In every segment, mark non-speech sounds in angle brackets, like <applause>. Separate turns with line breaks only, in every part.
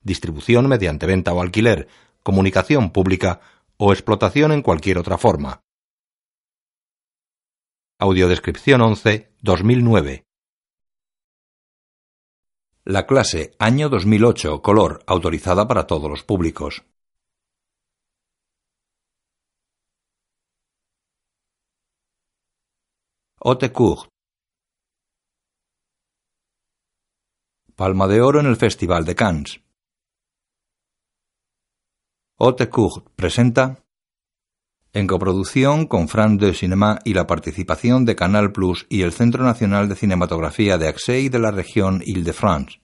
distribución mediante venta o alquiler, comunicación pública o explotación en cualquier otra forma. Audiodescripción 11, 2009. La clase año 2008, color, autorizada para todos los públicos. Haute Cour. Palma de Oro en el Festival de Cannes. Haute Cour presenta en coproducción con Fran de Cinema y la participación de Canal Plus y el Centro Nacional de Cinematografía de Axey de la región Île-de-France.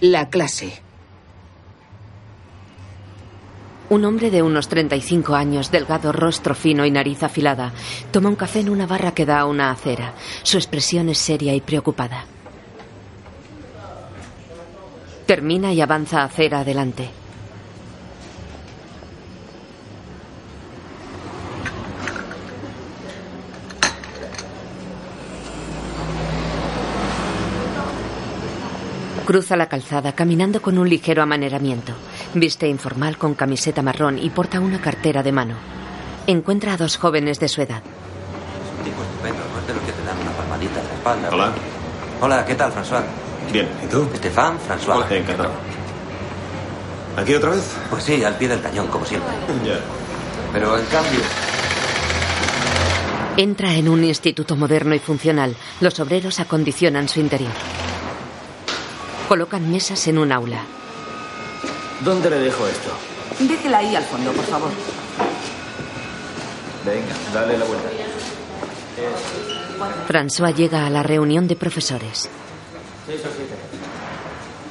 La clase.
Un hombre de unos 35 años, delgado, rostro fino y nariz afilada, toma un café en una barra que da a una acera. Su expresión es seria y preocupada. Termina y avanza acera adelante. Cruza la calzada caminando con un ligero amaneramiento. Viste informal con camiseta marrón y porta una cartera de mano. Encuentra a dos jóvenes de su edad.
Tipo estupendo, no Este es de los que te dan una palmadita en la espalda.
Hola.
Hola, ¿qué tal, François?
Bien, ¿y tú?
Estefan, François.
Hola, encantado. ¿Aquí otra vez?
Pues sí, al pie del cañón, como siempre.
Ya.
Pero en cambio,
Entra en un instituto moderno y funcional. Los obreros acondicionan su interior. Colocan mesas en un aula.
¿Dónde le dejo esto?
Déjela ahí al fondo, por favor.
Venga, dale la vuelta.
François llega a la reunión de profesores.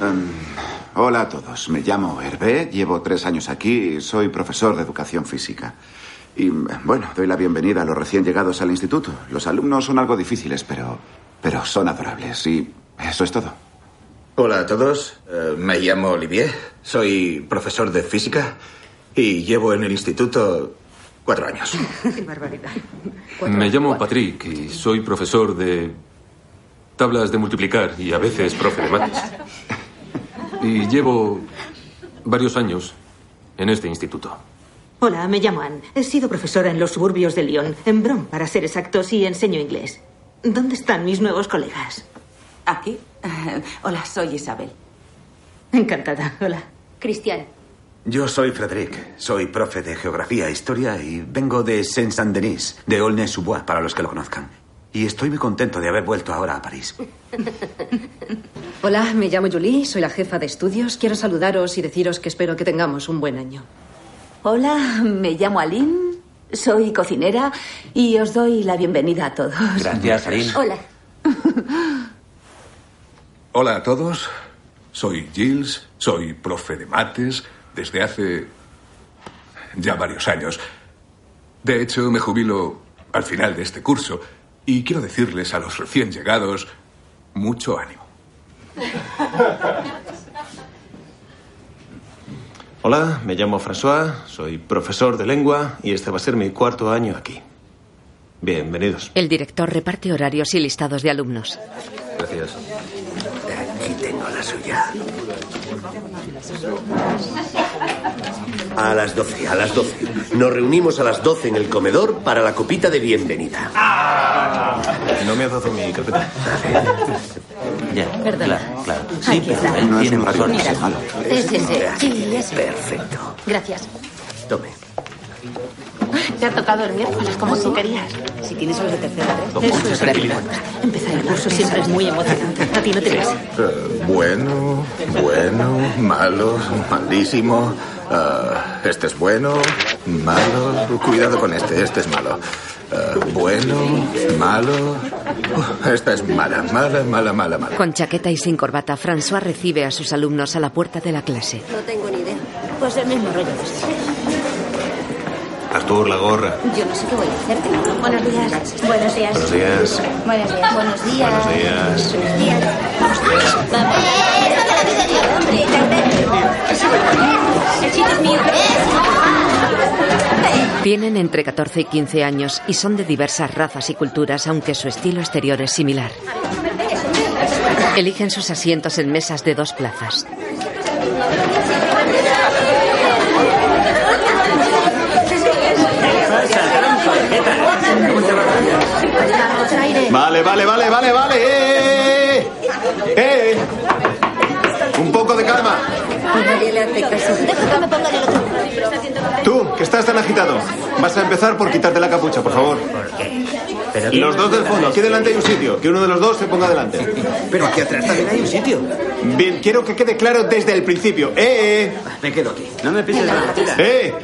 Em, hola a todos, me llamo Hervé, llevo tres años aquí y soy profesor de educación física. Y em, bueno, doy la bienvenida a los recién llegados al instituto. Los alumnos son algo difíciles, pero, pero son adorables y eso es todo.
Hola a todos, Eh, me llamo Olivier, soy profesor de física y llevo en el instituto cuatro años.
Qué barbaridad.
Me llamo Patrick y soy profesor de tablas de multiplicar y a veces profe de mates. Y llevo varios años en este instituto.
Hola, me llamo Anne. He sido profesora en los suburbios de Lyon, en Brom, para ser exactos, y enseño inglés. ¿Dónde están mis nuevos colegas?
Aquí.
Eh,
Hola, soy Isabel.
Encantada. Hola.
Cristian.
Yo soy Frederic, soy profe de geografía e historia y vengo de Saint-Saint-Denis, de Aulnay-sous-Bois, para los que lo conozcan. Y estoy muy contento de haber vuelto ahora a París.
Hola, me llamo Julie, soy la jefa de estudios. Quiero saludaros y deciros que espero que tengamos un buen año.
Hola, me llamo Aline, soy cocinera y os doy la bienvenida a todos.
Gracias, Aline.
Hola.
Hola a todos. Soy Gilles, soy profe de mates desde hace ya varios años. De hecho, me jubilo al final de este curso y quiero decirles a los recién llegados mucho ánimo.
Hola, me llamo François, soy profesor de lengua y este va a ser mi cuarto año aquí. Bienvenidos.
El director reparte horarios y listados de alumnos.
Gracias.
Aquí tengo la suya.
A las 12, a las 12. Nos reunimos a las 12 en el comedor para la copita de bienvenida.
No me has dado mi carpeta.
<laughs> Ya,
Perdona.
claro, claro.
Sí, pero está. él No es tiene un razón, horario
razón.
es malo.
Sí, sí, sí. Sí, ese.
Perfecto.
Gracias.
Tome.
Te ha tocado el miércoles, como si querías.
Si tienes los de tercera
Don Poncho, tranquilidad.
Empezar el curso siempre es muy emocionante. A
Eh,
ti no te crees.
bueno, bueno, malo, malísimo,
Ah, este es bueno, malo. Cuidado con este, este es malo. Ah, bueno, malo. Uh, esta es mala, mala, mala, mala, mala.
Con chaqueta y sin corbata, François recibe a sus alumnos a la puerta de la clase.
No tengo ni idea. Pues el mismo rollo de siempre.
Artur, la gorra.
Yo no sé qué voy a hacerte. Buenos días. Buenos días.
Buenos días.
Buenos días. Buenos
Buenos
días.
días.
Buenos días. Ah, Eh, Vamos. hombre. El chico es mío.
Tienen entre 14 y 15 años y son de diversas razas y culturas, aunque su estilo exterior es similar. Eligen sus asientos en mesas de dos plazas.
Vale, vale, vale, vale, vale. ¡Eh! ¡Eh! ¡Eh! Un poco de calma.
Pues Nadie le hace caso. Deja que me pongan el otro.
Tú, que estás tan agitado. Vas a empezar por quitarte la capucha, por favor. Los dos del fondo, aquí delante hay un sitio. Que uno de los dos se ponga delante.
Pero aquí atrás también hay un sitio.
Bien, quiero que quede claro desde el principio. ¡Eh!
Me quedo aquí. No me pises la mentira.
¡Eh!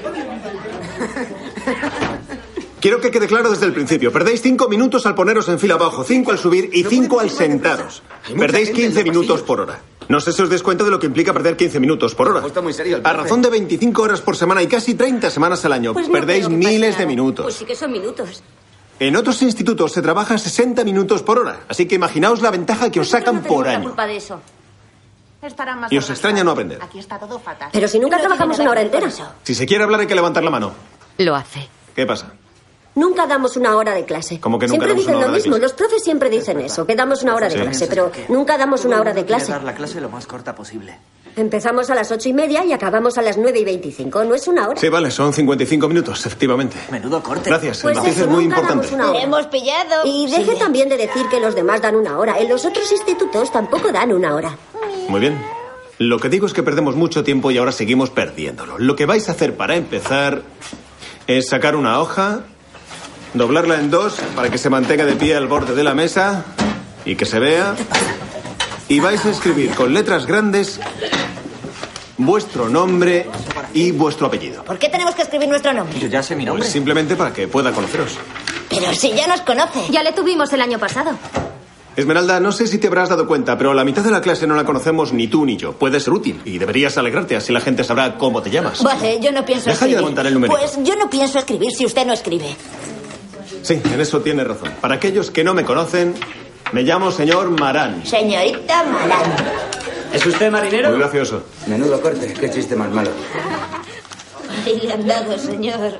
Quiero que quede claro desde el principio. Perdéis cinco minutos al poneros en fila abajo, cinco al subir y cinco al sentaros. Perdéis 15 minutos por hora. No sé si os des cuenta de lo que implica perder 15 minutos por hora.
Pues Está muy serio el
A razón de 25 horas por semana y casi 30 semanas al año,
Pues no
perdéis
creo que pase
miles
nada.
de minutos.
Pues sí que son minutos.
En otros institutos se trabaja 60 minutos por hora, así que imaginaos la ventaja
Pues
que os sacan por
La
año.
culpa de eso.
Estará más
Y os extraña no aprender.
Aquí está todo fatal.
Pero si nunca trabajamos una hora entera.
Si se quiere hablar hay que levantar la mano.
Lo hace.
¿Qué pasa?
Nunca damos una hora de clase.
¿Cómo que nunca
siempre
damos
dicen
una
lo
hora de
mismo.
clase?
Los profes siempre dicen eso, que damos una hora de
Sí.
clase, pero nunca damos una hora de clase.
dar la clase lo más corta posible.
Empezamos a las ocho y media y acabamos a las nueve y veinticinco. No es una hora.
Sí, vale, son 55 minutos, efectivamente.
Menudo corte.
Gracias, el
Pues
matiz
eso,
es muy
nunca
importante.
damos una hora. hemos pillado. Y deje también de decir que los demás dan una hora. En los otros institutos tampoco dan una hora.
Muy bien. Lo que digo es que perdemos mucho tiempo y ahora seguimos perdiéndolo. Lo que vais a hacer para empezar es sacar una hoja, doblarla en dos para que se mantenga de pie al borde de la mesa y que se vea. Y vais a escribir con letras grandes vuestro nombre y vuestro apellido.
¿Por qué tenemos que escribir nuestro nombre?
Yo ya sé mi nombre. simplemente para que pueda conoceros.
Pero si ya nos conoce. Ya le tuvimos el año pasado.
Esmeralda, no sé si te habrás dado cuenta, pero la mitad de la clase no la conocemos ni tú ni yo. Puede ser útil y deberías alegrarte, así la gente sabrá cómo te llamas.
Vale, yo no pienso
Deja ya de
escribir.
contar el numérico.
pues yo no pienso escribir si usted no escribe.
Sí, en eso tiene razón. Para aquellos que no me conocen, me llamo señor Marán.
Señorita Malán.
¿Es usted marinero?
Muy gracioso.
Menudo corte, qué chiste más malo.
Ahí le han dado, señor.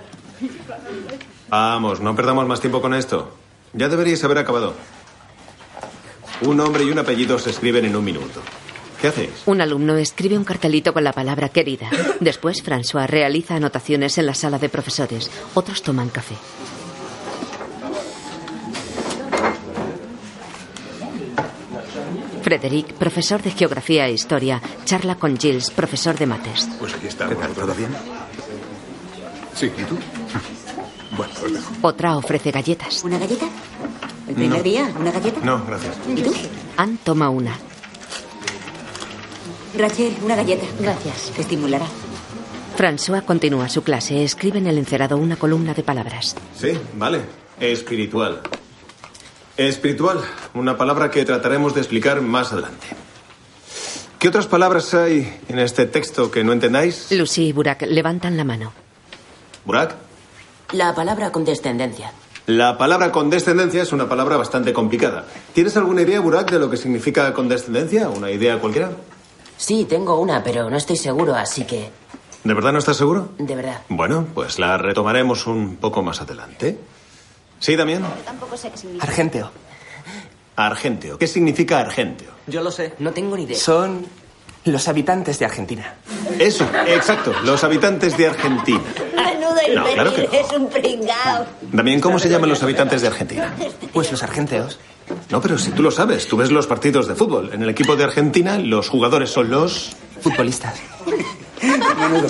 Vamos, no perdamos más tiempo con esto. Ya deberíais haber acabado. Un nombre y un apellido se escriben en un minuto. ¿Qué hacéis?
Un alumno escribe un cartelito con la palabra querida. Después, François realiza anotaciones en la sala de profesores. Otros toman café. Frederick, profesor de geografía e historia, charla con Gilles, profesor de mates.
Pues aquí estamos. ¿Qué tal? ¿Todo bien? Sí, ¿y <laughs> tú? Bueno, os dejo.
Otra ofrece galletas.
¿Una galleta? ¿El
primer No.
día? Ah, ¿Una galleta?
No, gracias.
¿Y tú?
Anne toma una.
Rachel, una galleta. Gracias. Te estimulará.
François continúa su clase. Escribe en el encerado una columna de palabras.
Sí, vale. Espiritual. Espiritual, una palabra que trataremos de explicar más adelante. ¿Qué otras palabras hay en este texto que no entendáis?
Lucy y Burak levantan la mano.
Burak,
La palabra condescendencia.
la palabra condescendencia es una palabra bastante complicada. ¿Tienes alguna idea, Burak, de lo que significa condescendencia? ¿Una idea cualquiera?
Sí, tengo una, pero no estoy seguro, así que,
¿De verdad no estás seguro?
de verdad.
Bueno, pues la retomaremos un poco más adelante. ¿Sí, Damián?
Tampoco sé qué significa.
Argenteo. Argenteo. ¿Qué significa argenteo?
Yo lo sé. No tengo ni idea.
Son los habitantes de Argentina.
Eso, exacto. Los habitantes de Argentina.
Menudo
No,
infeliz,
claro que no. Ah,
es un pringao.
Damián, ¿cómo se llaman los habitantes de Argentina?
Pues los argenteos.
No, pero si tú lo sabes, tú ves los partidos de fútbol. En el equipo de Argentina, los jugadores son los.
Futbolistas.
Menudo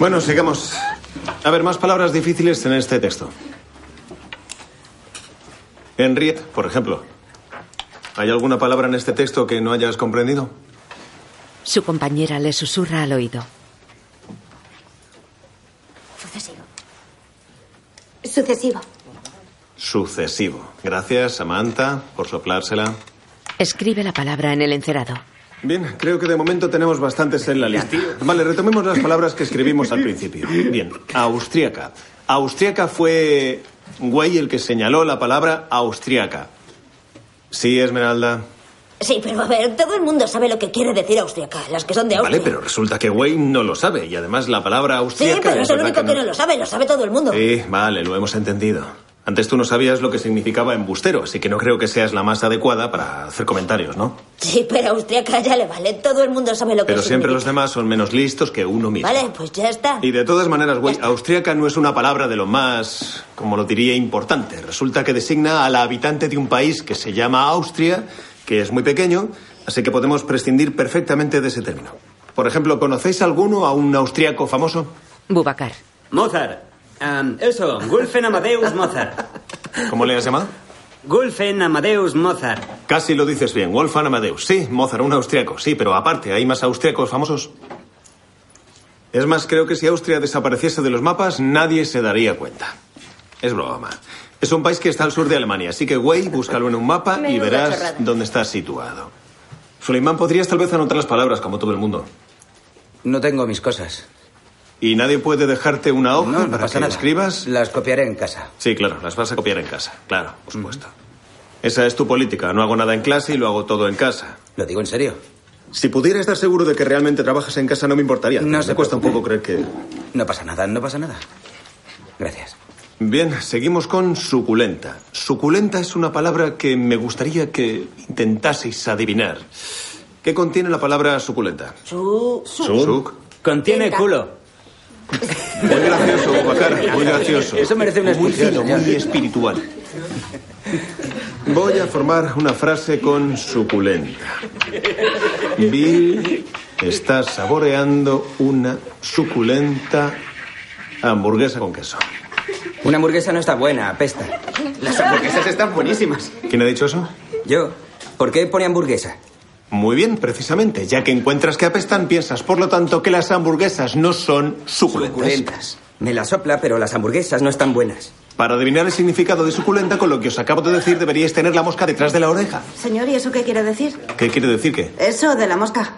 Bueno, sigamos. A ver, más palabras difíciles en este texto. Henriette, por ejemplo. ¿Hay alguna palabra en este texto que no hayas comprendido?
Su compañera le susurra al oído.
Sucesivo.
Sucesivo. Gracias, Samantha, por soplársela.
Escribe la palabra en el encerado.
Bien, creo que de momento tenemos bastantes en la lista. Vale, retomemos las palabras que escribimos al principio. Bien, austríaca. Austriaca fue Güey el que señaló la palabra austriaca. Sí, Esmeralda.
Sí, pero a ver, todo el mundo sabe lo que quiere decir austriaca. Las que son de Austria.
Vale, pero resulta que Güey no lo sabe y además la palabra
Sí,
austriaca.
pero es el
verdad
único que no lo sabe, lo sabe todo el mundo.
Sí, vale, lo hemos entendido. Antes tú no sabías lo que significaba embustero, así que no creo que seas la más adecuada para hacer comentarios, ¿no?
Sí, pero austriaca ya le vale. Todo el mundo sabe lo que
Pero siempre los
significa.
demás son menos listos que uno mismo.
Vale, pues ya está.
Y de todas maneras, güey, austriaca no es una palabra de lo más, como lo diría, importante. Resulta que designa a la habitante de un país que se llama Austria, que es muy pequeño, así que podemos prescindir perfectamente de ese término. Por ejemplo, ¿conocéis alguno a un austriaco famoso?
Bubacar.
Mozart. Am, eso, Gulfen Amadeus Mozart.
¿Cómo le has llamado?
Gulfen Amadeus Mozart.
Casi lo dices bien, Wolfgang Amadeus. Sí, Mozart, un austriaco. Sí, pero aparte, ¿hay más austriacos famosos? Es más, creo que si Austria desapareciese de los mapas, nadie se daría cuenta. Es broma. Es un país que está al sur de Alemania, así que, güey, búscalo en un mapa y
Menuda
verás
chorrada.
dónde está situado. Suleimán, podrías tal vez anotar las palabras, como todo el mundo.
No tengo mis cosas.
¿Y nadie puede dejarte una hoja
No, no
para
pasa
que la
nada.
escribas?
Las copiaré en casa.
Sí, claro, las vas a copiar en casa, claro, por supuesto. Esa es tu política, no hago nada en clase y lo hago todo en casa.
Lo digo en serio.
Si pudiera estar seguro de que realmente trabajas en casa, no me importaría. No se cuesta un poco creer que.
No pasa nada, no pasa nada. Gracias.
Bien, seguimos con suculenta. Suculenta es una palabra que me gustaría que intentaseis adivinar. ¿Qué contiene la palabra suculenta?
Su.
Suc.
Contiene culo.
Muy gracioso, Bacar, muy gracioso.
Eso merece una
Muy
expulsión,
fino,
señor.
muy espiritual. Voy a formar una frase con suculenta. Bill está saboreando una suculenta hamburguesa con queso.
Una hamburguesa no está buena, apesta. Las hamburguesas están buenísimas.
¿Quién ha dicho eso?
Yo. ¿Por qué pone hamburguesa?
Muy bien, precisamente. Ya que encuentras que apestan, piensas, por lo tanto, que las hamburguesas no son suculentas.
Me la sopla, pero las hamburguesas no están buenas.
Para adivinar el significado de suculenta, con lo que os acabo de decir, deberíais tener la mosca detrás de la oreja.
Señor, ¿y eso qué quiere decir?
¿Qué quiere decir que?
Eso de la mosca.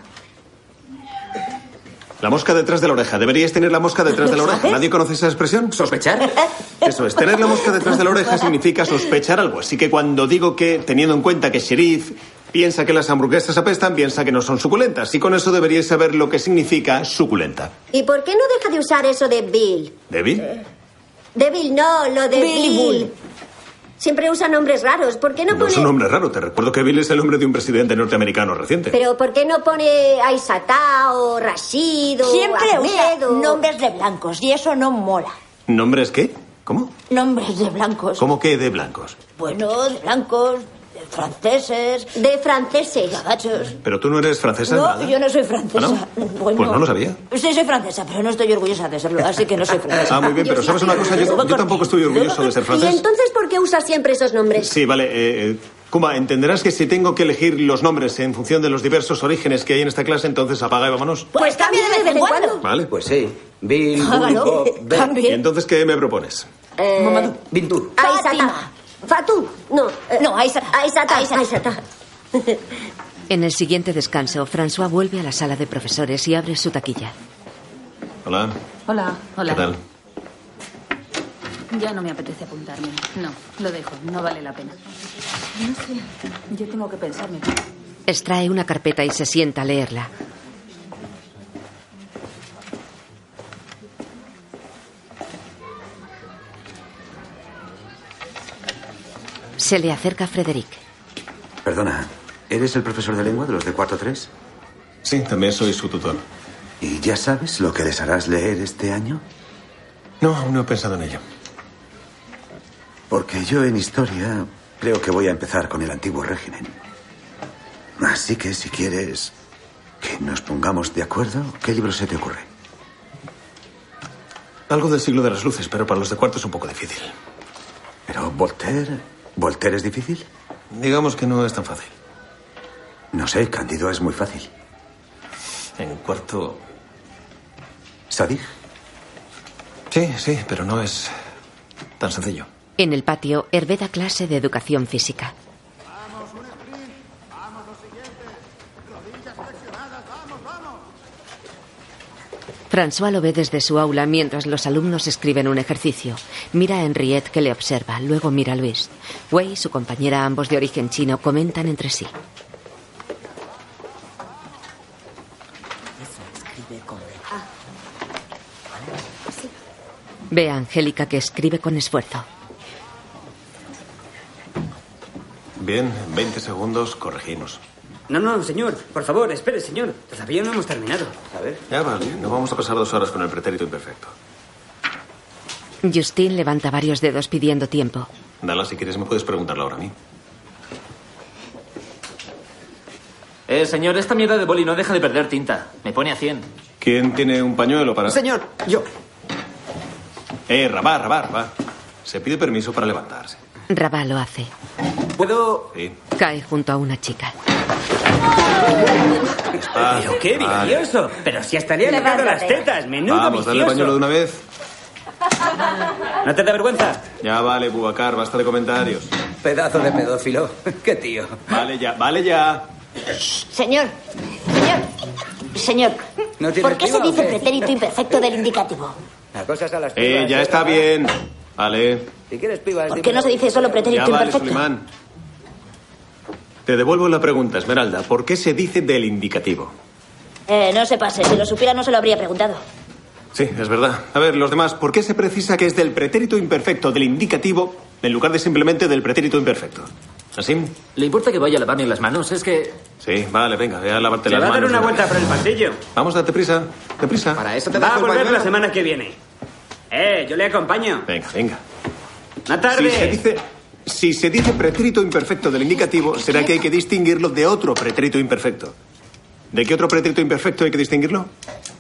La mosca detrás de la oreja. Deberíais tener la mosca detrás de la oreja. ¿Nadie conoce esa expresión? ¿Sospechar? Eso es. Tener la mosca detrás de la oreja significa sospechar algo. Así que cuando digo que, teniendo en cuenta que Sheriff piensa que las hamburguesas apestan, piensa que no son suculentas. Y con eso deberíais saber lo que significa suculenta.
¿Y por qué no deja de usar eso de Bill?
¿Debbie?
De Bill, no, lo de
Bill y
Bill.
Bull.
Siempre usa nombres raros. ¿Por qué no,
No
pone.?
es un hombre raro. Te recuerdo que Bill es el nombre de un presidente norteamericano reciente.
Pero ¿por qué no pone Aisatá o Rashid o
Siempre usa
Ahmed o-
nombres de blancos y eso no mola.
¿Nombres qué? ¿Cómo?
Nombres de blancos.
¿Cómo que de blancos?
Bueno, de blancos, de franceses. De franceses. Gabachos.
Pero tú no eres francesa.
No,
nada.
yo no soy francesa.
¿Ah,
<laughs> Bueno,
Pues no lo sabía.
Sí, soy francesa, pero no estoy orgullosa de serlo, así que no soy francesa.
Ah, muy bien, pero ¿sabes una cosa? Yo, yo tampoco estoy orgulloso de ser
¿Y
francés.
entonces por qué usa siempre esos nombres?
Sí, vale. Eh, eh, Kuma, entenderás que si tengo que elegir los nombres en función de los diversos orígenes que hay en esta clase, entonces apaga y vámonos.
Pues cambia de vez en cuando.
Vale. Pues sí. Bill,
Hágalo. Bob, Ben.
¿Y entonces qué me propones?
Eh,
Bintur.
Aisatá. Fatú. No.
eh,
no, Aisatá. Aisatá. Aisatá.
En el siguiente descanso, François vuelve a la sala de profesores y abre su taquilla.
Hola.
Hola. Hola.
¿Qué tal?
Ya no me apetece apuntarme. No, lo dejo. No vale la pena. No sé. Yo tengo que pensarme.
Extrae una carpeta y se sienta a leerla. Se le acerca Frederick.
Perdona, ¿eres el profesor de lengua de los de cuarto tres?
Sí, también soy su tutor.
¿Y ya sabes lo que les harás leer este año?
No, aún no he pensado en ello.
Porque yo en historia creo que voy a empezar con el antiguo régimen. Así que si quieres que nos pongamos de acuerdo, ¿qué libro se te ocurre?
Algo del siglo de las luces, pero para los de cuarto es un poco difícil.
Pero Voltaire, Voltaire es difícil.
Digamos que no es tan fácil.
No sé, Cándido es muy fácil.
En cuarto.
Sadig.
Sí, sí, pero no es
Tan sencillo.
En el patio, Hervé da clase de educación física. François lo ve desde su aula mientras los alumnos escriben un ejercicio. Mira a Henriette que le observa, luego mira a Luis. Wei y su compañera, ambos de origen chino, comentan entre sí. Ve a Angélica que escribe con esfuerzo.
Bien, 20 segundos, corregimos.
No, no, señor. Por favor, espere, señor. Todavía no hemos terminado. A ver.
Ya vale, no vamos a pasar dos horas con el pretérito imperfecto.
Justin levanta varios dedos pidiendo tiempo.
Dala, si quieres me puedes preguntarla ahora a mí.
Eh, señor, esta mierda de boli no deja de perder tinta. Me pone a 100.
¿Quién tiene un pañuelo para...?
Señor, yo.
Eh, Rabá, Rabá, Rabá. Se pide permiso para levantarse.
Rabá lo hace.
¿Puedo...? Sí.
Cae junto a una chica.
Pero qué
vale.
vicioso. Pero si hasta le han tocado las
Levántate.
tetas, menudo
Vamos, dale el
vicioso.
pañuelo de una vez.
¿No te da vergüenza?
Ya vale, Bubacar, basta de comentarios.
Pedazo de pedófilo. <laughs> Qué tío.
Vale ya, vale ya.
Señor, señor, señor.
¿No tiene
¿Por qué
piba
se
o
dice
qué?
pretérito imperfecto del indicativo?
La cosa es a las
Eh, ya está bien. Vale.
Si quieres pibas...
¿Por qué no se dice solo pretérito
Ya vale,
imperfecto?
Sulimán. Te devuelvo la pregunta, Esmeralda. ¿Por qué se dice del indicativo?
Eh, no se pase, si lo supiera no se lo habría preguntado.
Sí, es verdad. A ver, los demás, ¿por qué se precisa que es del pretérito imperfecto, del indicativo, en lugar de simplemente del pretérito imperfecto? ¿Así?
¿Le importa que vaya a lavarme las manos? Es que...
Sí, vale, venga, ve a lavarte
Se
las
va a
manos.
dar una
de
vuelta
vez.
por el pasillo.
Vamos, date prisa, date prisa. Para
Eso te va a volver la semana que viene. Eh, yo le acompaño.
Venga, venga.
Una tarde.
Si se dice... Si se dice pretérito imperfecto del indicativo, será que hay que distinguirlo de otro pretérito imperfecto. ¿De qué otro pretérito imperfecto hay que distinguirlo?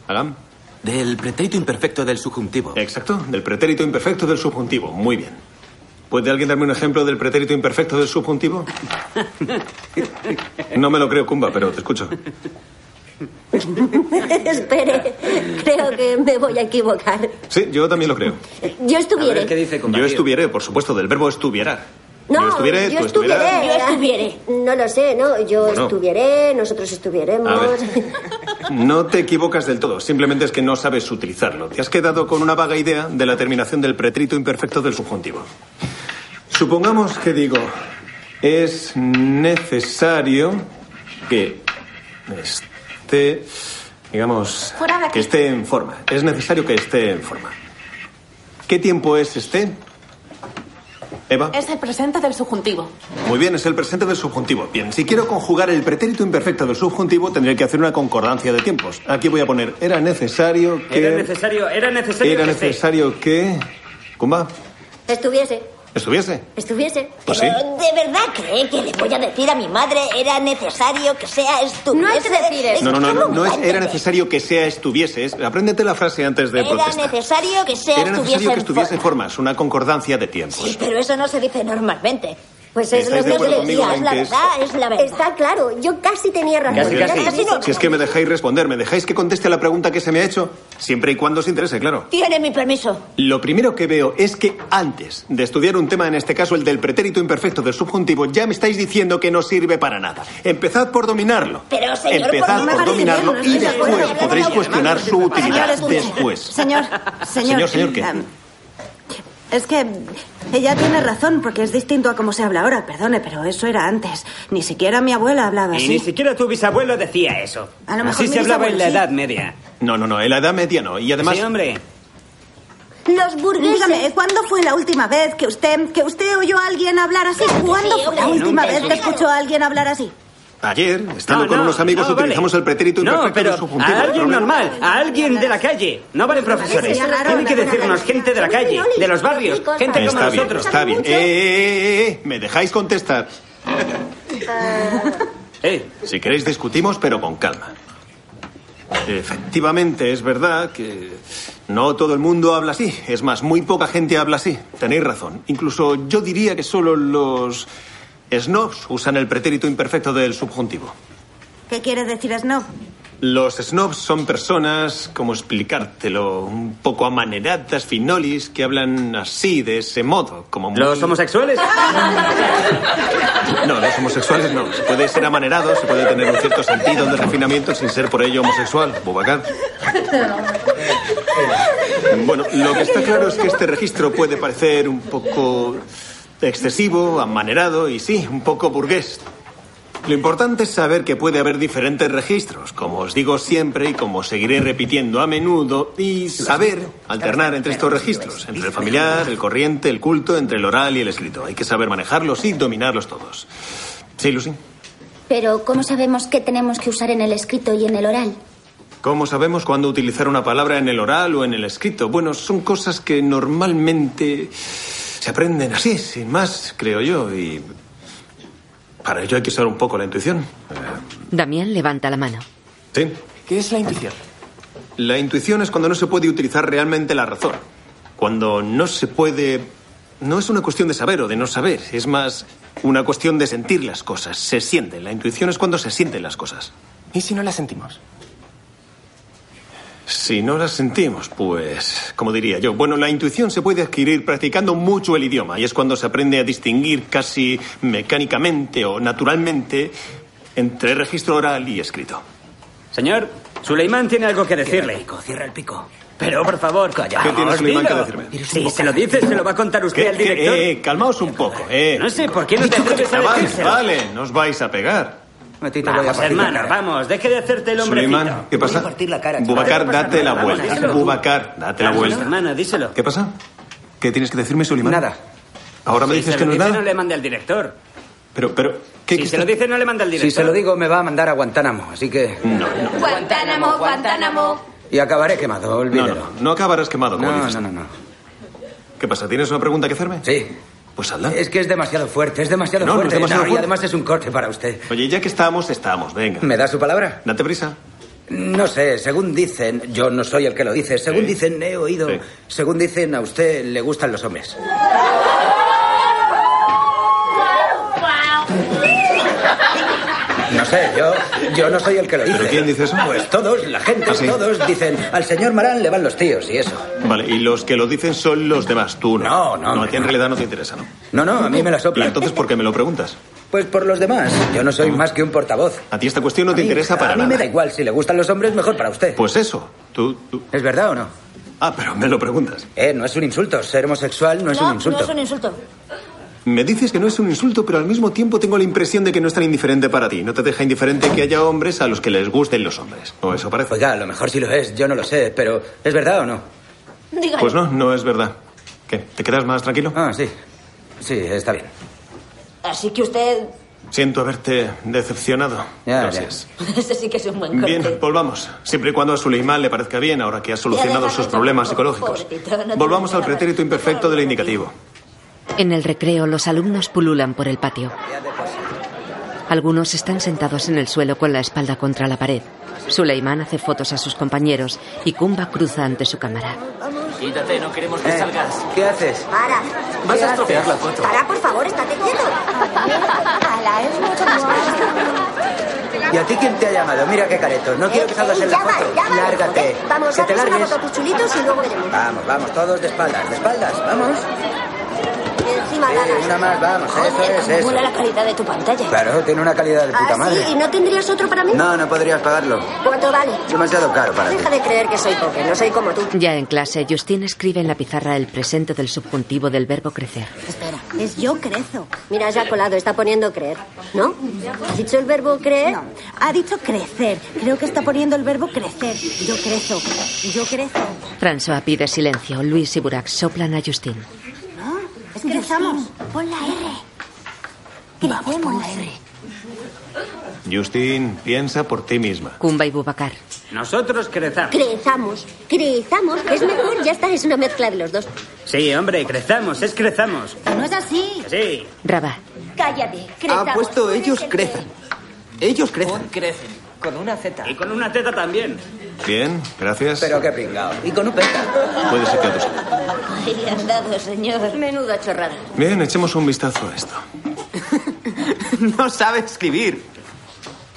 Alam.
Del pretérito imperfecto del subjuntivo.
Exacto, del pretérito imperfecto del subjuntivo. Muy bien. ¿Puede alguien darme un ejemplo del pretérito imperfecto
<laughs>
del subjuntivo? No me lo creo, Kumba, pero te escucho.
<laughs> Espere, creo que me voy a equivocar.
Sí, yo también lo creo.
Yo estuviere.
dice Yo estuviere, por supuesto, del verbo estuvierar.
No,
yo estuviere,
yo
tú
estuviere,
estuvieras.
yo estuviere. No lo sé, no, yo
Bueno.
estuviere, nosotros
A
estuviéramos.
No te equivocas del todo, simplemente es que no sabes utilizarlo. Te has quedado con una vaga idea de la terminación del pretérito imperfecto del subjuntivo. Supongamos que digo, es necesario que esté, digamos,
Fuera de aquí.
que esté en forma. Es necesario que esté en forma. ¿Qué tiempo es este? Eva.
Es el presente del subjuntivo.
Muy bien, es el presente del subjuntivo. Bien, si quiero conjugar el pretérito imperfecto del subjuntivo, tendré que hacer una concordancia de tiempos. Aquí voy a poner, era necesario que...
Era necesario, era necesario
era
que esté.
necesario que... Kumba,
<laughs> estuviese,
estuviese.
estuviese.
Pues sí.
Pero, ¿De verdad cree que le voy a decir a mi madre era necesario que sea estuviese? No hay que decir
No, no, no, no, no es, era necesario que sea estuviese. Es- apréndete la frase antes de
Era
protestar.
necesario que sea
Era
estuviese,
necesario que
en
estuviese en
forma.
formas, una concordancia de tiempos.
Sí, pero eso no se dice normalmente.
Pues es ¿Estáis lo de que acuerdo os conmigo decía, en es la que es- verdad,
es la verdad. Está claro, yo casi tenía razón.
Casi,
yo
casi.
casi no-
Si es que me dejáis responder, me dejáis que conteste a la pregunta que se me ha hecho, siempre y cuando os interese, claro.
Tiene mi permiso.
Lo primero que veo es que antes de estudiar un tema, en este caso el del pretérito imperfecto del subjuntivo, ya me estáis diciendo que no sirve para nada. Empezad por dominarlo.
Pero, señor,
Empezad
por
por,
favor,
dominarlo
señor,
y
no estoy de acuerdo.
después podréis cuestionar su utilidad.
Señor, escuche.
Después.
Señor,
Señor,
señor.
señor, ¿qué?
um, Es que ella tiene razón porque es distinto a cómo se habla ahora, perdone, pero eso era antes. Ni siquiera mi abuela hablaba
Y
así.
ni siquiera tu bisabuelo decía eso.
Ah, A lo mejor
Así
mi
se hablaba en la
bisabuelo
Edad Media.
No, no, no. En la Edad Media no. Y además.
Sí, hombre.
Los burgueses. Dígame, ¿cuándo fue la última vez que usted que usted oyó a alguien hablar así? ¿Cuándo fue la
hombre,
última
nunca
vez
en
que
su vida.
escuchó a alguien hablar así?
Ayer, estando
No,
con
no,
unos amigos,
no, vale.
utilizamos el pretérito imperfecto
No, pero
del subjuntivo.
a alguien
Problema.
normal, a alguien de la calle. No valen profesores.
Sería raro,
Tienen que
raro,
decirnos gente de la calle, de los barrios, gente como
Está bien,
nosotros.
está bien. Eh, eh, eh, eh, me dejáis contestar.
Eh.
Si queréis discutimos, pero con calma. Efectivamente, es verdad que no todo el mundo habla así. Es más, muy poca gente habla así. Tenéis razón. Incluso yo diría que solo los snobs usan el pretérito imperfecto del subjuntivo.
¿Qué quiere decir snob?
Los snobs son personas, como explicártelo, un poco amaneradas, finolis, que hablan así, de ese modo, como muy-
¿Los homosexuales?
No, los homosexuales no. Se puede ser amanerado, se puede tener un cierto sentido de refinamiento sin ser por ello homosexual. Bubacán. Bueno, lo que está claro es que este registro puede parecer un poco excesivo, amanerado y sí, un poco burgués. Lo importante es saber que puede haber diferentes registros, como os digo siempre y como seguiré repitiendo a menudo, y saber alternar entre estos registros, entre el familiar, el corriente, el culto, entre el oral y el escrito. Hay que saber manejarlos y dominarlos todos. Sí, Lucy.
Pero, ¿cómo sabemos qué tenemos que usar en el escrito y en el oral?
¿Cómo sabemos cuándo utilizar una palabra en el oral o en el escrito? Bueno, son cosas que normalmente se aprenden así, sin más, creo yo, y para ello hay que usar un poco la intuición.
Damián levanta la mano.
¿Sí? ¿Qué es la intuición? La intuición es cuando no se puede utilizar realmente la razón. Cuando no se puede... No es una cuestión de saber o de no saber, es más una cuestión de sentir las cosas. Se sienten. La intuición es cuando se sienten las cosas.
<laughs> ¿Y si no la sentimos?
Si no las sentimos, pues, como diría yo, bueno, la intuición se puede adquirir practicando mucho el idioma y es cuando se aprende a distinguir casi mecánicamente o naturalmente entre registro oral y escrito.
Señor, Suleiman tiene algo que decirle. cierra el pico. Pero, por favor, calla.
¿Qué tiene
Os
Suleiman
dilo.
que decirme?
Si se lo dices, se lo va a contar usted
¿Qué-
al
qué-
director.
eh, eh, calmaos un poco, eh.
No sé, ¿por qué no te atreves a
Chavales,
decírselo?
Vale, nos vais a pegar.
Vamos, hermano, vamos, deje de hacerte el hombre.
Suleiman, ¿qué pasa? Bubacar, date la vuelta. Bubacar, date la vuelta.
Hermana, díselo.
¿Qué pasa? ¿Qué tienes que decirme, Suleiman? Nada. ¿Ahora Ah, me
Si
dices
se
que
lo
no es
dice,
nada?
no le mande al director.
Pero, pero, ¿qué
Si
qué
se lo
estás-
dice, no le manda al director. Mm.
Si se lo
digo, me va a mandar a Guantánamo, así que... No,
Guantánamo, Guantánamo.
Y acabaré quemado, olvídalo.
No, no, no acabarás quemado, como
No,
dices.
no,
¿Qué pasa? ¿Tienes una pregunta que hacerme?
Sí.
Pues hazla.
Es que es demasiado fuerte, es demasiado
No, no es
fuerte.
demasiado
Y
fuerte.
además es un corte para usted.
Oye, ya que estamos, estamos, venga.
¿Me da su palabra?
Date prisa.
No sé, según dicen, yo no soy el que lo dice, según
Sí.
dicen, he oído,
Sí.
según dicen, a usted le gustan los hombres. No sé, yo, yo no soy el que lo dice.
¿Pero quién dice eso?
Pues todos, la gente,
¿Ah, sí?
todos dicen, al señor Marán le van los tíos y eso.
Vale, y los que lo dicen son los demás, tú no. No, no. a ti en realidad no te interesa, ¿no?
No, no, a mí me la sopla.
¿Y entonces por qué me lo preguntas? Ah.
Pues por los demás, yo no soy más que un portavoz.
A ti esta cuestión no te
A mí-
interesa para
a mí
nada.
me da igual, si le gustan los hombres, mejor para usted.
Pues eso, tú, tú-
¿Es verdad o no?
Ah, pero me lo preguntas.
Eh, no es un insulto, ser homosexual no es un insulto.
no es un insulto.
Me dices que no es un insulto, pero al mismo tiempo tengo la impresión de que no es tan indiferente para ti. No te deja indiferente que haya hombres a los que les gusten los hombres. O eso parece.
Oiga, a lo mejor sí lo es, yo no lo sé, pero ¿es verdad o no?
Dígalo.
Pues no, no es verdad. ¿Qué? ¿Te quedas más tranquilo?
Ah, sí. Sí, está bien.
Así que usted.
Siento haberte decepcionado.
Ya,
Gracias.
Ese Este sí que es un buen corte.
Bien, volvamos. Siempre y cuando a Suleiman le parezca bien, ahora que ha solucionado sus problemas psicológicos. Volvamos al pretérito imperfecto del indicativo.
En el recreo, los alumnos pululan por el patio. Algunos están sentados en el suelo con la espalda contra la pared. Suleiman hace fotos a sus compañeros y Kumba cruza ante su cámara.
Quítate, no queremos que salgas.
¿Qué haces?
Para.
Vas a estropear la foto.
Para, por favor, estate quieto. Ala, es mucho más
¿Y a ti quién te ha llamado? Mira qué careto. No
Eh,
quiero que salgas en la
ya va,
foto.
ya va,
Lárgate.
Vamos,
que te
haznos una
largues.
foto tus chulitos y luego veremos.
Vamos, vamos, todos de espaldas, de espaldas, vamos.
Encima
Sí,
ganas.
Eh, una más, vamos, eso
Joder,
es,
cómo
eso.
mola la calidad de tu pantalla.
Claro, tiene una calidad de puta
Ah,
madre.
sí, ¿y no tendrías otro para mí?
No, no podrías pagarlo.
¿Cuánto vale?
Demasiado caro para ti.
Deja de creer que soy pobre, no soy como tú.
Ya en clase, Justin escribe en la pizarra el presente del subjuntivo del verbo crecer.
Espera, es yo crezo. Mira, ya colado, está poniendo creer, ¿no? ¿Has dicho el verbo creer? No, ha dicho crecer. Creo que está poniendo el verbo crecer. Yo crezo, yo crezo.
François pide silencio. Luis y Burak soplan a Justin.
¿No? Es crezamos. Pon la R. Vamos, pon la R.
Justin, piensa por ti misma.
Kumba y Bubacar.
Nosotros
pues.
crezamos.
Crezamos, crezamos. Es mejor, ya está, es una mezcla de los dos.
Sí, hombre, crezamos, es crezamos.
No es así.
Sí.
Rabat.
Cállate,
Ah,
Ha puesto ellos crecen. Ellos crecen.
Crecen.
Con una Z. Y con una Z también.
Bien, gracias.
Pero qué pringao. Y con un peta.
Puedes irte a tu sitio.
Ay, andado, señor. Menuda chorrada.
Bien, echemos un vistazo a esto.
<laughs> No sabe escribir.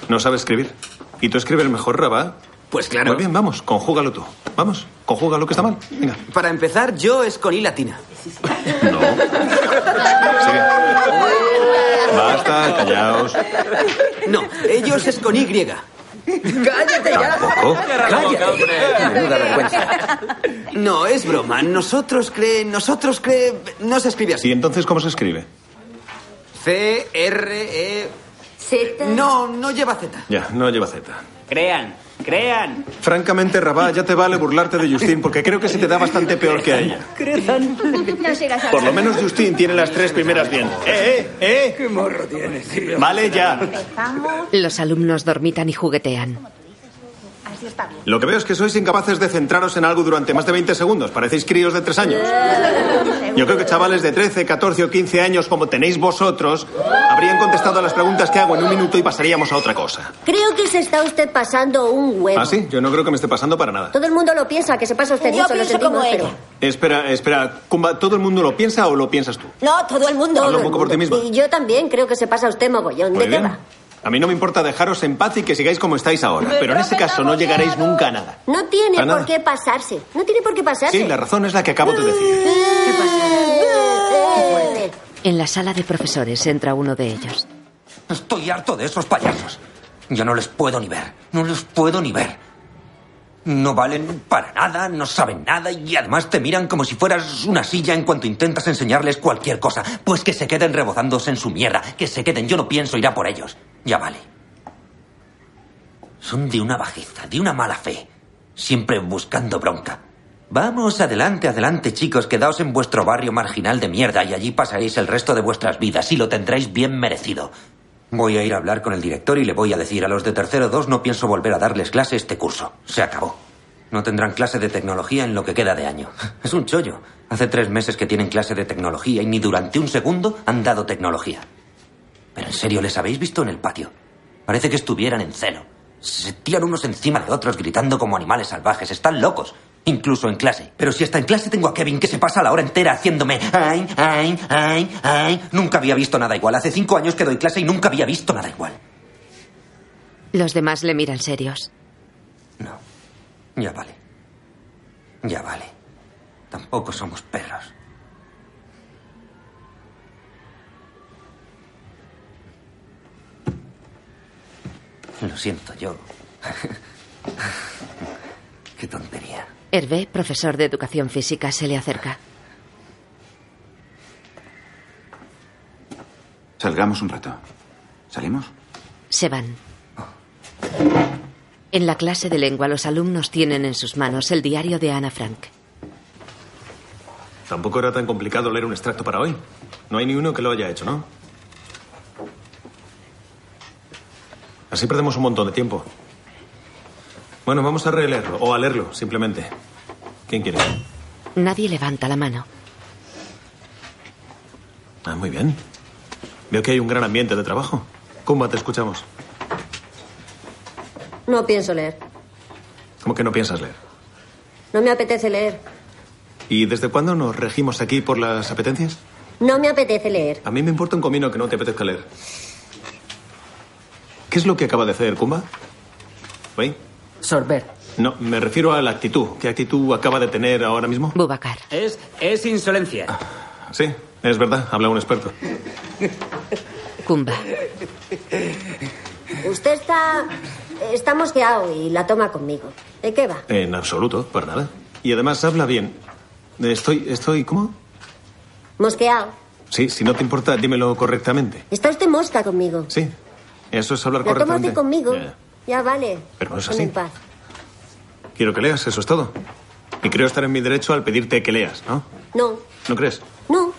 ¿No sabe escribir? ¿Y tú escribes mejor, Rabá?
Pues claro.
Muy bien, vamos, conjúgalo tú. Vamos, conjuga lo que está mal. Venga.
Para empezar, yo es con I latina.
Basta, callaos.
No, ellos es con Y.
¡Cállate ya!
¿Poco?
¡Cállate! Menuda vergüenza. No, es broma. Nosotros cree... Nosotros cree... No se escribe así.
¿Y entonces cómo se escribe?
C, R, E... Z. No, no lleva Z.
Ya, no lleva Z.
Crean, crean.
Francamente, Rabá, ya te vale burlarte de Justin porque creo que se te da bastante peor que a ella.
No sigas
Por lo menos Justin tiene las tres primeras bien. ¡Eh, eh, eh!
¡Qué morro tienes, tío!
Vale, ya.
Los alumnos dormitan y juguetean.
Así está bien.
Lo que veo es que sois incapaces de centraros en algo durante más de 20 segundos. Parecéis críos de tres años. Yo creo que chavales de 13, 14 o 15 años, como tenéis vosotros, habrían contestado a las preguntas que hago en un minuto y pasaríamos a otra cosa.
pues. Creo que se está usted pasando un huevo.
¿Ah, sí? Yo no creo que me esté pasando para nada.
Todo el mundo lo piensa, que se pasa usted
Yo
mucho, lo
pienso
sentimos,
como
pero...
Espera, espera. Kumba, ¿todo el mundo lo piensa o lo piensas tú?
No, todo el mundo.
Habla un poco por ti misma.
Y yo también creo que se pasa usted mogollón.
Muy
¿De qué
bien.
va?
A mí no me importa dejaros en paz y que sigáis como estáis ahora. Pero en ese caso no llegaréis nunca a nada.
No tiene
Para
por
nada.
qué pasarse. No tiene por qué pasarse.
Sí, la razón es la que acabo de <laughs> decir.
En la sala de profesores entra uno de ellos.
Estoy harto de esos payasos. Yo no les puedo ni ver. No los puedo ni ver. No valen para nada, no saben nada y además te miran como si fueras una silla en cuanto intentas enseñarles cualquier cosa. Pues que se queden rebozándose en su mierda, que se queden. Yo no pienso ir a por ellos. Ya vale. Son de una bajeza, de una mala fe. Siempre buscando bronca. Vamos, adelante, adelante, chicos. Quedaos en vuestro barrio marginal de mierda y allí pasaréis el resto de vuestras vidas y lo tendréis bien merecido. Voy a ir a hablar con el director y le voy a decir a los de tercero dos no pienso volver a darles clase este curso. Se acabó. No tendrán clase de tecnología en lo que queda de año. <laughs> Es un chollo. Hace tres meses que tienen clase de tecnología y ni durante un segundo han dado tecnología. Pero en serio, ¿les habéis visto en el patio? Parece que estuvieran en celo. Se tiran unos encima de otros gritando como animales salvajes. Están locos. Incluso en clase. Pero si hasta en clase tengo a Kevin que se pasa la hora entera haciéndome... Ay, ay, ay, ay. Nunca había visto nada igual. Hace cinco años que doy clase y nunca había visto nada igual.
Los demás le miran serios.
Ya vale. Ya vale. Tampoco somos perros. Lo siento, yo. <laughs> Qué tontería.
Hervé, profesor de educación física, se le acerca.
Salgamos un rato. ¿Salimos?
Se van. En la clase de lengua, los alumnos tienen en sus manos el diario de Ana Frank.
Tampoco era tan complicado leer un extracto para hoy. No hay ni uno que lo haya hecho, ¿no? Así perdemos un montón de tiempo. Bueno, vamos a releerlo o a leerlo, simplemente. ¿Quién quiere?
Nadie levanta la mano.
Ah, muy bien. Veo que hay un gran ambiente de trabajo. Kumba, te escuchamos.
No pienso leer.
¿Cómo que no piensas leer?
No me apetece leer.
¿Y desde cuándo nos regimos aquí por las apetencias?
No me apetece leer.
A mí me importa un comino que no te apetezca leer. ¿Qué es lo que acaba de hacer Kumba? ¿Wey?
Sorber.
No, me refiero a la actitud. ¿Qué actitud acaba de tener ahora mismo? Ah,
Bubacar.
Es, es insolencia.
Sí, es verdad, habla un experto.
Kumba.
Usted está. Está mosqueado y la toma conmigo. ¿De qué va?
En absoluto, para nada. Y además habla bien. Estoy, estoy, ¿cómo?
Mosqueado.
Sí, si no te importa, dímelo correctamente.
Está usted mosca conmigo.
Sí. Eso es hablar
La toma
correctamente.
usted conmigo.
Ya,
Ya vale.
Pero no es
Déjame
así.
en paz.
Quiero que leas, eso es todo. Y creo estar en mi derecho al pedirte que leas, ¿no?
No,
¿No crees?
no.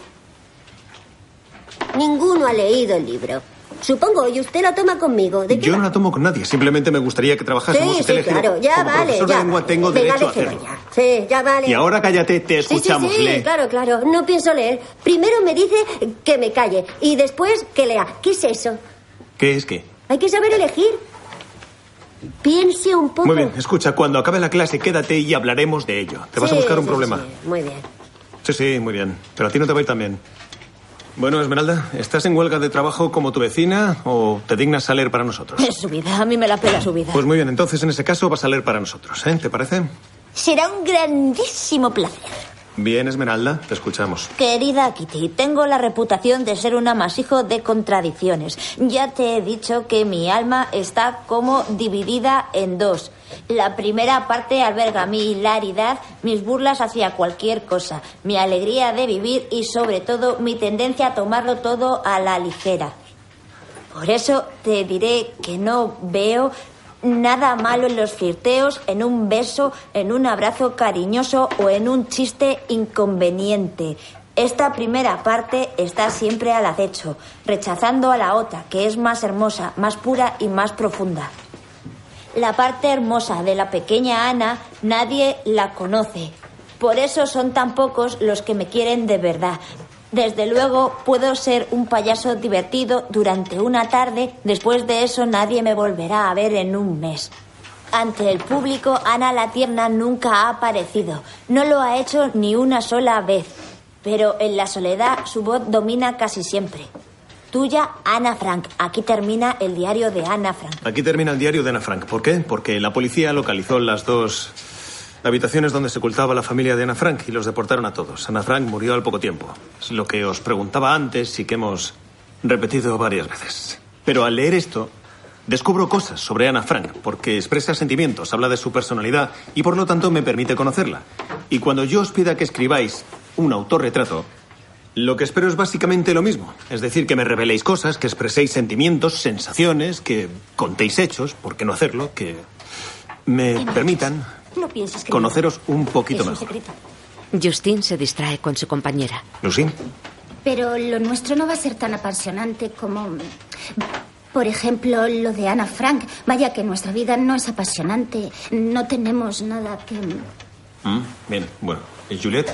Ninguno ha leído el libro. Supongo, y usted la toma conmigo. ¿De qué
Yo
va?
no la tomo con nadie. Simplemente me gustaría que trabajásemos
Sí,
y te
sí,
elegido.
claro. Ya
Como
vale,
profesor
ya.
de lengua tengo
Venga,
derecho a
déjelo
hacerlo.
ya. Sí, ya vale.
Y ahora cállate, te
Sí,
escuchamos,
sí, sí,
lee.
claro, claro. No pienso leer. Primero me dice que me calle y después que lea. ¿Qué es eso?
¿Qué es qué?
Hay que saber elegir. Piense un poco.
Muy bien, escucha, cuando acabe la clase quédate y hablaremos de ello. Te vas a
Sí,
buscar un
sí,
problema.
sí, muy bien.
Sí, sí, muy bien. Pero a ti no te va a ir tan bien. Bueno, Esmeralda, ¿estás en huelga de trabajo como tu vecina o te dignas a leer para nosotros?
Es su vida, a mí me la pela su vida.
Pues muy bien, entonces en ese caso vas a leer para nosotros, ¿eh? ¿Te parece?
Será un grandísimo placer.
Bien, Esmeralda, te escuchamos.
Querida Kitty, tengo la reputación de ser un amasijo de contradicciones. Ya te he dicho que mi alma está como dividida en dos. La primera parte alberga mi hilaridad, mis burlas hacia cualquier cosa, mi alegría de vivir y sobre todo mi tendencia a tomarlo todo a la ligera. Por eso te diré que no veo nada malo en los flirteos, en un beso, en un abrazo cariñoso o en un chiste inconveniente. Esta primera parte está siempre al acecho, rechazando a la otra, que es más hermosa, más pura y más profunda. La parte hermosa de la pequeña Ana nadie la conoce. Por eso son tan pocos los que me quieren de verdad. Desde luego puedo ser un payaso divertido durante una tarde, después de eso nadie me volverá a ver en un mes. Ante el público, Ana la tierna nunca ha aparecido. No lo ha hecho ni una sola vez. Pero en la soledad su voz domina casi siempre. Tuya, Ana Frank. Aquí termina el diario de Ana Frank.
Aquí termina el diario de Ana Frank. ¿Por qué? Porque la policía localizó las dos habitaciones donde se ocultaba la familia de Ana Frank y los deportaron a todos. Ana Frank murió al poco tiempo. Es lo que os preguntaba antes y que hemos repetido varias veces. Pero al leer esto, descubro cosas sobre Ana Frank, porque expresa sentimientos, habla de su personalidad y por lo tanto me permite conocerla. Y cuando yo os pida que escribáis un autorretrato, lo que espero es básicamente lo mismo. Es decir, que me reveléis cosas, que expreséis sentimientos, sensaciones, que contéis hechos, ¿por qué no hacerlo? Que me permitan
No pienses que...
conoceros un poquito mejor.
Justin se distrae con su compañera.
Lucy,
Pero lo nuestro no va a ser tan apasionante como, por ejemplo, lo de Ana Frank. Vaya que nuestra vida no es apasionante. No tenemos nada que...
Mm, bien, bueno. ¿Y Juliet?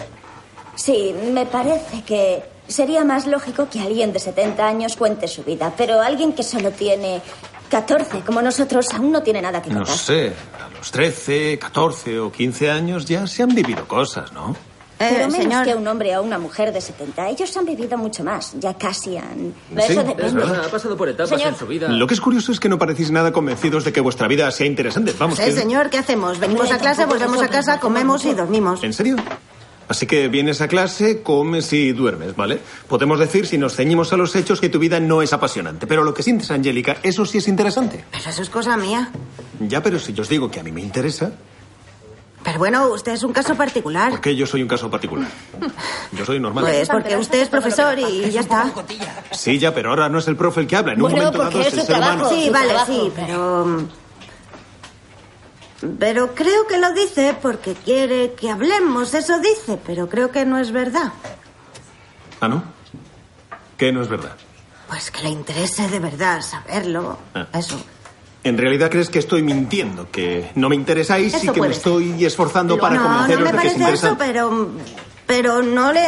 Sí, me parece que sería más lógico que alguien de 70 años cuente su vida, pero alguien que solo tiene 14, como nosotros, aún no tiene nada que
No
contar.
sé, a los 13, 14 o 15 años ya se han vivido cosas, ¿no?
Pero menos
señor.
que un hombre o una mujer de 70. Ellos han vivido mucho más. Ya casi han.
Sí,
Eso
es
depende.
verdad,
Ha pasado por etapas
Señor.
en su vida.
Lo que es curioso es que no parecéis nada convencidos de que vuestra vida sea interesante. Vamos,
Sí,
que-
señor, ¿qué hacemos? Venimos a clase, volvemos a casa, comemos y dormimos.
¿En serio? Así que vienes a clase, comes y duermes, ¿vale? Podemos decir, si nos ceñimos a los hechos, que tu vida no es apasionante. Pero lo que sientes, Angélica, eso sí es interesante.
Pero eso es cosa mía.
Ya, pero si yo os digo que a mí me interesa,
Pero bueno, usted es un caso particular.
porque yo soy un caso particular. Yo soy normal.
Pues porque usted es profesor y ya está.
Sí, ya, pero ahora no es el profe el que habla. En un momento dado es el ser humano.
Sí,
su
vale,
trabajo.
sí, pero. mm, Pero creo que lo dice porque quiere que hablemos, eso dice, pero creo que no es verdad.
¿Ah, no? Que no es verdad.
Pues que le interese de verdad saberlo.
Ah.
Eso.
En realidad crees que estoy mintiendo, que no me interesáis
Eso
y que me
puede
estoy esforzando para
no, no
convenceros
me
de que es
parece eso,
interesante.
pero. Pero no le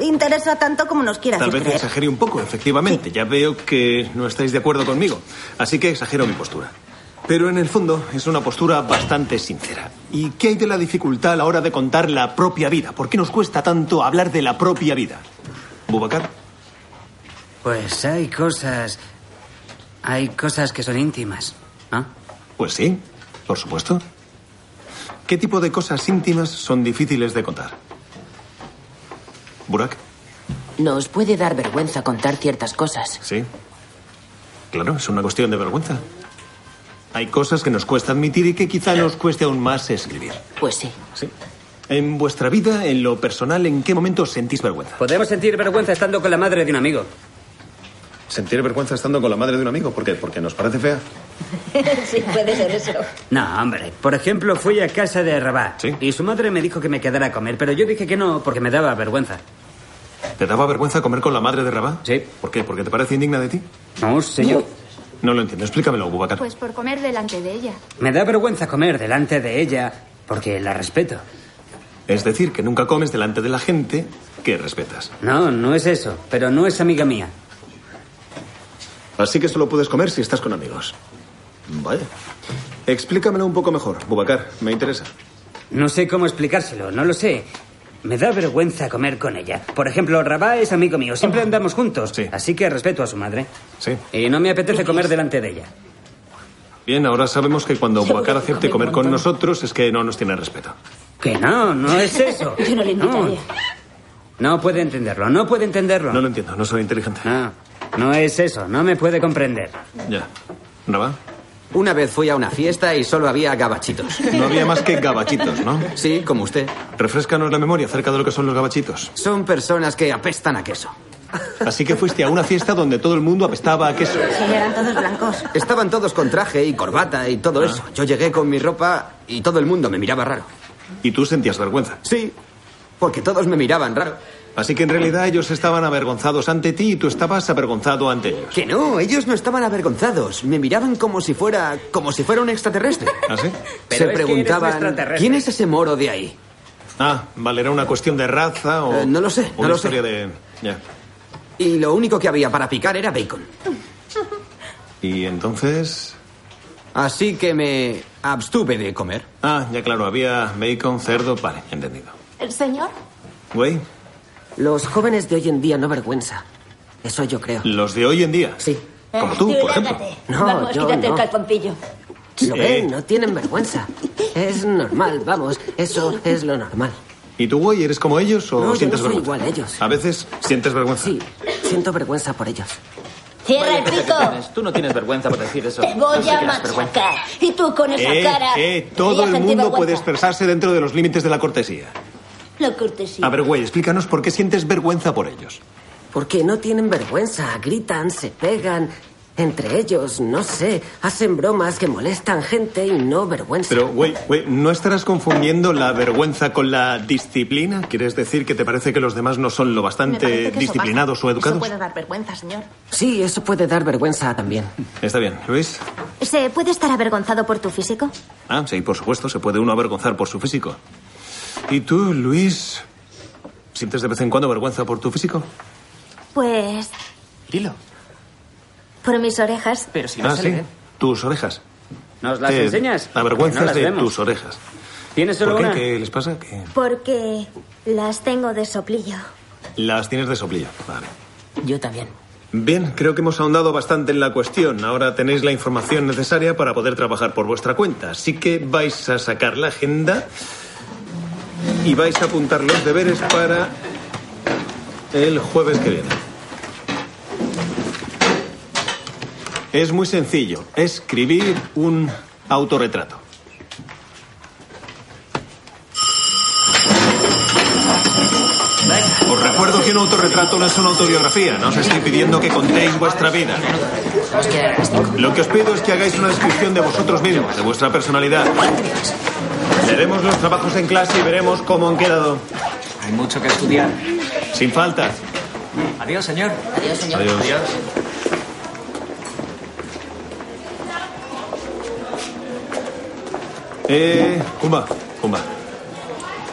interesa tanto como nos quiera
Tal
hacer
vez
creer.
exagere un poco, efectivamente. Ya veo que no estáis de acuerdo conmigo, así que exagero mi postura. Pero en el fondo es una postura bastante sincera. ¿Y qué hay de la dificultad a la hora de contar la propia vida? ¿Por qué nos cuesta tanto hablar de la propia vida? Bubacar,
Pues hay cosas. Hay cosas que son íntimas.
pues sí, por supuesto. ¿Qué tipo de cosas íntimas son difíciles de contar? Burak,
Nos puede dar vergüenza contar ciertas cosas.
Sí. claro, es una cuestión de vergüenza. Hay cosas que nos cuesta admitir y que quizá nos cueste aún más escribir.
Pues sí.
Sí. En vuestra vida, en lo personal, ¿en qué momento os sentís vergüenza?
Podemos sentir vergüenza estando con la madre de un amigo.
Sentir vergüenza estando con la madre de un amigo, ¿por qué? Porque nos parece fea.
<laughs> sí, puede ser eso. No, hombre. Por ejemplo, fui a casa de Rabat. Y su madre me dijo que me quedara a comer, pero yo dije que no porque me daba vergüenza.
¿Te daba vergüenza comer con la madre de Rabá? Sí. ¿Por qué? ¿Porque te parece indigna de ti?
No, señor.
No lo entiendo, explícamelo, Bubacar.
Pues por comer delante de ella.
Me da vergüenza comer delante de ella porque la respeto.
Es decir, que nunca comes delante de la gente que respetas.
No, no es eso, pero no es amiga mía.
Así que solo puedes comer si estás con amigos. Vale. Explícamelo un poco mejor, Bubacar, me interesa.
No sé cómo explicárselo, no lo sé.
Me da vergüenza comer con ella. Por ejemplo, Rabá es amigo mío. Siempre andamos juntos. Así que respeto a su madre.
Sí.
Y no me apetece comer delante de ella.
Bien, ahora sabemos que cuando Huacar acepte comer con nosotros es que no nos tiene respeto.
Que no, no es eso.
Yo no le invitaría.
No, no puede entenderlo, no puede entenderlo. No
lo entiendo, no soy inteligente.
No, no es eso, no me puede comprender.
Ya. ¿Rabá?
Una vez fui a una fiesta y solo había gabachitos.
<laughs> No había más que gabachitos, ¿no?
Sí, como usted.
Refrescanos la memoria acerca de lo que son los gabachitos.
Son personas que apestan a queso.
Así que fuiste a una fiesta donde todo el mundo apestaba a queso.
eran todos blancos.
Estaban todos con traje y corbata y
Ah.
todo eso. Yo llegué con mi ropa y todo el mundo me miraba raro.
¿Y tú sentías vergüenza?
Sí, porque todos me miraban raro.
Así que en realidad ellos estaban avergonzados ante ti y tú estabas avergonzado ante ellos.
Que no, ellos no estaban avergonzados. Me miraban como si fuera, como si fuera un extraterrestre.
¿Ah, sí?
Se preguntaban, ¿quién es ese moro de ahí?
Ah, vale, era una cuestión de raza o.
Eh, no lo sé,
o
no
una
lo
historia
sé.
de. Ya.
Y lo único que había para picar era bacon.
Y entonces.
Así que me abstuve de comer.
Ah, ya claro, había bacon, cerdo, vale, entendido.
¿El señor?
Güey,
Los jóvenes de hoy en día no vergüenza. Eso yo creo.
los de hoy en día.
Sí.
Como tú, por ejemplo.
No, Vamos, yo quítate el no. calzoncillo.
Sí.
Lo ven, no tienen vergüenza. Es normal, vamos, eso es lo normal.
¿Y tú, güey, eres como ellos o
No, yo
sientes
no soy
vergüenza?
igual a ellos.
A veces sientes vergüenza. Sí.
Siento vergüenza por ellos. ¡Cierra el
¿Qué tienes? Tú no tienes vergüenza por decir eso.
Te voy
No sé
a
qué das vergüenza.
machacar. Y tú con esa
Eh,
cara.
eh, todo el
Sería
mundo
gentilvergüenza.
puede expresarse dentro de los límites de la cortesía.
La cortesía.
A ver, güey, explícanos por qué sientes vergüenza por ellos.
Porque no tienen vergüenza, gritan, se pegan. Entre ellos, no sé, hacen bromas que molestan gente y no vergüenza.
Pero, güey, güey, ¿no estarás confundiendo la vergüenza con la disciplina? ¿Quieres decir que te parece que los demás no son lo bastante disciplinados o educados?
dar vergüenza, señor. Sí, eso puede dar vergüenza también.
Está bien, Luis.
¿Se puede estar avergonzado por tu físico?
Ah, sí, por supuesto, se puede uno avergonzar por su físico. ¿Y tú, Luis? ¿Sientes de vez en cuando vergüenza por tu físico?
Pues
Dilo.
por mis orejas.
Pero si
no
ah,
se
sí.
le ven.
Nos orejas.
¿Nos las
Te
enseñas?
avergüenzas
No las
de
vemos.
tus orejas.
¿Tienes solo
¿Por qué?
una?
¿Qué les pasa? ¿Que
Porque las tengo de soplillo.
las tienes de soplillo. Vale.
Yo también.
Bien, creo que hemos ahondado bastante en la cuestión. Ahora tenéis la información necesaria para poder trabajar por vuestra cuenta. Así que vais a sacar la agenda y vais a apuntar los deberes para el jueves que viene. Es muy sencillo. Escribir un autorretrato. Os recuerdo que un autorretrato no es una autobiografía. No os estoy pidiendo que contéis vuestra vida. Lo que os pido es que hagáis una descripción de vosotros mismos, de vuestra personalidad. Leeremos los trabajos en clase y veremos cómo han quedado. Hay mucho que estudiar. Sin faltas.
Adiós, señor.
Adiós, señor.
Adiós. Eh, Kumba, Kumba.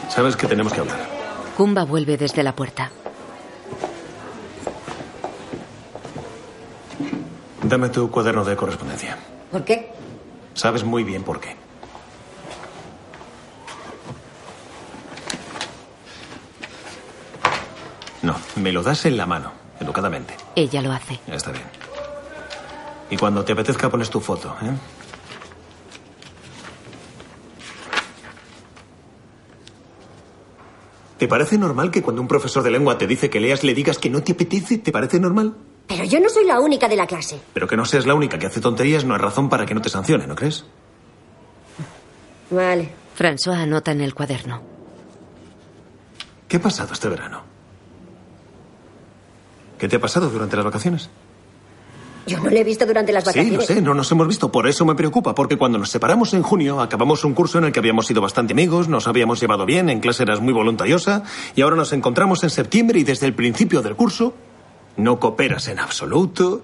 Sabes que tenemos que hablar.
Kumba vuelve desde la puerta.
Dame tu cuaderno de correspondencia.
¿Por qué?
Sabes muy bien por qué. No, me lo das en la mano, educadamente.
Ella lo hace.
Ya está bien. Y cuando te apetezca pones tu foto, ¿eh? ¿Te parece normal que cuando un profesor de lengua te dice que leas le digas que no te apetece? ¿Te parece normal?
Pero yo no soy la única de la clase.
Pero que no seas la única que hace tonterías no es razón para que no te sancione, ¿no crees?
Vale.
François anota en el cuaderno.
¿Qué ha pasado este verano? ¿Qué te ha pasado durante las vacaciones?
Yo no le he visto durante las
Sí, lo
vacaciones.
sé, no nos hemos visto, por eso me preocupa, porque cuando nos separamos en junio acabamos un curso en el que habíamos sido bastante amigos, nos habíamos llevado bien, en clase eras muy voluntariosa, y ahora nos encontramos en septiembre y desde el principio del curso no cooperas en absoluto,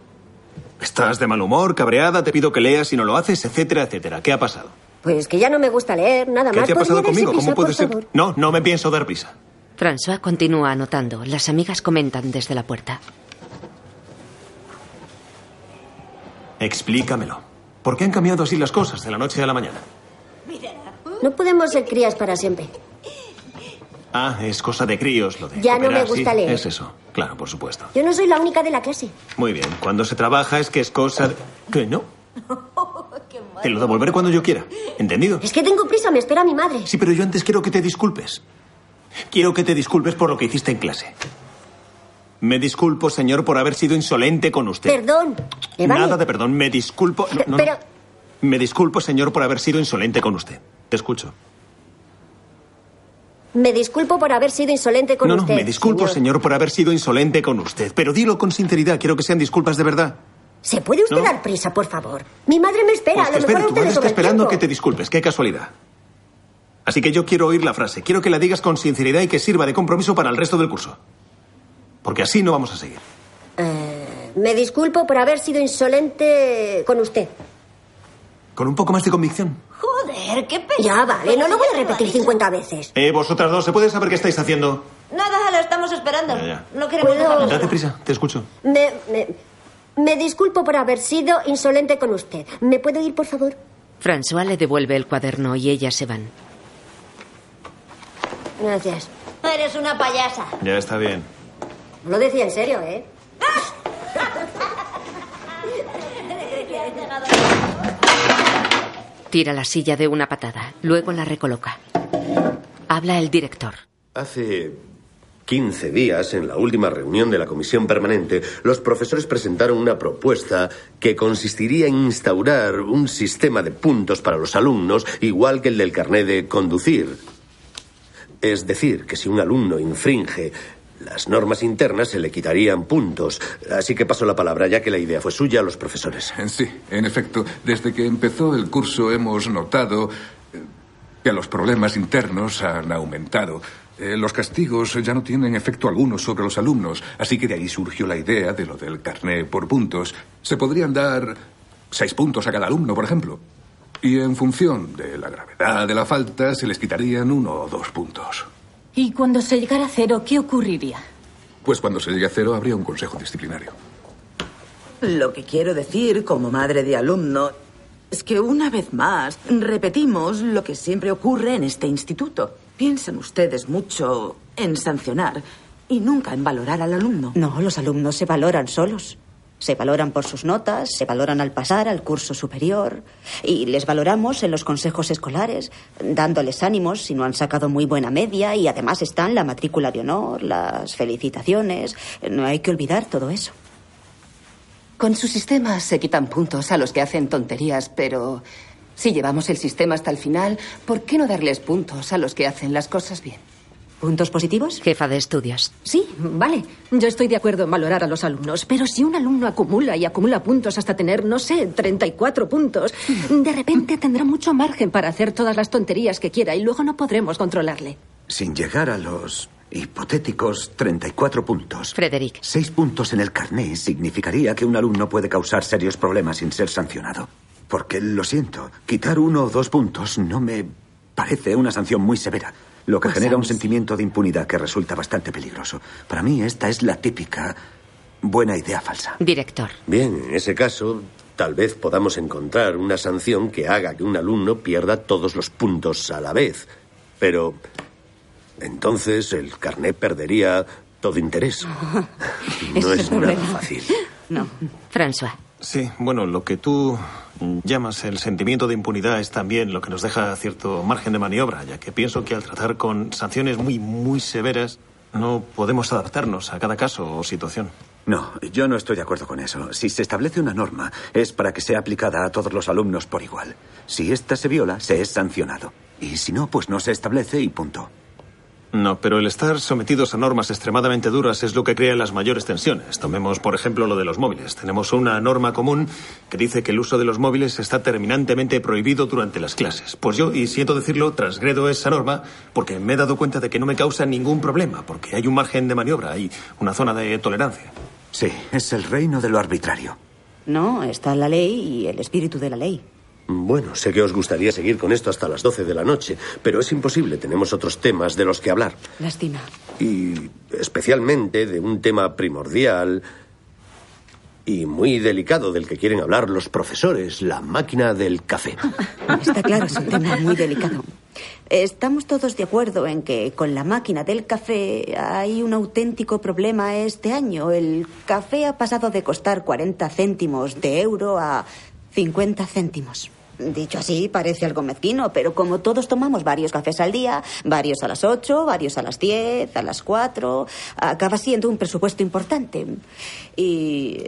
estás de mal humor, cabreada, te pido que leas y no lo haces, etcétera, etcétera. ¿Qué ha pasado?
Pues que ya no me gusta leer, nada
¿Qué
más. Pues
te ha
¿Podría
pasado
darse
conmigo?
prisa,
¿Cómo puede
por
ser?
favor?
No, no me pienso dar prisa.
François continúa anotando. Las amigas comentan desde la puerta.
Explícamelo. ¿Por qué han cambiado así las cosas de la noche a la mañana?
No podemos ser crías para siempre.
Ah, es cosa de críos lo de.
Ya no me
cooperar,
gusta
sí,
leer.
Es eso, claro, por supuesto.
Yo no soy la única de la clase.
Muy bien, cuando se trabaja es que es cosa de. ¿Que
<laughs>
no? Te lo devolveré cuando yo quiera, ¿entendido?
Es que tengo prisa, me espera mi madre.
Sí, pero yo antes quiero que te disculpes. Quiero que te disculpes por lo que hiciste en clase. Me disculpo, señor, por haber sido insolente con usted.
Perdón. ¿Le vale?
Nada de perdón, me disculpo. no, no, no.
Pero,
Me disculpo, señor, por haber sido insolente con usted. Te escucho.
me disculpo por haber sido insolente con
no,
usted.
no, me disculpo, señor. por haber sido insolente con usted. Pero dilo con sinceridad, quiero que sean disculpas de verdad.
¿Se puede usted
No.
dar prisa, por favor? Mi madre me
Pues
espera, a
que
lo
espere,
mejor
tu
usted
madre
le
está
sobra el
esperando
tiempo.
que te disculpes, qué casualidad. Así que yo quiero oír la frase, quiero que la digas con sinceridad y que sirva de compromiso para el resto del curso. Porque así no vamos a seguir.
Eh, me disculpo por haber sido insolente con usted.
Con un poco más de convicción.
Joder, qué pena. Ya
Pues
vale, no lo voy a repetir 50 veces.
Eh, vosotras dos, ¿se puede saber qué estáis haciendo?
Nada, lo estamos esperando.
Ya, ya.
No queremos dejarlo
Date
solo.
prisa, te escucho.
Me, me, me disculpo por haber sido insolente con usted. ¿Me puedo ir, por favor?
François le devuelve el cuaderno y ellas se van.
Gracias.
Eres una payasa.
Ya está bien.
Lo decía en serio, ¿eh?
Tira la silla de una patada, luego la recoloca. Habla el director.
Hace 15 días, en la última reunión de la comisión permanente, los profesores presentaron una propuesta que consistiría en instaurar un sistema de puntos para los alumnos igual que el del carné de conducir. Es decir, que si un alumno infringe las normas internas se le quitarían puntos. Así que paso la palabra, ya que la idea fue suya a los profesores.
Eh, Sí, en efecto, desde que empezó el curso hemos notado eh, que los problemas internos han aumentado. Eh, Los castigos ya no tienen efecto alguno sobre los alumnos, así que de ahí surgió la idea de lo del carné por puntos. Se podrían dar seis puntos a cada alumno, por ejemplo. Y en función de la gravedad de la falta, se les quitarían uno o dos puntos.
Y cuando se llegara a cero, ¿qué ocurriría?
Pues cuando se llegue a cero habría un consejo disciplinario.
Lo que quiero decir como madre de alumno es que una vez más repetimos lo que siempre ocurre en este instituto. Piensan ustedes mucho en sancionar y nunca en valorar al alumno.
No, los alumnos se valoran solos. Se valoran por sus notas, se valoran al pasar al curso superior y les valoramos en los consejos escolares, dándoles ánimos si no han sacado muy buena media y además están la matrícula de honor, las felicitaciones. No hay que olvidar todo eso.
Con su sistema se quitan puntos a los que hacen tonterías, pero si llevamos el sistema hasta el final, ¿por qué no darles puntos a los que hacen las cosas bien?
¿Puntos positivos? Jefa de estudios.
Sí,
vale.
Yo estoy de acuerdo en valorar a los alumnos, pero si un alumno acumula y acumula puntos hasta tener, no sé, 34 puntos, de repente tendrá mucho margen para hacer todas las tonterías que quiera y luego no podremos controlarle.
Sin llegar a los hipotéticos 34 puntos.
Frederick.
Seis puntos en el carné significaría que un alumno puede causar serios problemas sin ser sancionado. Porque, lo siento, quitar uno o dos puntos no me parece una sanción muy severa. Lo que
Pues
genera un
sabes.
sentimiento de impunidad que resulta bastante peligroso. Para mí esta es la típica buena idea falsa.
Director.
Bien, en ese caso, tal vez podamos encontrar una sanción que haga que un alumno pierda todos los puntos a la vez. Pero entonces el carnet perdería todo interés.
Ese
No
es
es
el
nada
problema.
fácil.
No. François.
Sí, bueno, lo que tú llamas el sentimiento de impunidad es también lo que nos deja cierto margen de maniobra, ya que pienso que al tratar con sanciones muy, muy severas, no podemos adaptarnos a cada caso o situación.
No, yo no estoy de acuerdo con eso. Si se establece una norma, es para que sea aplicada a todos los alumnos por igual. Si ésta se viola, se es sancionado. Y si no, pues no se establece y punto.
No, pero el estar sometidos a normas extremadamente duras es lo que crea las mayores tensiones. Tomemos, por ejemplo, lo de los móviles. Tenemos una norma común que dice que el uso de los móviles está terminantemente prohibido durante las clases. Pues yo, y siento decirlo, transgredo esa norma porque me he dado cuenta de que no me causa ningún problema, porque hay un margen de maniobra, hay una zona de tolerancia.
Sí, es el reino de lo arbitrario.
No, está la ley y el espíritu de la ley.
Bueno, sé que os gustaría seguir con esto hasta las 12 de la noche, pero es imposible. Tenemos otros temas de los que hablar.
Lástima.
Y especialmente de un tema primordial y muy delicado del que quieren hablar los profesores, la máquina del café.
Está claro, es un tema muy delicado.
Estamos todos de acuerdo en que con la máquina del café hay un auténtico problema este año. El café ha pasado de costar 40 céntimos de euro a 50 céntimos. Dicho así, parece algo mezquino, pero como todos tomamos varios cafés al día, varios a las 8, varios a las 10, a las 4, acaba siendo un presupuesto importante. Y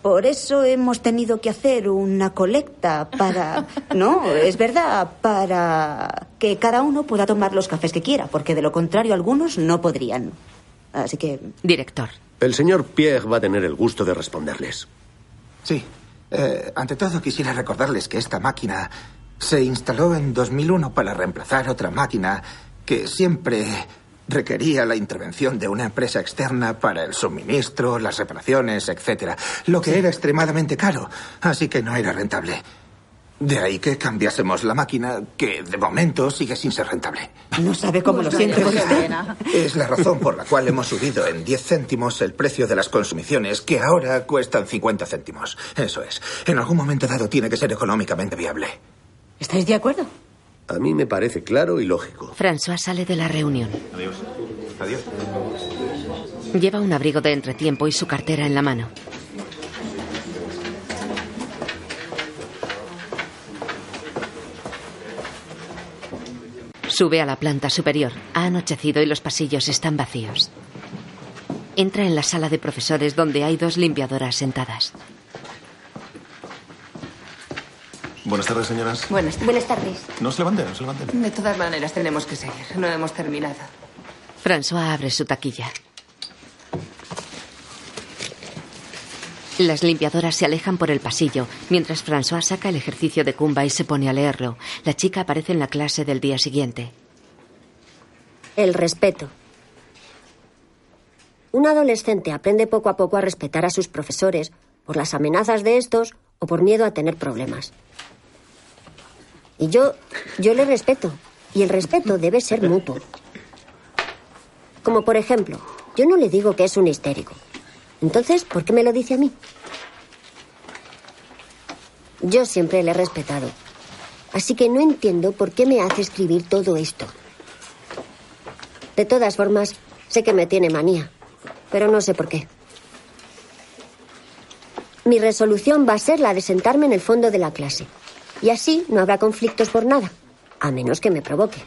por eso hemos tenido que hacer una colecta para... No, es verdad, para que cada uno pueda tomar los cafés que quiera, porque de lo contrario algunos no podrían. Así que...
Director.
El señor Pierre va a tener el gusto de responderles.
Sí. Eh, ante todo, quisiera recordarles que esta máquina se instaló en 2001 para reemplazar otra máquina que siempre requería la intervención de una empresa externa para el suministro, las reparaciones, etc. Lo que era extremadamente caro, así que no era rentable. De ahí que cambiásemos la máquina, que de momento sigue sin ser rentable.
No sabe cómo lo siento
pues
por usted.
Es la razón por la cual hemos subido en 10 céntimos el precio de las consumiciones, que ahora cuestan 50 céntimos. Eso es. En algún momento dado tiene que ser económicamente viable.
¿Estáis de acuerdo?
A mí me parece claro y lógico.
François sale de la reunión.
Adiós. Adiós.
Lleva un abrigo de entretiempo y su cartera en la mano. Sube a la planta superior. Ha anochecido y los pasillos están vacíos. Entra en la sala de profesores donde hay dos limpiadoras sentadas.
Buenas tardes, señoras.
Buenas tardes. Buenas tardes.
No se levanten, no se levanten.
De todas maneras, tenemos que seguir. No hemos terminado.
François abre su taquilla. Las limpiadoras se alejan por el pasillo, mientras François saca el ejercicio de Kumba y se pone a leerlo. La chica aparece en la clase del día siguiente.
El respeto. Un adolescente aprende poco a poco a respetar a sus profesores por las amenazas de estos o por miedo a tener problemas. Y yo, yo le respeto. Y el respeto debe ser mutuo. Como por ejemplo, yo no le digo que es un histérico. Entonces, ¿por qué me lo dice a mí? Yo siempre le he respetado. Así que no entiendo por qué me hace escribir todo esto. De todas formas, sé que me tiene manía, pero no sé por qué. Mi resolución va a ser la de sentarme en el fondo de la clase. Y así no habrá conflictos por nada, a menos que me provoque.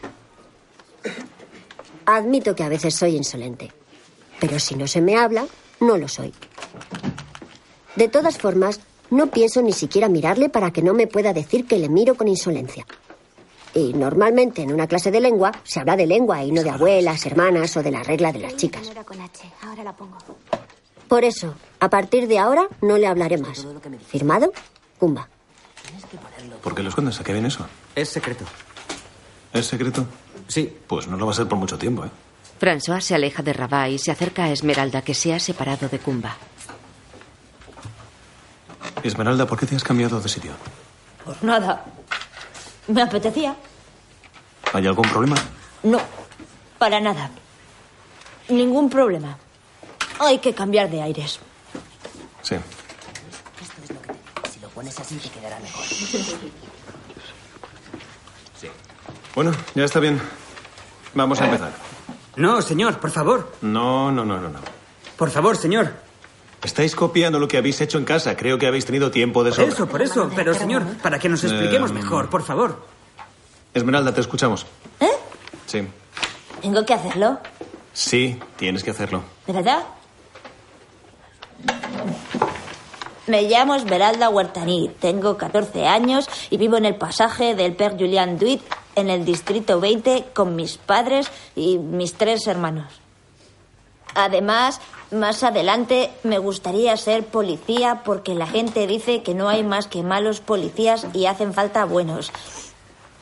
Admito que a veces soy insolente, pero si no se me habla, no lo soy. De todas formas, no pienso ni siquiera mirarle para que no me pueda decir que le miro con insolencia. Y normalmente en una clase de lengua se habla de lengua y no de abuelas, hermanas o de la regla de las chicas.
No era con H, ahora la pongo.
Por eso, a partir de ahora no le hablaré más. ¿Firmado? Kumba.
¿Por qué lo escondes? ¿A qué viene eso?
Es secreto.
¿Es secreto?
Sí.
Pues no lo va a ser por mucho tiempo, ¿eh?
François se aleja de Rabá y se acerca a Esmeralda, que se ha separado de Kumba.
Esmeralda, ¿por qué te has cambiado de sitio?
Por Pues nada. Me apetecía.
¿Hay algún problema?
No, para nada. Ningún problema. Hay que cambiar de aires.
Sí.
Si lo pones así, te quedará
<laughs>
mejor.
Bueno, ya está bien. Vamos a empezar.
Eh, No, señor, por favor.
No, no, no, no, no.
Por favor, señor.
Estáis copiando lo que habéis hecho en casa. Creo que habéis tenido tiempo de
Por
sobra.
eso, por eso. Pero, señor, para que nos expliquemos
Eh,
mejor, por favor.
Esmeralda, te escuchamos.
¿Eh?
Sí.
¿Tengo que hacerlo?
Sí, tienes que hacerlo.
¿De verdad? Me llamo Esmeralda Huertaní, tengo 14 años y vivo en el pasaje del Père Julián Duit en el distrito 20 con mis padres y mis tres hermanos. Además, más adelante me gustaría ser policía porque la gente dice que no hay más que malos policías y hacen falta buenos.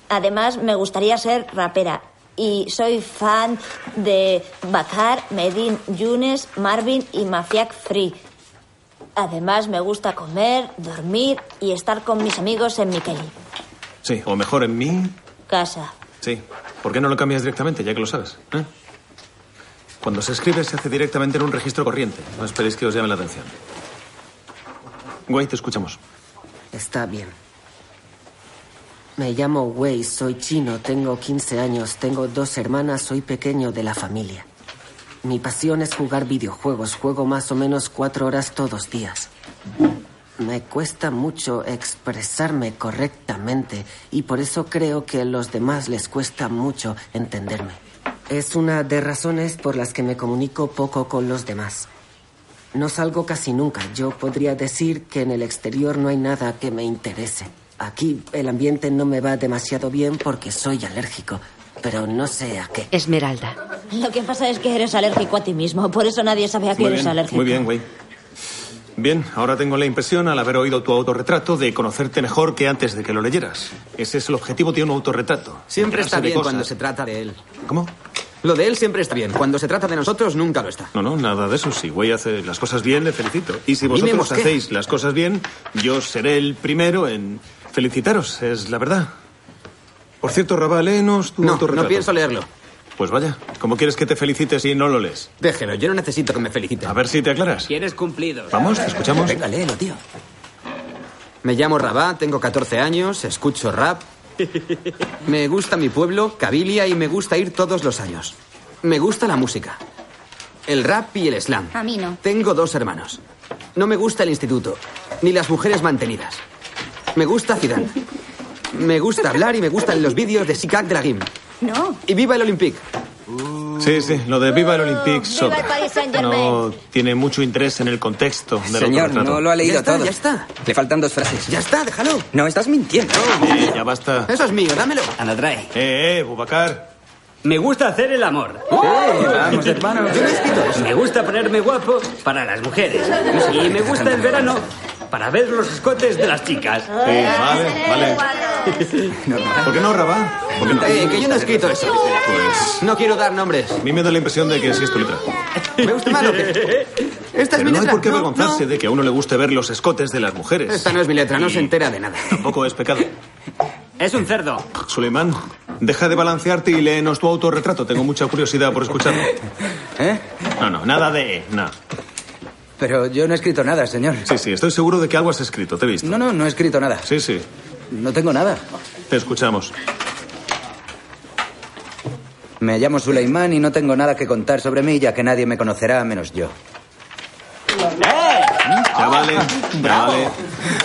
Además, me gustaría ser rapera. Y soy fan de Bakar, Medin, Yunes, Marvin y Mafiac Free. Además, me gusta comer, dormir y estar con mis amigos en mi Kelly.
Sí, o mejor en mí.
Casa.
Sí. ¿Por qué no lo cambias directamente, ya que lo sabes? ¿eh? Cuando se escribe, se hace directamente en un registro corriente. No esperéis que os llame la atención. Guay, te escuchamos.
Está bien.
Me llamo Wei, soy chino, tengo 15 años, tengo dos hermanas, soy pequeño de la familia. Mi pasión es jugar videojuegos, juego más o menos cuatro horas todos los días. Me cuesta mucho expresarme correctamente y por eso creo que a los demás les cuesta mucho entenderme. Es una de razones por las que me comunico poco con los demás. No salgo casi nunca. Yo podría decir que en el exterior no hay nada que me interese. Aquí el ambiente no me va demasiado bien porque soy alérgico, pero no sé a qué.
Esmeralda.
Lo que pasa es que eres alérgico a ti mismo, por eso nadie sabe a qué
Muy
eres
bien,
alérgico.
Muy bien, güey. Bien, ahora tengo la impresión, al haber oído tu autorretrato, de conocerte mejor que antes de que lo leyeras. Ese es el objetivo de un autorretrato.
Siempre
enterarse
está
de
bien
cosas.
cuando se trata de él.
¿Cómo?
Lo de él siempre está bien. Cuando se trata de nosotros, nunca lo está.
No, no, nada de eso. Si güey hace las cosas bien, le felicito. Y si
A mí me
vosotros
mosquea.
hacéis las cosas bien, yo seré el primero en felicitaros, es la verdad. Por cierto, Rabá, léenos tu
No,
autorretrato.
no pienso leerlo.
Pues vaya, ¿cómo quieres que te felicite si no lo lees?
Déjelo, yo no necesito que me felicite.
A ver si te aclaras.
Quieres cumplidos.
Vamos, te escuchamos.
Venga, léelo, tío. Me llamo Rabá, tengo 14 años, escucho rap. Me gusta mi pueblo, Cabilia, y me gusta ir todos los años. Me gusta la música. El rap y el slam.
A mí no.
Tengo dos hermanos. No me gusta el instituto, ni las mujeres mantenidas. Me gusta Zidane. Me gusta hablar y me gustan los vídeos de Sikak de la Gym.
No.
Y viva el Olympique.
Sí, sí, lo de Viva el Olympique sobra.
Paris Saint-Germain.
No tiene mucho interés en el contexto del
Señor,
autorretrato.
no lo ha leído
Ya está,
todo.
ya está.
Le faltan dos frases.
Ya está, déjalo.
No, estás mintiendo.
Eh, ya basta.
Eso es mío, dámelo.
Anda, trae.
Eh, eh, Bubacar.
Me gusta hacer el amor.
vamos, hermano.
Me gusta ponerme guapo para las mujeres. Y me gusta el verano para ver los escotes de las chicas.
Sí, vale, vale. ¿Por qué no, Rabá? ¿Por qué no? Pues,
Eh, que yo no he escrito eso. No quiero dar nombres.
A mí me da la impresión de que sí es tu letra.
¿Me gusta mal o
<laughs>
qué? Esta es
Pero
mi
no hay
letra.
por qué avergonzarse de que a uno le guste ver los escotes de las mujeres.
Esta no es mi letra, no
Y
se entera de nada.
Tampoco es pecado.
Es un cerdo.
Suleimán, deja de balancearte y léenos tu autorretrato. Tengo mucha curiosidad por escucharlo.
¿Eh?
No, no, nada de... No.
Pero yo no he escrito nada, señor.
Sí, sí, estoy seguro de que algo has escrito, te he visto.
No, no, no he escrito nada.
Sí, sí,
No tengo nada.
te escuchamos.
Me llamo Suleimán y no tengo nada que contar sobre mí, ya que nadie me conocerá menos yo.
¡Eh!
Chavales, chavales.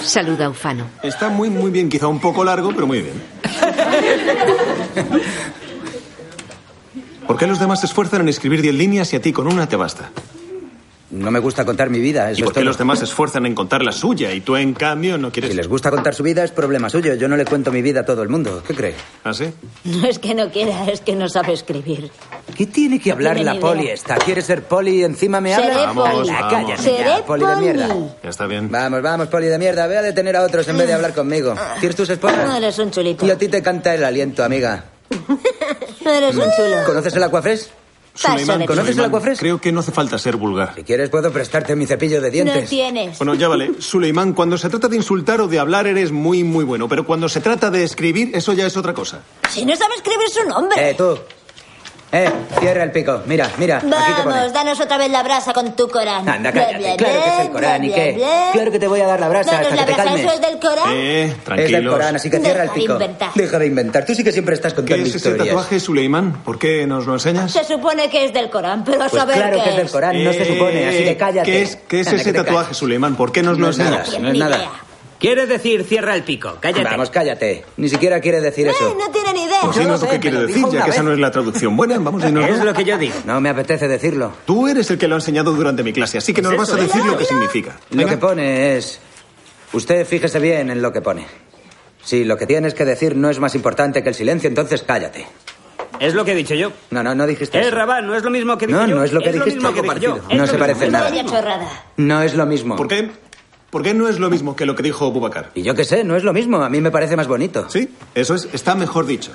Saluda a Ufano.
Está muy, muy bien, quizá un poco largo, pero muy bien. ¿Por qué los demás se esfuerzan en escribir 10 líneas y a ti con una te basta?
No me gusta contar mi vida. Eso
¿Y por
es todo.
qué los demás se esfuerzan en contar la suya y tú, en cambio, no quieres...?
Si les gusta contar su vida, es problema suyo. Yo no le cuento mi vida a todo el mundo. ¿Qué cree?
¿Ah, sí?
No es que no quiera, es que no sabe escribir.
¿Qué tiene que hablar
tiene
la
ni
poli
idea.
esta? ¿Quieres ser poli y encima me
Seré
hablas?
Vamos, poli.
Ah,
vamos.
cállate
Seré
ya, poli de
poli.
mierda.
Ya está bien.
Vamos, vamos, poli de mierda. Ve a detener a otros en vez de hablar conmigo. ¿Quieres tus
No
esposas?
eres un chulito.
Y a ti te canta el aliento, amiga.
Eres
Mm.
un chulo.
¿Conoces el Aquafresh?
Paso de
¿Conoces el
ti.
Aquafresh?
Creo que no hace falta ser vulgar.
Si quieres puedo prestarte mi cepillo de
No
dientes.
tienes.
Bueno, ya vale. Suleimán, cuando se trata de insultar o de hablar eres muy, muy bueno. Pero cuando se trata de escribir, eso ya es otra cosa.
Si no sabe escribir su nombre.
Eh, tú. Eh, cierra el pico. Mira, mira. Aquí te
Vamos,
pones.
danos otra vez la brasa con tu Corán.
Anda,
Bla,
cállate.
bla,
Claro que es el
bla,
Corán. ¿Y
bla,
qué?
bla.
Claro que te voy a dar la brasa
Danos
hasta
la
que te
brasa,
calmes.
eso es del Corán.
Eh,
Es del
tranquilos.
Corán, así que cierra el
Deja de
pico.
inventar.
Deja de inventar. Tú sí que siempre estás
¿Qué
contando
es ese
historias.
tatuaje, Suleimán? ¿Por qué nos lo enseñas?
Se supone que es del Corán, pero
Pues Eh,
saber
claro
qué
que es del Corán, no se supone, así que cállate.
¿Qué es, qué es
Anda,
ese
que te
tatuaje,
calles.
Suleimán? ¿Por qué nos lo
No es nada,
enseñas?
no es
Ni
nada.
idea.
Quiere decir cierra el pico. Cállate.
Vamos, cállate. Ni siquiera quiere decir
Eh,
eso.
no tiene ni idea.
Pues
Yo lo
dinos
sé,
lo que
me
quiere
lo
decir,
dijo
ya
una
que esa
vez.
no es la traducción buena. Vamos, dinos.
Es lo que yo digo.
No me apetece decirlo.
Tú eres el que lo ha enseñado durante mi clase, así que
Pues
nos vas
eso,
a decir
mira,
lo que
mira.
significa.
Lo que pone es... Usted fíjese bien en lo que pone. Si lo que tienes que decir no es más importante que el silencio, entonces cállate.
Es lo que he dicho yo.
No, no, no dijiste
Eh,
eso.
Rabán, no es lo mismo que dije
No,
yo.
no es lo que dijiste.
mismo que
Poco
dije yo.
partido.
Es
No
lo
se
mismo.
parece en nada.
Vaya chorrada.
No es lo mismo.
¿Por qué? ¿Por qué no es lo mismo que lo que dijo Bubacar?
Y yo qué sé, no es lo mismo. A mí me parece más bonito.
Sí, eso es, está mejor dicho.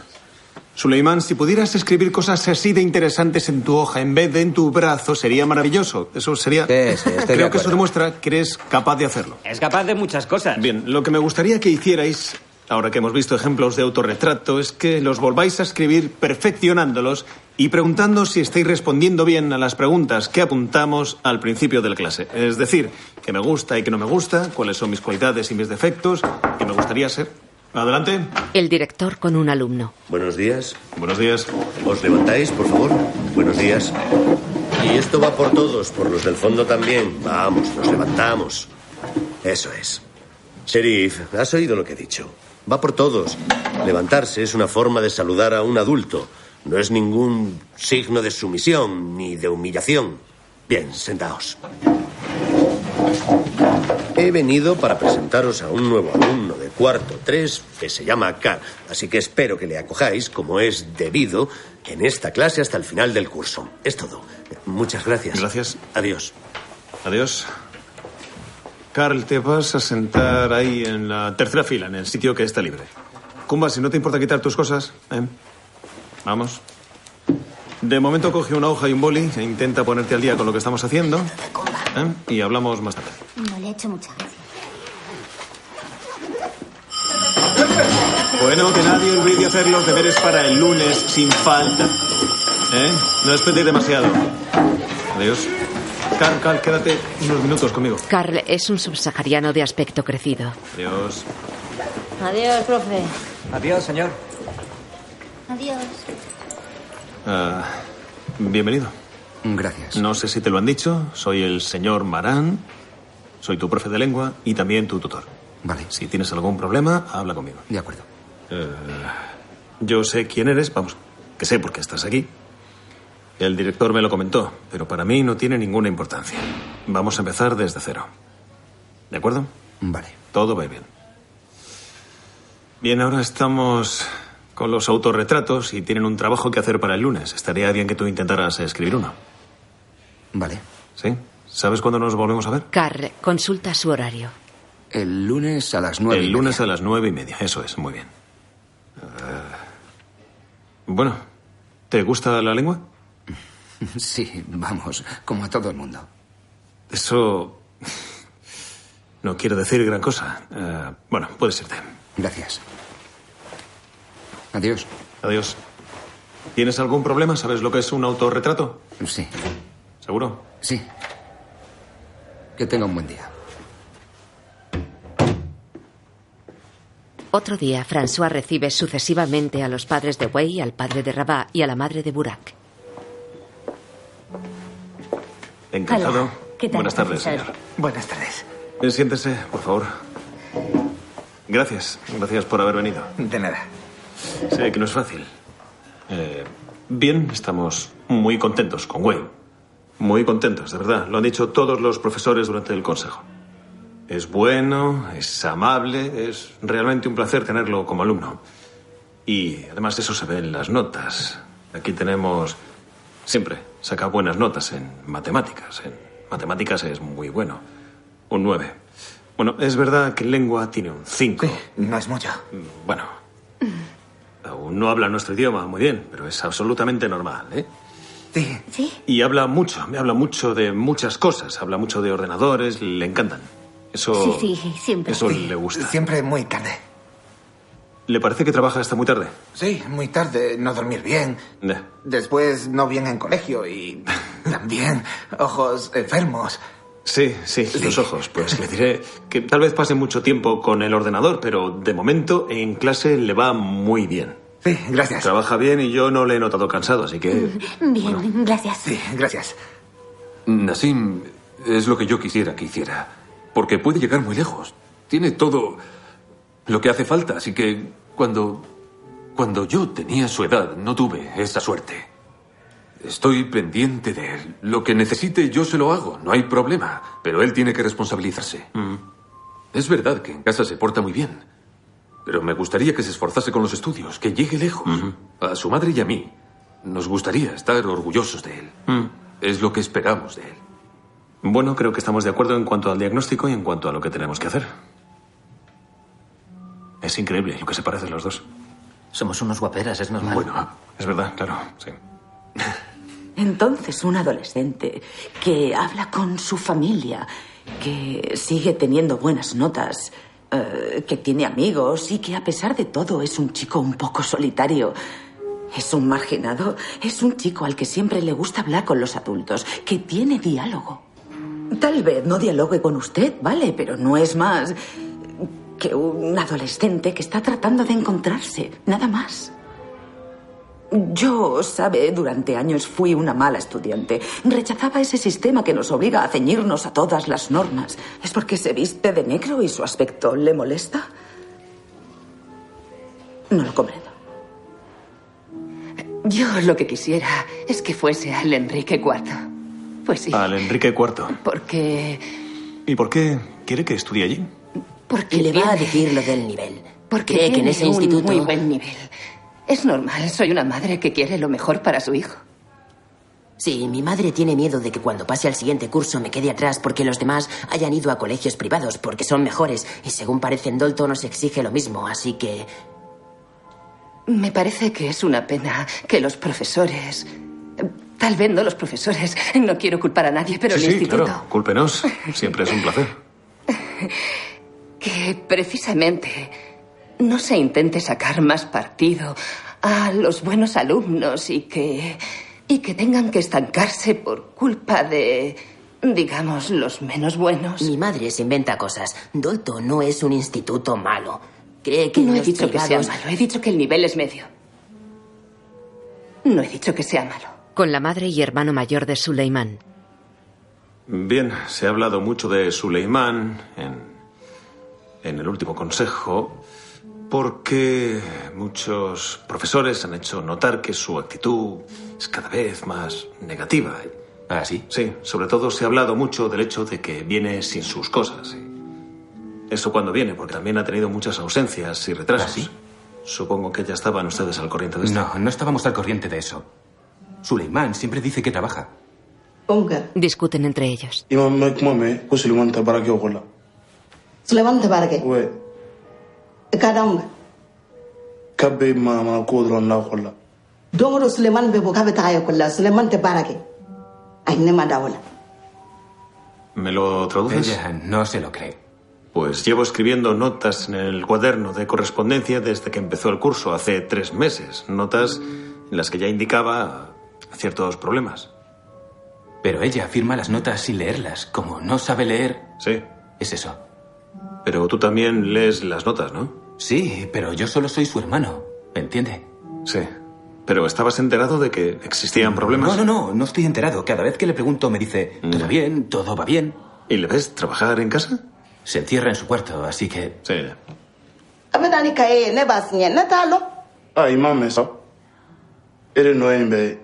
Suleimán, si pudieras escribir cosas así de interesantes en tu hoja en vez de en tu brazo, sería maravilloso. Eso sería.
Sí, sí, estoy de
Creo que eso
acuerdo.
demuestra que eres capaz de hacerlo.
Es capaz de muchas cosas.
Bien, lo que me gustaría que hicierais, ahora que hemos visto ejemplos de autorretrato, es que los volváis a escribir perfeccionándolos y preguntando si estáis respondiendo bien a las preguntas que apuntamos al principio de la clase. Es decir, qué me gusta y qué no me gusta, cuáles son mis cualidades y mis defectos, qué me gustaría ser. Adelante.
El director con un alumno.
Buenos días.
Buenos días.
¿Os levantáis, por favor? Buenos días. Y esto va por todos, por los del fondo también. Vamos, nos levantamos. Eso es. Sheriff, has oído lo que he dicho. Va por todos. Levantarse es una forma de saludar a un adulto. No es ningún signo de sumisión ni de humillación. Bien, sentaos. He venido para presentaros a un nuevo alumno de cuarto 3 que se llama Carl, así que espero que le acojáis como es debido en esta clase hasta el final del curso. Es todo. Muchas gracias.
Gracias.
Adiós.
Adiós. Carl, te vas a sentar ahí en la tercera fila, en el sitio que está libre. Kumba, si no te importa quitar tus cosas, ¿eh? Vamos. De momento coge una hoja y un boli e intenta ponerte al día con lo que estamos haciendo. ¿eh? Y hablamos más tarde.
No le he hecho mucha gracia.
Bueno, que nadie olvide hacer los deberes para el lunes sin falta. ¿Eh? No esperéis demasiado. Adiós. Carl, Carl, quédate unos minutos conmigo.
Carl es un subsahariano de aspecto crecido.
Adiós.
Adiós, profe.
Adiós, señor.
Adiós.
Ah, bienvenido.
Gracias.
No sé si te lo han dicho, soy el señor Marán, soy tu profe de lengua y también tu tutor.
Vale.
Si tienes algún problema, habla conmigo.
De acuerdo.
Eh, yo sé quién eres, vamos, que sé por qué estás aquí. El director me lo comentó, pero para mí no tiene ninguna importancia. Vamos a empezar desde cero. ¿De acuerdo?
Vale.
Todo va bien. Bien, ahora estamos con los autorretratos y tienen un trabajo que hacer para el lunes. Estaría bien que tú intentaras escribir uno.
Vale.
¿Sí? ¿Sabes cuándo nos volvemos a ver?
Carl consulta su horario.
El lunes a las nueve.
El lunes a las nueve y media, eso es, muy bien. Ah, bueno, ¿te gusta la lengua?
<laughs> Sí, vamos, como a todo el mundo.
Eso no quiero decir gran cosa. Ah, bueno, puedes irte.
Gracias. Adiós.
Adiós. ¿Tienes algún problema? ¿Sabes lo que es un autorretrato?
Sí,
¿Seguro?
sí. Que tenga un buen día.
Otro día, François recibe sucesivamente a los padres de Wei, al padre de Rabat y a la madre de Burak.
Encantado.
Hola. ¿Qué tal,
Buenas tardes,
profesor?
señor.
Buenas tardes.
Eh, Siéntese, por favor. Gracias, gracias por haber venido.
De nada.
Sé que no es fácil. Eh, bien, estamos muy contentos con Wei. Muy contentos, de verdad. Lo han dicho todos los profesores durante el consejo. Es bueno, es amable, es realmente un placer tenerlo como alumno. Y además eso se ve en las notas. Aquí tenemos... Siempre saca buenas notas en matemáticas. En matemáticas es muy bueno. Un 9. Bueno, es verdad que en lengua tiene un 5.
No es mucho.
Bueno, <laughs> aún no habla nuestro idioma muy bien, pero es absolutamente normal, ¿eh?
Sí.
Sí. Y habla mucho, me habla mucho de muchas cosas. Habla mucho de ordenadores, le encantan. Eso,
Sí, sí, siempre.
eso
Sí.
le gusta.
Siempre muy tarde.
¿Le parece que trabaja hasta muy tarde?
Sí, muy tarde, no dormir bien.
Ya.
Después no bien en colegio y también ojos enfermos.
Sí, sí, los ojos. Pues le diré que tal vez pase mucho tiempo con el ordenador, pero de momento en clase le va muy bien.
Sí, gracias.
Trabaja bien y yo no le he notado cansado, así que <laughs>
Bien, gracias. Sí, gracias.
Nassim es lo que yo quisiera que hiciera, porque puede llegar muy lejos. Tiene todo lo que hace falta, así que cuando cuando yo tenía su edad no tuve esa suerte. Estoy pendiente de él. Lo que necesite yo se lo hago, no hay problema, pero él tiene que responsabilizarse. Es verdad que en casa se porta muy bien, pero me gustaría que se esforzase con los estudios, que llegue lejos. A su madre y a mí nos gustaría estar orgullosos de él.
Mm,
Es lo que esperamos de él.
Bueno, creo que estamos de acuerdo en cuanto al diagnóstico y en cuanto a lo que tenemos que hacer. Es increíble lo que se parecen los dos.
Somos unos guaperas, es normal.
Bueno, es verdad, claro, sí.
Entonces, un adolescente que habla con su familia, que sigue teniendo buenas notas, eh, que tiene amigos y que a pesar de todo es un chico un poco solitario. Es un marginado, es un chico al que siempre le gusta hablar con los adultos, que tiene diálogo. Tal vez no dialogue con usted, vale, pero no es más.
que un adolescente que está tratando de encontrarse, nada más. Yo, sabe, durante años fui una mala estudiante. Rechazaba ese sistema que nos obliga a ceñirnos a todas las normas. ¿Es porque se viste de negro y su aspecto le molesta? No lo comprendo.
Yo lo que quisiera es que fuese al Enrique IV. Pues sí.
Al Enrique IV.
Porque.
¿Y por qué quiere que estudie allí?
Porque
Y le va a
tiene-
decir lo del nivel.
Porque
Cree que en
tiene
ese
un
instituto...
muy buen nivel. Es normal, soy una madre que quiere lo mejor para su hijo.
Sí, mi madre tiene miedo de que cuando pase al siguiente curso me quede atrás porque los demás hayan ido a colegios privados porque son mejores y según parece en Dolton nos exige lo mismo, así que...
Me parece que es una pena que los profesores. Tal vez no los profesores, no quiero culpar a nadie, pero
sí,
el
sí,
instituto.
claro.
<laughs>
Cúlpenos. Siempre es un placer.
Que precisamente no se intente sacar más partido a los buenos alumnos y que. y que tengan que estancarse por culpa de. digamos, los menos buenos.
Mi madre se inventa cosas. Dolton no es un instituto malo. Cree que
no he
los
dicho que sea
privados-
malo, he dicho que el nivel es medio. No he dicho que sea malo.
Con la madre y hermano mayor de Suleiman.
Bien, se ha hablado mucho de Suleimán en, en el último consejo, porque muchos profesores han hecho notar que su actitud es cada vez más negativa.
¿Ah, sí?
Sí, sobre todo se ha hablado mucho del hecho de que viene sin sus cosas. y Eso cuando viene, porque también ha tenido muchas ausencias y retrasos. Supongo que ya estaban ustedes al corriente de esto.
¿Ah, No, no estábamos al corriente de eso. Suleimán siempre dice que trabaja.
Discuten entre ellos.
İmam Mekmame, Kusulman Tabaraki Ogola.
Suleiman Tabarque.
Oui.
Kadam.
Kabbe Mama Kodron Nakola.
Dongro Suleiman Bebo Kabetaya Kula. Suleiman Tabarque. Ay, nema dawla.
¿Me lo traduces?
Ella no se lo cree.
Pues llevo escribiendo notas en el cuaderno de correspondencia desde que empezó el curso, hace tres meses. Notas en las que ya indicaba ciertos problemas.
Pero ella firma las notas sin leerlas. Como no sabe leer.
Sí.
Es eso.
Pero tú también lees las notas, ¿no?
Sí, pero yo solo soy su hermano. ¿Me entiende?
Sí. Pero estabas enterado de que existían problemas. Mm.
No, no, no, no estoy enterado. Cada vez que le pregunto me dice, todo bien, todo va bien.
¿Y le ves trabajar en casa?
Se encierra en su cuarto, así que...
Sí.
Abedani Kaye, Nebas Nye, Natalo.
Ah, İmam Mesa. Ere Noen Be.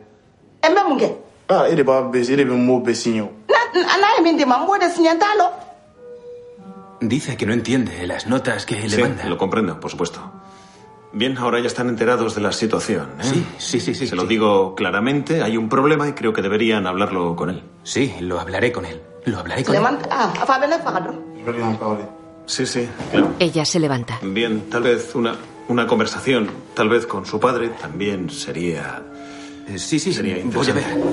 Embe Muge.
Ah, Ere Babes, Ere Be Mo Besinho.
Anaye Mindi Mambude Sinyantalo.
Dice que no entiende las notas que
sí, lo comprendo, por supuesto. Bien, ahora ya están enterados de la situación. ¿eh? Sí,
sí, sí,
Se lo digo claramente, hay un problema y creo que deberían hablarlo con él.
Sí, lo hablaré con él. Lo hablaré
Suleiman, ah, afabele Fagado.
Sí, sí, claro.
Ella se levanta.
Bien, tal vez una, una conversación, tal vez con su padre, también sería.
Eh, Sí, sí,
sería
Voy a
interesante.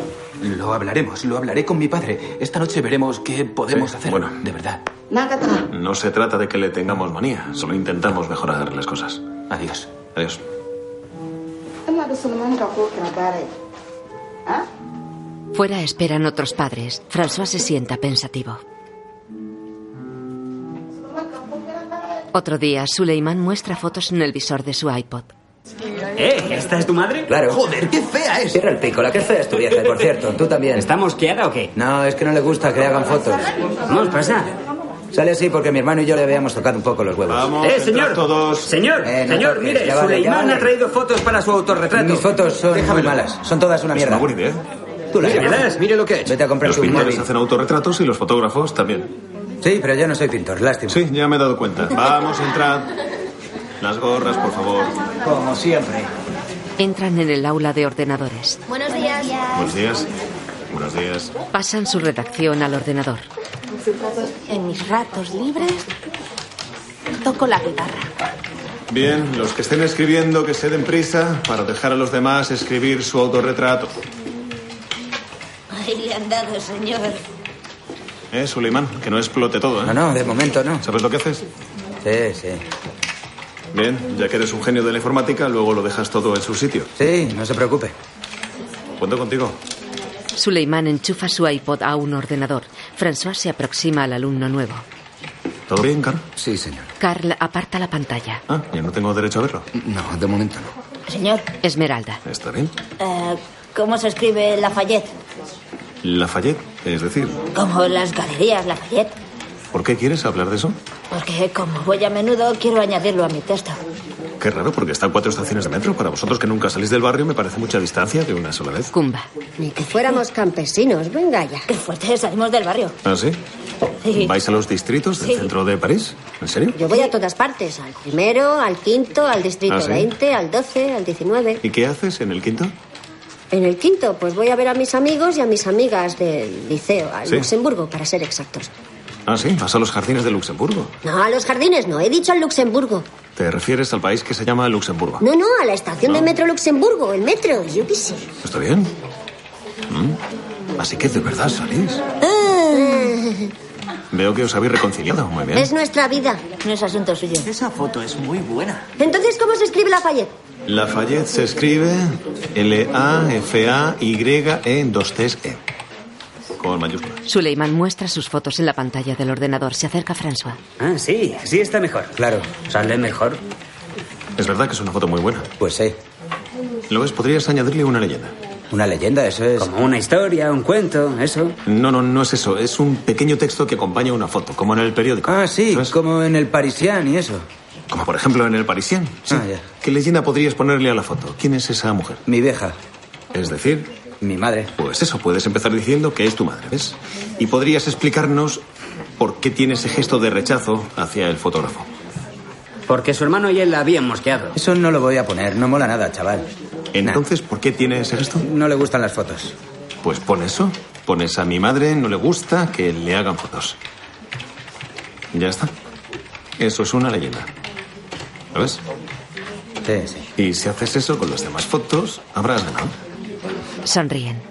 ver. Lo hablaremos, lo hablaré con mi padre. Esta noche veremos qué podemos hacer. Bueno, de verdad.
Nagata.
No se trata de que le tengamos manía, solo intentamos mejorar las cosas.
Adiós.
Adiós.
Emma de Suleiman Kako Krabare.
Fuera esperan otros padres. François se sienta pensativo. Otro día, Suleiman muestra fotos en el visor de su iPod.
¿Eh? ¿Esta es tu madre?
Claro.
Joder, qué fea es.
Cierra el pico, la que fea es tu vieja, y por cierto, tú también. ¿Está mosqueada o qué? No, es que no le gusta que le hagan fotos.
Vamos, pasa.
Sale así porque mi hermano y yo le habíamos tocado un poco los huevos.
eh, señor. Señor,
Eh, no
señor,
toques,
mire,
ya vale, ya
Suleimán
vale.
ha traído fotos para su autorretrato.
Mis fotos son muy malas, son todas una mierda. Tú las
Míralas,
mire lo que he hecho. Vete a comprar
Pues Los
su
pintores
móvil.
hacen autorretratos y los fotógrafos también.
Sí, pero yo no soy pintor, lástima.
Sí, ya me he dado cuenta. Vamos, entrad. Las gorras, por favor.
Como siempre.
Entran en el aula de ordenadores.
Buenos días.
Buenos días. Buenos días.
Pasan su redacción al ordenador.
En mis ratos libres toco la guitarra.
Bien, los que estén escribiendo que se den prisa para dejar a los demás escribir su autorretrato.
Ahí le han dado, señor.
¿Eh, Suleiman? Que no explote todo, ¿eh? No,
no, de momento no.
¿Sabes lo que haces?
Sí, sí.
Bien, ya que eres un genio de la informática, luego lo dejas todo en su sitio.
Sí, no se preocupe.
Cuento contigo.
Suleiman enchufa su iPod a un ordenador. François se aproxima al alumno nuevo.
¿Todo bien, Carl?
Sí, señor.
Carl aparta la pantalla.
Ah, yo no tengo derecho a verlo.
No, de momento no.
Señor,
Esmeralda.
¿Está bien?
eh, ¿cómo se escribe Lafayette?
Lafayette, es decir,
Como las galerías Lafayette.
¿por qué quieres hablar de eso?
Porque como voy a menudo, quiero añadirlo a mi texto.
Qué raro, porque está a cuatro estaciones de metro. Para vosotros que nunca salís del barrio, me parece mucha distancia de una sola vez.
Cumba.
Ni que fuéramos campesinos, venga ya.
Qué fuerte, salimos del barrio.
¿Ah, sí?
Sí.
¿Vais a los distritos del
Sí.
centro de París? ¿En serio?
Yo voy a todas partes, al primero, al quinto, al distrito
¿Ah, sí?
20, al 12, al 19.
¿Y qué haces en el quinto?
En el quinto, pues voy a ver a mis amigos y a mis amigas del liceo, al
Sí.
Luxemburgo, para ser exactos.
Ah, sí, vas a los jardines de Luxemburgo.
No, a los jardines no, he dicho al Luxemburgo.
¿Te refieres al país que se llama Luxemburgo?
No, no, a la estación de metro Luxemburgo, el metro, yo qué sé.
¿Está bien? Mm. Así que de verdad salís. Veo que os habéis reconciliado. Muy bien.
Ah. Es nuestra vida.
No es asunto suyo.
Esa foto es muy buena.
Entonces, ¿cómo se escribe Lafayette?
Lafayette se escribe E L-A-F-A-Y-E-2-T-E. Con mayúsculas.
Suleiman muestra sus fotos en la pantalla del ordenador. Se acerca François.
Ah, sí, sí está mejor.
Claro.
Sale mejor.
Es verdad que es una foto muy buena.
Pues sí.
Lo es, podrías añadirle una leyenda.
Una leyenda, eso es.
Como una historia, un cuento, eso.
No, no, no es eso. Es un pequeño texto que acompaña una foto, como en el periódico.
Ah, sí, como en el Parisian y eso.
Como por ejemplo en el Parisien. Sí.
Ah, ya.
¿Qué leyenda podrías ponerle a la foto? ¿Quién es esa mujer?
Mi vieja.
Es decir,
mi madre.
Pues eso, puedes empezar diciendo que es tu madre, ¿ves? Y podrías explicarnos por qué tiene ese gesto de rechazo hacia el fotógrafo.
Porque su hermano y él la habían mosqueado.
Eso no lo voy a poner, no mola nada, chaval.
Entonces, ¿por qué tiene ese gesto?
No le gustan las fotos.
Pues pon eso. Pones a mi madre, no le gusta que le hagan fotos. Ya está. Eso es una leyenda. ¿Lo ves?
Sí, sí.
Y si haces eso con las demás fotos, habrás ganado.
Sonríen.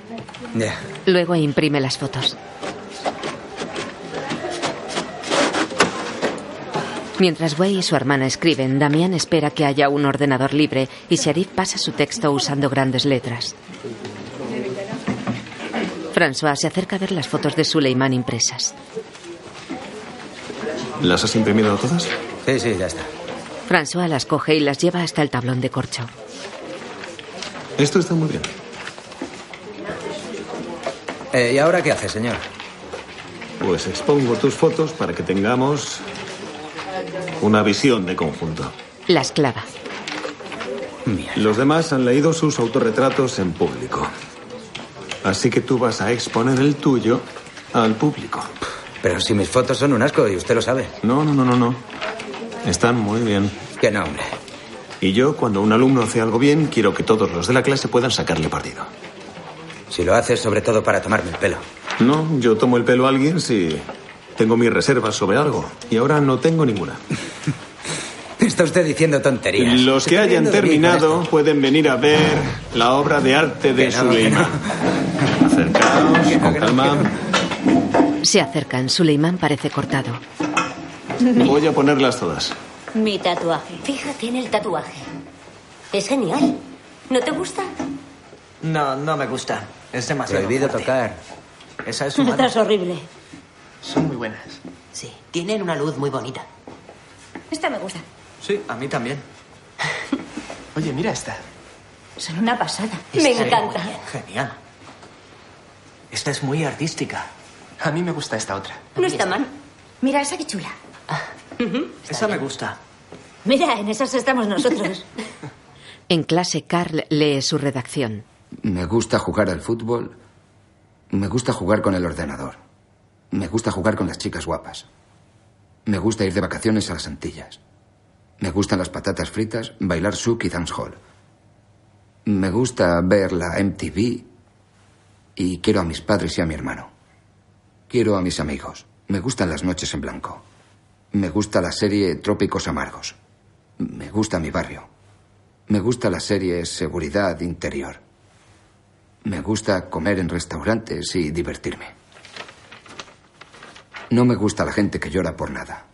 Ya.
Luego imprime las fotos. Mientras Wei y su hermana escriben, Damián espera que haya un ordenador libre y Sharif pasa su texto usando grandes letras. François se acerca a ver las fotos de Suleiman impresas.
¿Las has imprimido todas?
Sí, sí, ya está.
François las coge y las lleva hasta el tablón de corcho.
Esto está muy bien.
Eh, ¿Y ahora qué hace, señor?
Pues expongo tus fotos para que tengamos una visión de conjunto.
Las clava.
Los demás han leído sus autorretratos en público. Así que tú vas a exponer el tuyo al público.
Pero si mis fotos son un asco y usted lo sabe.
No, no, no, no, no. Están muy bien.
Que no, hombre.
Y yo, cuando un alumno hace algo bien, quiero que todos los de la clase puedan sacarle partido.
Si lo hace, sobre todo para tomarme el pelo.
No, yo tomo el pelo a alguien si tengo mis reservas sobre algo. Y ahora no tengo ninguna.
Está usted diciendo tonterías.
Los
Se
que
está
hayan
riendo de mí con
terminado pueden venir a ver la obra de arte de
Que no, que
Suleiman. Acercaos, con calma.
Se acercan. Suleiman parece cortado.
Voy a ponerlas todas.
Mi tatuaje. Fíjate en el tatuaje. Es genial. ¿No te gusta?
No, no me gusta. Es demasiado.
Prohibido tocar.
Esa es
Esta es horrible.
<laughs> Son muy buenas.
Sí, tienen una luz muy bonita.
Esta me gusta.
Sí, a
<laughs>
mí también. Oye, mira esta.
Son una pasada.
Está
me
bien.
encanta.
Genial. Esta es muy artística. A mí me gusta esta otra.
No está mal. Ah. Mira esa que chula.
esa me gusta.
Mira, en esas estamos <laughs> nosotros.
En clase, Carl lee su redacción.
Me gusta jugar al fútbol. Me gusta jugar con el ordenador. Me gusta jugar con las chicas guapas. Me gusta ir de vacaciones a las Antillas. Me gustan las patatas fritas, bailar souk y dancehall. Me gusta ver la MTV y quiero a mis padres y a mi hermano. Quiero a mis amigos. Me gustan las noches en blanco. Me gusta la serie Trópicos Amargos. Me gusta mi barrio. Me gusta la serie Seguridad Interior. Me gusta comer en restaurantes y divertirme. No me gusta la gente que llora por nada.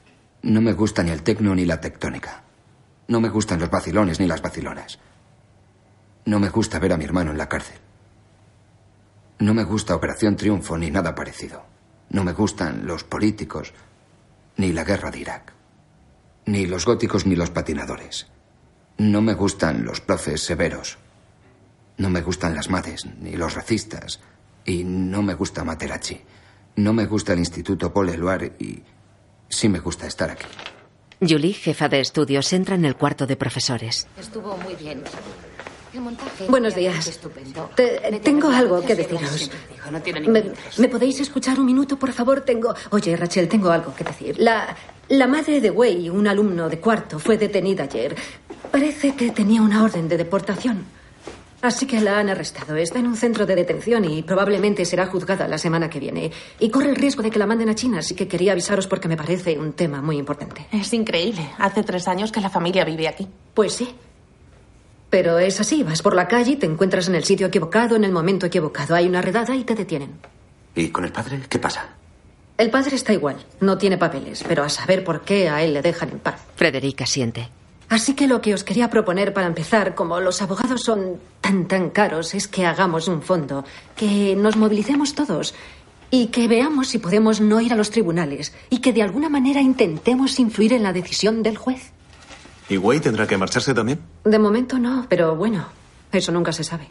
No me gusta ni el tecno ni la tectónica. No me gustan los vacilones ni las vacilonas. No me gusta ver a mi hermano en la cárcel. No me gusta Operación Triunfo ni nada parecido. No me gustan los políticos.
ni la guerra de Irak, ni los góticos ni los patinadores. No me gustan los profes severos, no me gustan las madres, ni los racistas, y no me gusta Materachi, no me gusta el Instituto Paul Eluard y sí me gusta estar aquí.
Julie, jefa de estudios, entra en el cuarto de profesores.
Estuvo muy bien.
Buenos días. Te- tengo algo que deciros. ¿Me, me podéis escuchar un minuto, por favor? Tengo. Oye, Rachel, tengo algo que decir. La, la madre de Wei, un alumno de cuarto, fue detenida ayer. Parece que tenía una orden de deportación. Así que la han arrestado. Está en un centro de detención y probablemente será juzgada la semana que viene. Y corre el riesgo de que la manden a China, así que quería avisaros porque me parece un tema muy importante.
Es increíble. Hace tres años que la familia vive aquí.
Pues sí. Pero es así, vas por la calle, y te encuentras en el sitio equivocado, en el momento equivocado. Hay una redada y te detienen.
¿Y con el padre? ¿Qué pasa?
El padre está igual, no tiene papeles, pero a saber por qué a él le dejan en paz.
Frederica siente.
Así que lo que os quería proponer para empezar, como los abogados son tan tan caros, es que hagamos un fondo, que nos movilicemos todos y que veamos si podemos no ir a los tribunales y que de alguna manera intentemos influir en la decisión del juez.
¿Y Wei tendrá que marcharse también?
De momento no, pero bueno, eso nunca se sabe.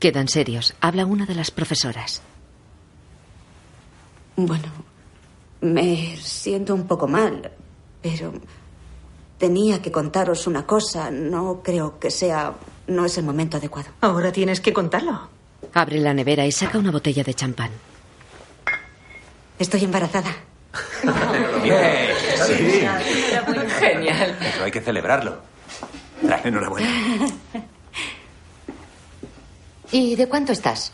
Quedan serios. Habla una de las profesoras.
Bueno, me siento un poco mal, pero tenía que contaros una cosa. No creo que sea. No es el momento adecuado.
Ahora tienes que contarlo.
Abre la nevera y saca una botella de champán.
Estoy embarazada.
Bien, sí.
Genial.
Eso hay que celebrarlo. Enhorabuena.
¿Y de cuánto estás?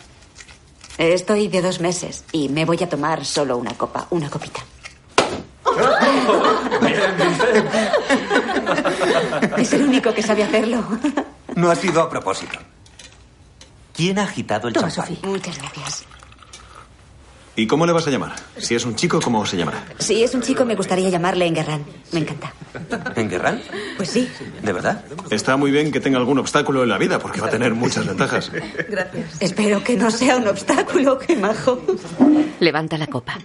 Eh, Estoy de dos meses y me voy a tomar solo una copa, una copita. es el único que sabe hacerlo.
No ha sido a propósito. ¿Quién ha agitado el champán?
Muchas gracias.
¿Y cómo le vas a llamar? Si es un chico, ¿cómo se llamará?
Si es un chico, me gustaría llamarle Enguerrán. Me encanta.
¿En Guerrán?
Pues sí.
¿De verdad? Está muy bien que tenga algún obstáculo en la vida porque va a tener muchas ventajas.
Gracias. Espero que no sea un obstáculo, qué majo.
Levanta la copa.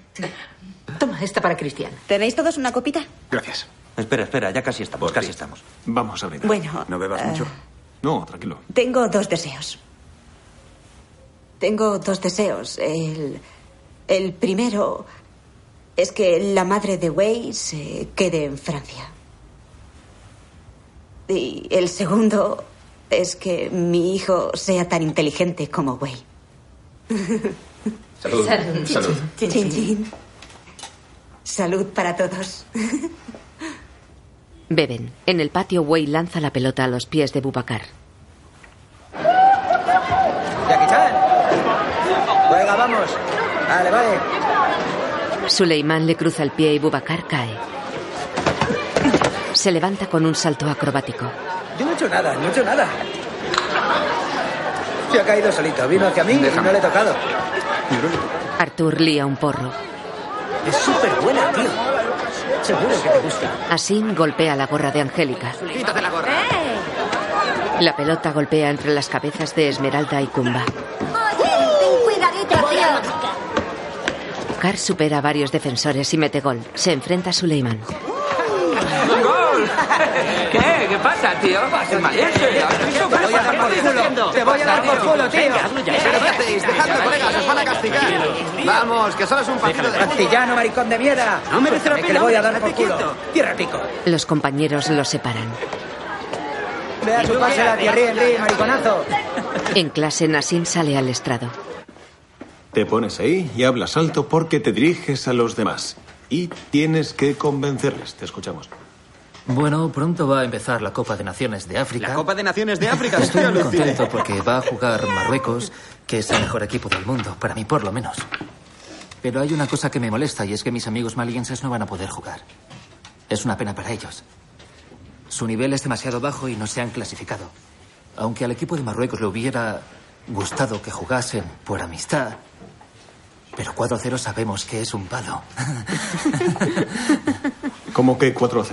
Toma, esta para Cristian. ¿Tenéis todos una copita?
Gracias.
Espera, espera, ya casi estamos, casi estamos.
Vamos a brindar.
Bueno,
¿No bebas
eh,
mucho?
No, tranquilo.
Tengo dos deseos. Tengo dos deseos. El, el primero es que la madre de Wei se quede en Francia. Y el segundo es que mi hijo sea tan inteligente como Wei.
<laughs> Salud.
Salud.
Salud.
Chin, chin. Salud para todos.
Beben. En el patio, Wei lanza la pelota a los pies de Bubacar.
¡Jackie Chan! Venga, vamos. Vale, vale.
Suleimán le cruza el pie y Bubacar cae. Se levanta con un salto acrobático.
Yo no he hecho nada, no he hecho nada. Se ha caído solito, vino hacia mí y no le he tocado.
Arthur lía un porro.
Es súper buena, tío. Seguro que te gusta.
Asim golpea la gorra de Angélica.
Quítate la gorra.
¡Eh!
La pelota golpea entre las cabezas de Esmeralda y Kumba. Kar supera a varios defensores y mete gol. Se enfrenta a Suleiman.
¡Gol! <laughs> ¿Qué? ¿Qué pasa, tío? ¡Qué
Te voy a dar por culo. Te voy a dar por culo, tío.
Venga,
¿Qué hacéis? Dejadme, colegas, os van a castigar. Vamos, que solo es un partido de Castellano, maricón de mierda. No merece la pena. Que le voy a dar por culo. Tierra pico.
Los compañeros los separan.
Ve a su pase la Thierry Henry, mariconazo.
En clase, Nassim sale al estrado.
Te pones ahí y hablas alto porque te diriges a los demás. Y tienes que convencerles. Te escuchamos.
Bueno, pronto va a empezar la Copa de Naciones de África.
La Copa de Naciones de África.
Estoy muy
tío, Lucía.
contento porque va a jugar Marruecos, que es el mejor equipo del mundo, para mí por lo menos. Pero hay una cosa que me molesta y es que mis amigos malienses no van a poder jugar. Es una pena para ellos. Su nivel es demasiado bajo y no se han clasificado. Aunque al equipo de Marruecos le hubiera gustado que jugasen por amistad, pero 4-0 sabemos que es un palo.
¿Cómo que 4-0?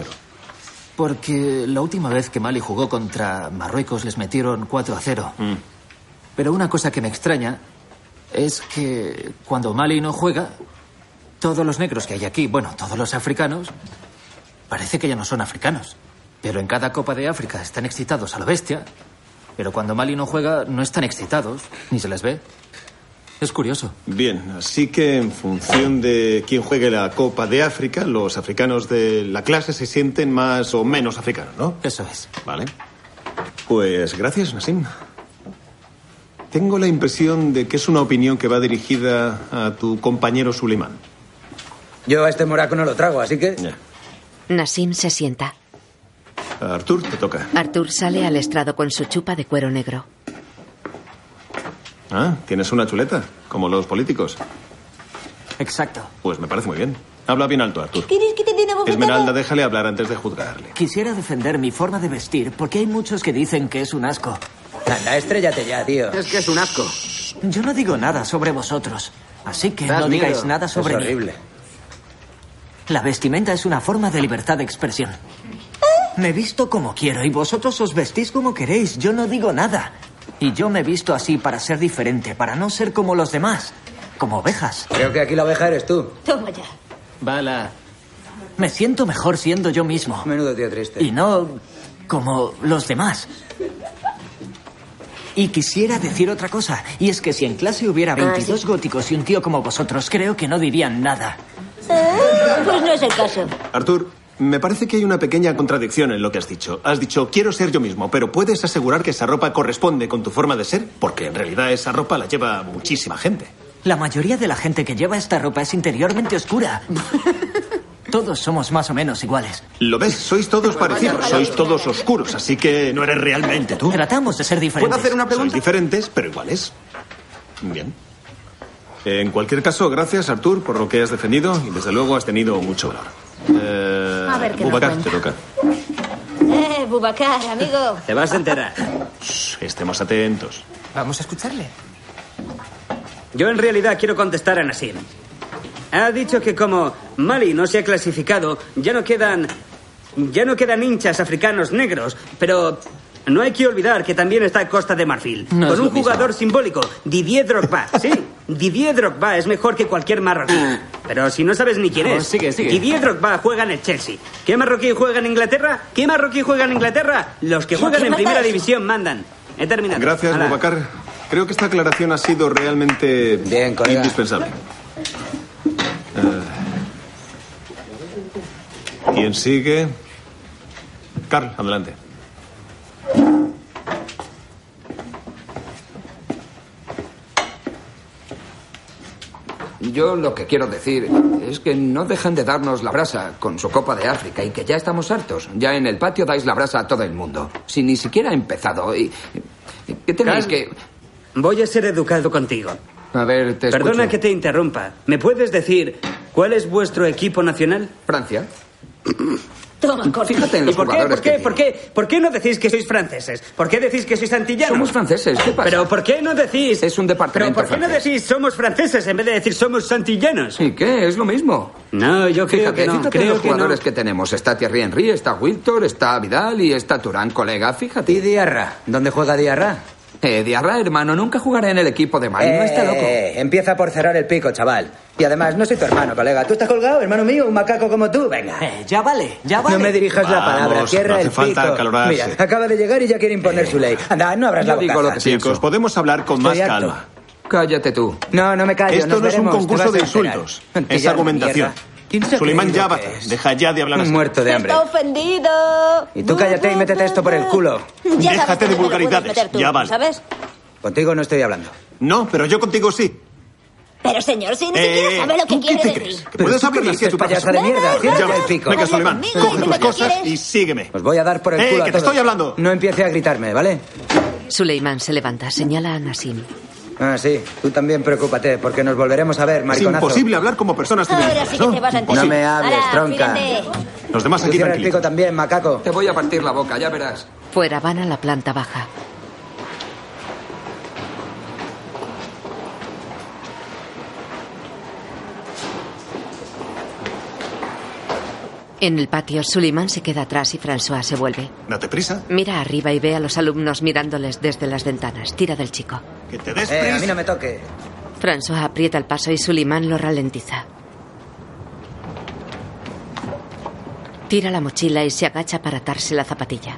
Porque la última vez que Mali jugó contra Marruecos les metieron 4 a 0.
Mm.
Pero una cosa que me extraña es que cuando Mali no juega, Todos los negros que hay aquí, bueno, todos los africanos, parece que ya no son africanos. Pero en cada Copa de África están excitados a la bestia. Pero cuando Mali no juega, no están excitados, ni se les ve. Es curioso.
Bien, así que en función de quién juegue la Copa de África, los africanos de la clase se sienten más o menos africanos, ¿no?
Eso es.
Vale. Pues gracias, Nassim. Tengo la impresión de que es una opinión que va dirigida a tu compañero Suleiman.
Yo a este moraco no lo trago, así que...
Nassim se sienta.
Artur, te toca.
Arthur sale al estrado con su chupa de cuero negro.
Ah, tienes una chuleta, como los políticos.
Exacto.
Pues me parece muy bien. Habla bien alto, Artur.
¿Quieres que te dé una
Esmeralda, déjale hablar antes de juzgarle.
Quisiera defender mi forma de vestir, porque hay muchos que dicen que es un asco.
Anda, estrellate ya, tío.
Es que es un asco. Yo no digo nada sobre vosotros, así que
Das
no digáis
miedo.
nada
Es
sobre mí.
horrible.
La vestimenta es una forma de libertad de expresión. Me visto como quiero y vosotros os vestís como queréis. Yo no digo nada. Y yo me he visto así para ser diferente, para no ser como los demás, como ovejas.
Creo que aquí la oveja eres tú.
Toma ya. Bala. Me siento mejor siendo yo mismo. Menudo tío triste. Y no como los demás. Y quisiera decir otra cosa, y es que si en clase hubiera 22 góticos y un tío como vosotros, creo que no dirían nada.
Pues no es el caso.
Artur, me parece que hay una pequeña contradicción en lo que has dicho. Has dicho, quiero ser yo mismo, pero ¿puedes asegurar que esa ropa corresponde con tu forma de ser? Porque en realidad esa ropa la lleva muchísima gente.
La mayoría de la gente que lleva esta ropa es interiormente <laughs> oscura. Todos somos más o menos iguales.
¿Lo ves? Sois todos parecidos, sois todos oscuros, así que no eres realmente tú.
Tratamos de ser diferentes.
¿Puedo hacer una pregunta? Sois diferentes, pero iguales. Bien. En cualquier caso, gracias, Artur, por lo que has defendido y desde luego has tenido mucho valor. Eh,
A ver qué nos
Bubacar,
cuenta.
te toca.
Eh, Bubacar, amigo.
Te vas a enterar. estemos atentos.
Vamos a escucharle. Yo en realidad quiero contestar a Nassim. Ha dicho que como Mali no se ha clasificado, ya no quedan ya no quedan hinchas africanos negros, pero no hay que olvidar que también está Costa de Marfil,
No es
con un
lo
jugador
mismo.
simbólico, Didier
<laughs>
Drogba. Sí, Didier Drogba es mejor que cualquier marroquí. Pero si no sabes ni quién
Ah. No,
es,
sigue, sigue.
Didier Drogba juega en el Chelsea. ¿Qué marroquí juega en Inglaterra? ¿Qué marroquí juega en Inglaterra? Los que
Ya,
juegan
¿qué
en
más
primera
das?
división mandan. He terminado.
Gracias,
Hala.
Bubacar. Creo que esta aclaración ha sido realmente indispensable. Eh, ¿Quién sigue? Carl, adelante.
Yo lo que quiero decir es que no dejan de darnos la brasa con su Copa de África y que ya estamos hartos. Ya en el patio dais la brasa a todo el mundo. Si ni siquiera ha empezado. Y, y- ¿Qué tenéis
Carl,
que...?
Voy a ser educado contigo.
A ver, te escucho.
Perdona que te interrumpa. ¿Me puedes decir cuál es vuestro equipo nacional?
Francia.
Toma, corta.
Fíjate en los
¿Y por qué,
jugadores
por qué, por qué, por qué no decís que sois franceses? ¿Por qué decís que sois antillanos?
Somos franceses, ¿qué pasa?
Pero ¿por qué no decís? Es
un
Pero
departamento
¿por qué no
francés.
decís somos franceses en vez de decir somos santillanos?
¿Y qué? Es lo mismo.
No, yo creo
fíjate,
que no,
Fíjate en
creo
los
que
jugadores que, tenemos. Está Thierry Henry, está Wiltor, está Vidal y está Turán, colega. Fíjate. ¿Y Diarra? ¿Dónde juega Diarra? Eh, Diarra, hermano, nunca jugará en el equipo de Mali. no está
Eh,
loco.
eh, empieza por cerrar el pico, chaval. Y además, no soy tu hermano, colega. ¿Tú estás colgado, hermano mío? ¿Un macaco como tú? Venga.
Eh, ya vale, ya
No me dirijas la
Vamos,
palabra, cierra
no hace
el
falta
pico.
acalorarse.
Mira, acaba de llegar y ya quiere imponer su ley. Anda, no abras la boca.
Chicos, podemos hablar con
Estoy
más
harto.
calma.
Cállate tú.
No, no me callo.
Esto
nos
no es un
veremos, <laughs> te
concurso
vas a
de
enterar.
insultos.
Pillarme,
Es argumentación.
mierda. ¿Quién se ha
Suleiman,
creído
ya
que
basta.
es?
Deja ya de hablar así.
Muerto de hambre.
Está ofendido.
Y tú cállate y métete esto por el culo.
Ya sabes dónde te lo puedes meter tú, ¿Sabes?
Contigo no estoy hablando.
No, pero yo contigo sí.
Pero señor, si ni
Eh,
siquiera sabe lo que quiere decir.
Que puedes hablarle así a tu
payasa de
<laughs>
profesor.
mierda,
Ya
cierra el
basta.
pico.
Venga, Suleiman, coge tus cosas y sígueme.
Os voy a dar por el
Eh,
culo a
que te
todos.
estoy hablando.
No empiece a gritarme, ¿vale?
Suleiman se levanta, señala a Nassim.
Ah, sí. Tú también preocúpate, porque nos volveremos a ver, Ah. mariconazo.
imposible hablar este como personas
Ahora sí que te vas a enterar.
No me hables,
Ahora,
tronca.
fíjate.
Los demás
Tú
aquí
cierra el
tranquilos.
pico también, macaco.
Te voy a partir la boca, ya verás.
Fuera van a la planta baja. En el patio, Suleiman se queda atrás y François se vuelve.
Date prisa.
Mira arriba y ve a los alumnos mirándoles desde las ventanas. Tira del chico.
Que te des
Eh, a
prisa.
mí no me toque.
François aprieta el paso y Suleiman lo ralentiza. Tira la mochila y se agacha para atarse la zapatilla.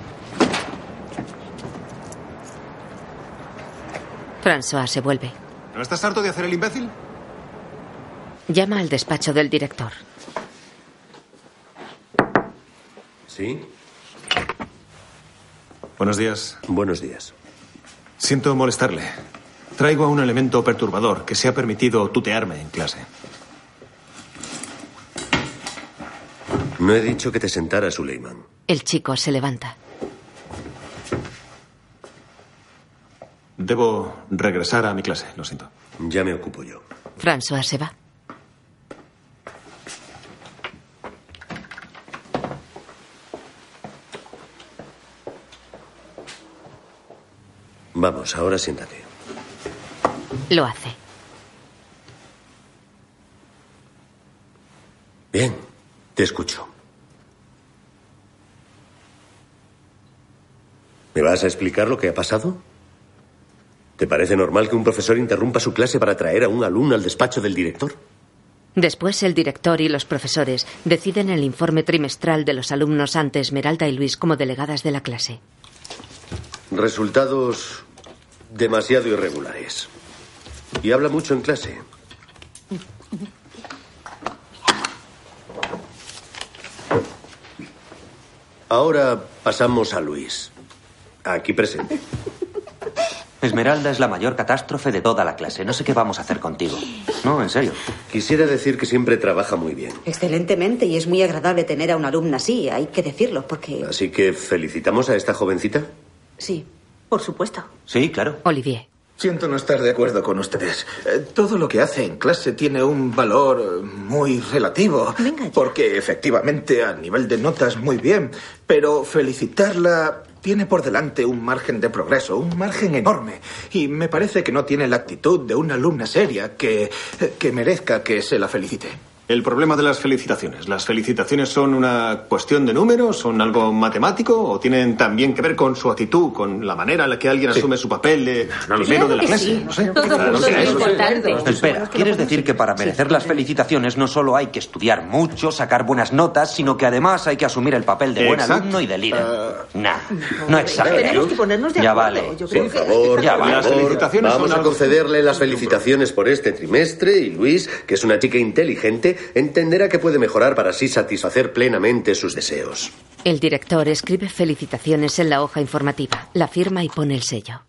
François se vuelve.
¿No estás harto de hacer el imbécil?
Llama al despacho del director.
Sí. Buenos días.
Buenos días.
Siento molestarle. Traigo a un elemento perturbador que se ha permitido tutearme en clase.
No he dicho que te sentara, Suleiman.
El chico se levanta.
Debo regresar a mi clase, lo siento.
Ya me ocupo yo.
François se va.
Vamos, ahora siéntate.
Lo hace.
Bien, te escucho. ¿Me vas a explicar lo que ha pasado? ¿Te parece normal que un profesor interrumpa su clase para traer a un alumno al despacho del director?
Después el director y los profesores deciden el informe trimestral de los alumnos ante Esmeralda y Luis como delegadas de la clase.
Resultados demasiado irregulares. Y habla mucho en clase. Ahora pasamos a Luis. Aquí presente.
<laughs> Esmeralda es la mayor catástrofe de toda la clase. No sé qué vamos a hacer contigo. No, en serio.
Quisiera decir que siempre trabaja muy bien.
Excelentemente, y es muy agradable tener a una alumna así, hay que decirlo, porque...
Así que felicitamos a esta jovencita.
Sí, por supuesto.
Sí, claro.
Olivier.
Siento no estar de acuerdo con ustedes. Eh, todo lo que hace en clase tiene un valor eh, muy relativo. Porque efectivamente a nivel de notas muy bien. Pero felicitarla tiene por delante un margen de progreso, un margen enorme. Y me parece que no tiene la actitud de una alumna seria que, eh, que merezca que se la felicite.
El problema de las felicitaciones. ¿Las felicitaciones son una cuestión de números? ¿Son algo matemático? ¿O tienen también que ver con su actitud, con la manera en la que alguien asume su papel de primero de la clase? No sé. Claro, no sé, eso sí.
Espera, ¿quieres decir que para merecer las felicitaciones no solo hay que estudiar mucho, sacar buenas notas, sino que además hay que asumir el papel de buen
Exacto. Ah.
alumno y de líder? Nah, no exageres.
tenemos que
ponernos de
Ya
acuerdo,
vale.
yo
Por favor,
Ya
por
vale.
favor, vamos a concederle las felicitaciones por este trimestre y Luis, que es una chica inteligente, entenderá que puede mejorar para así satisfacer plenamente sus deseos.
El director escribe felicitaciones en la hoja informativa, la firma y pone el sello.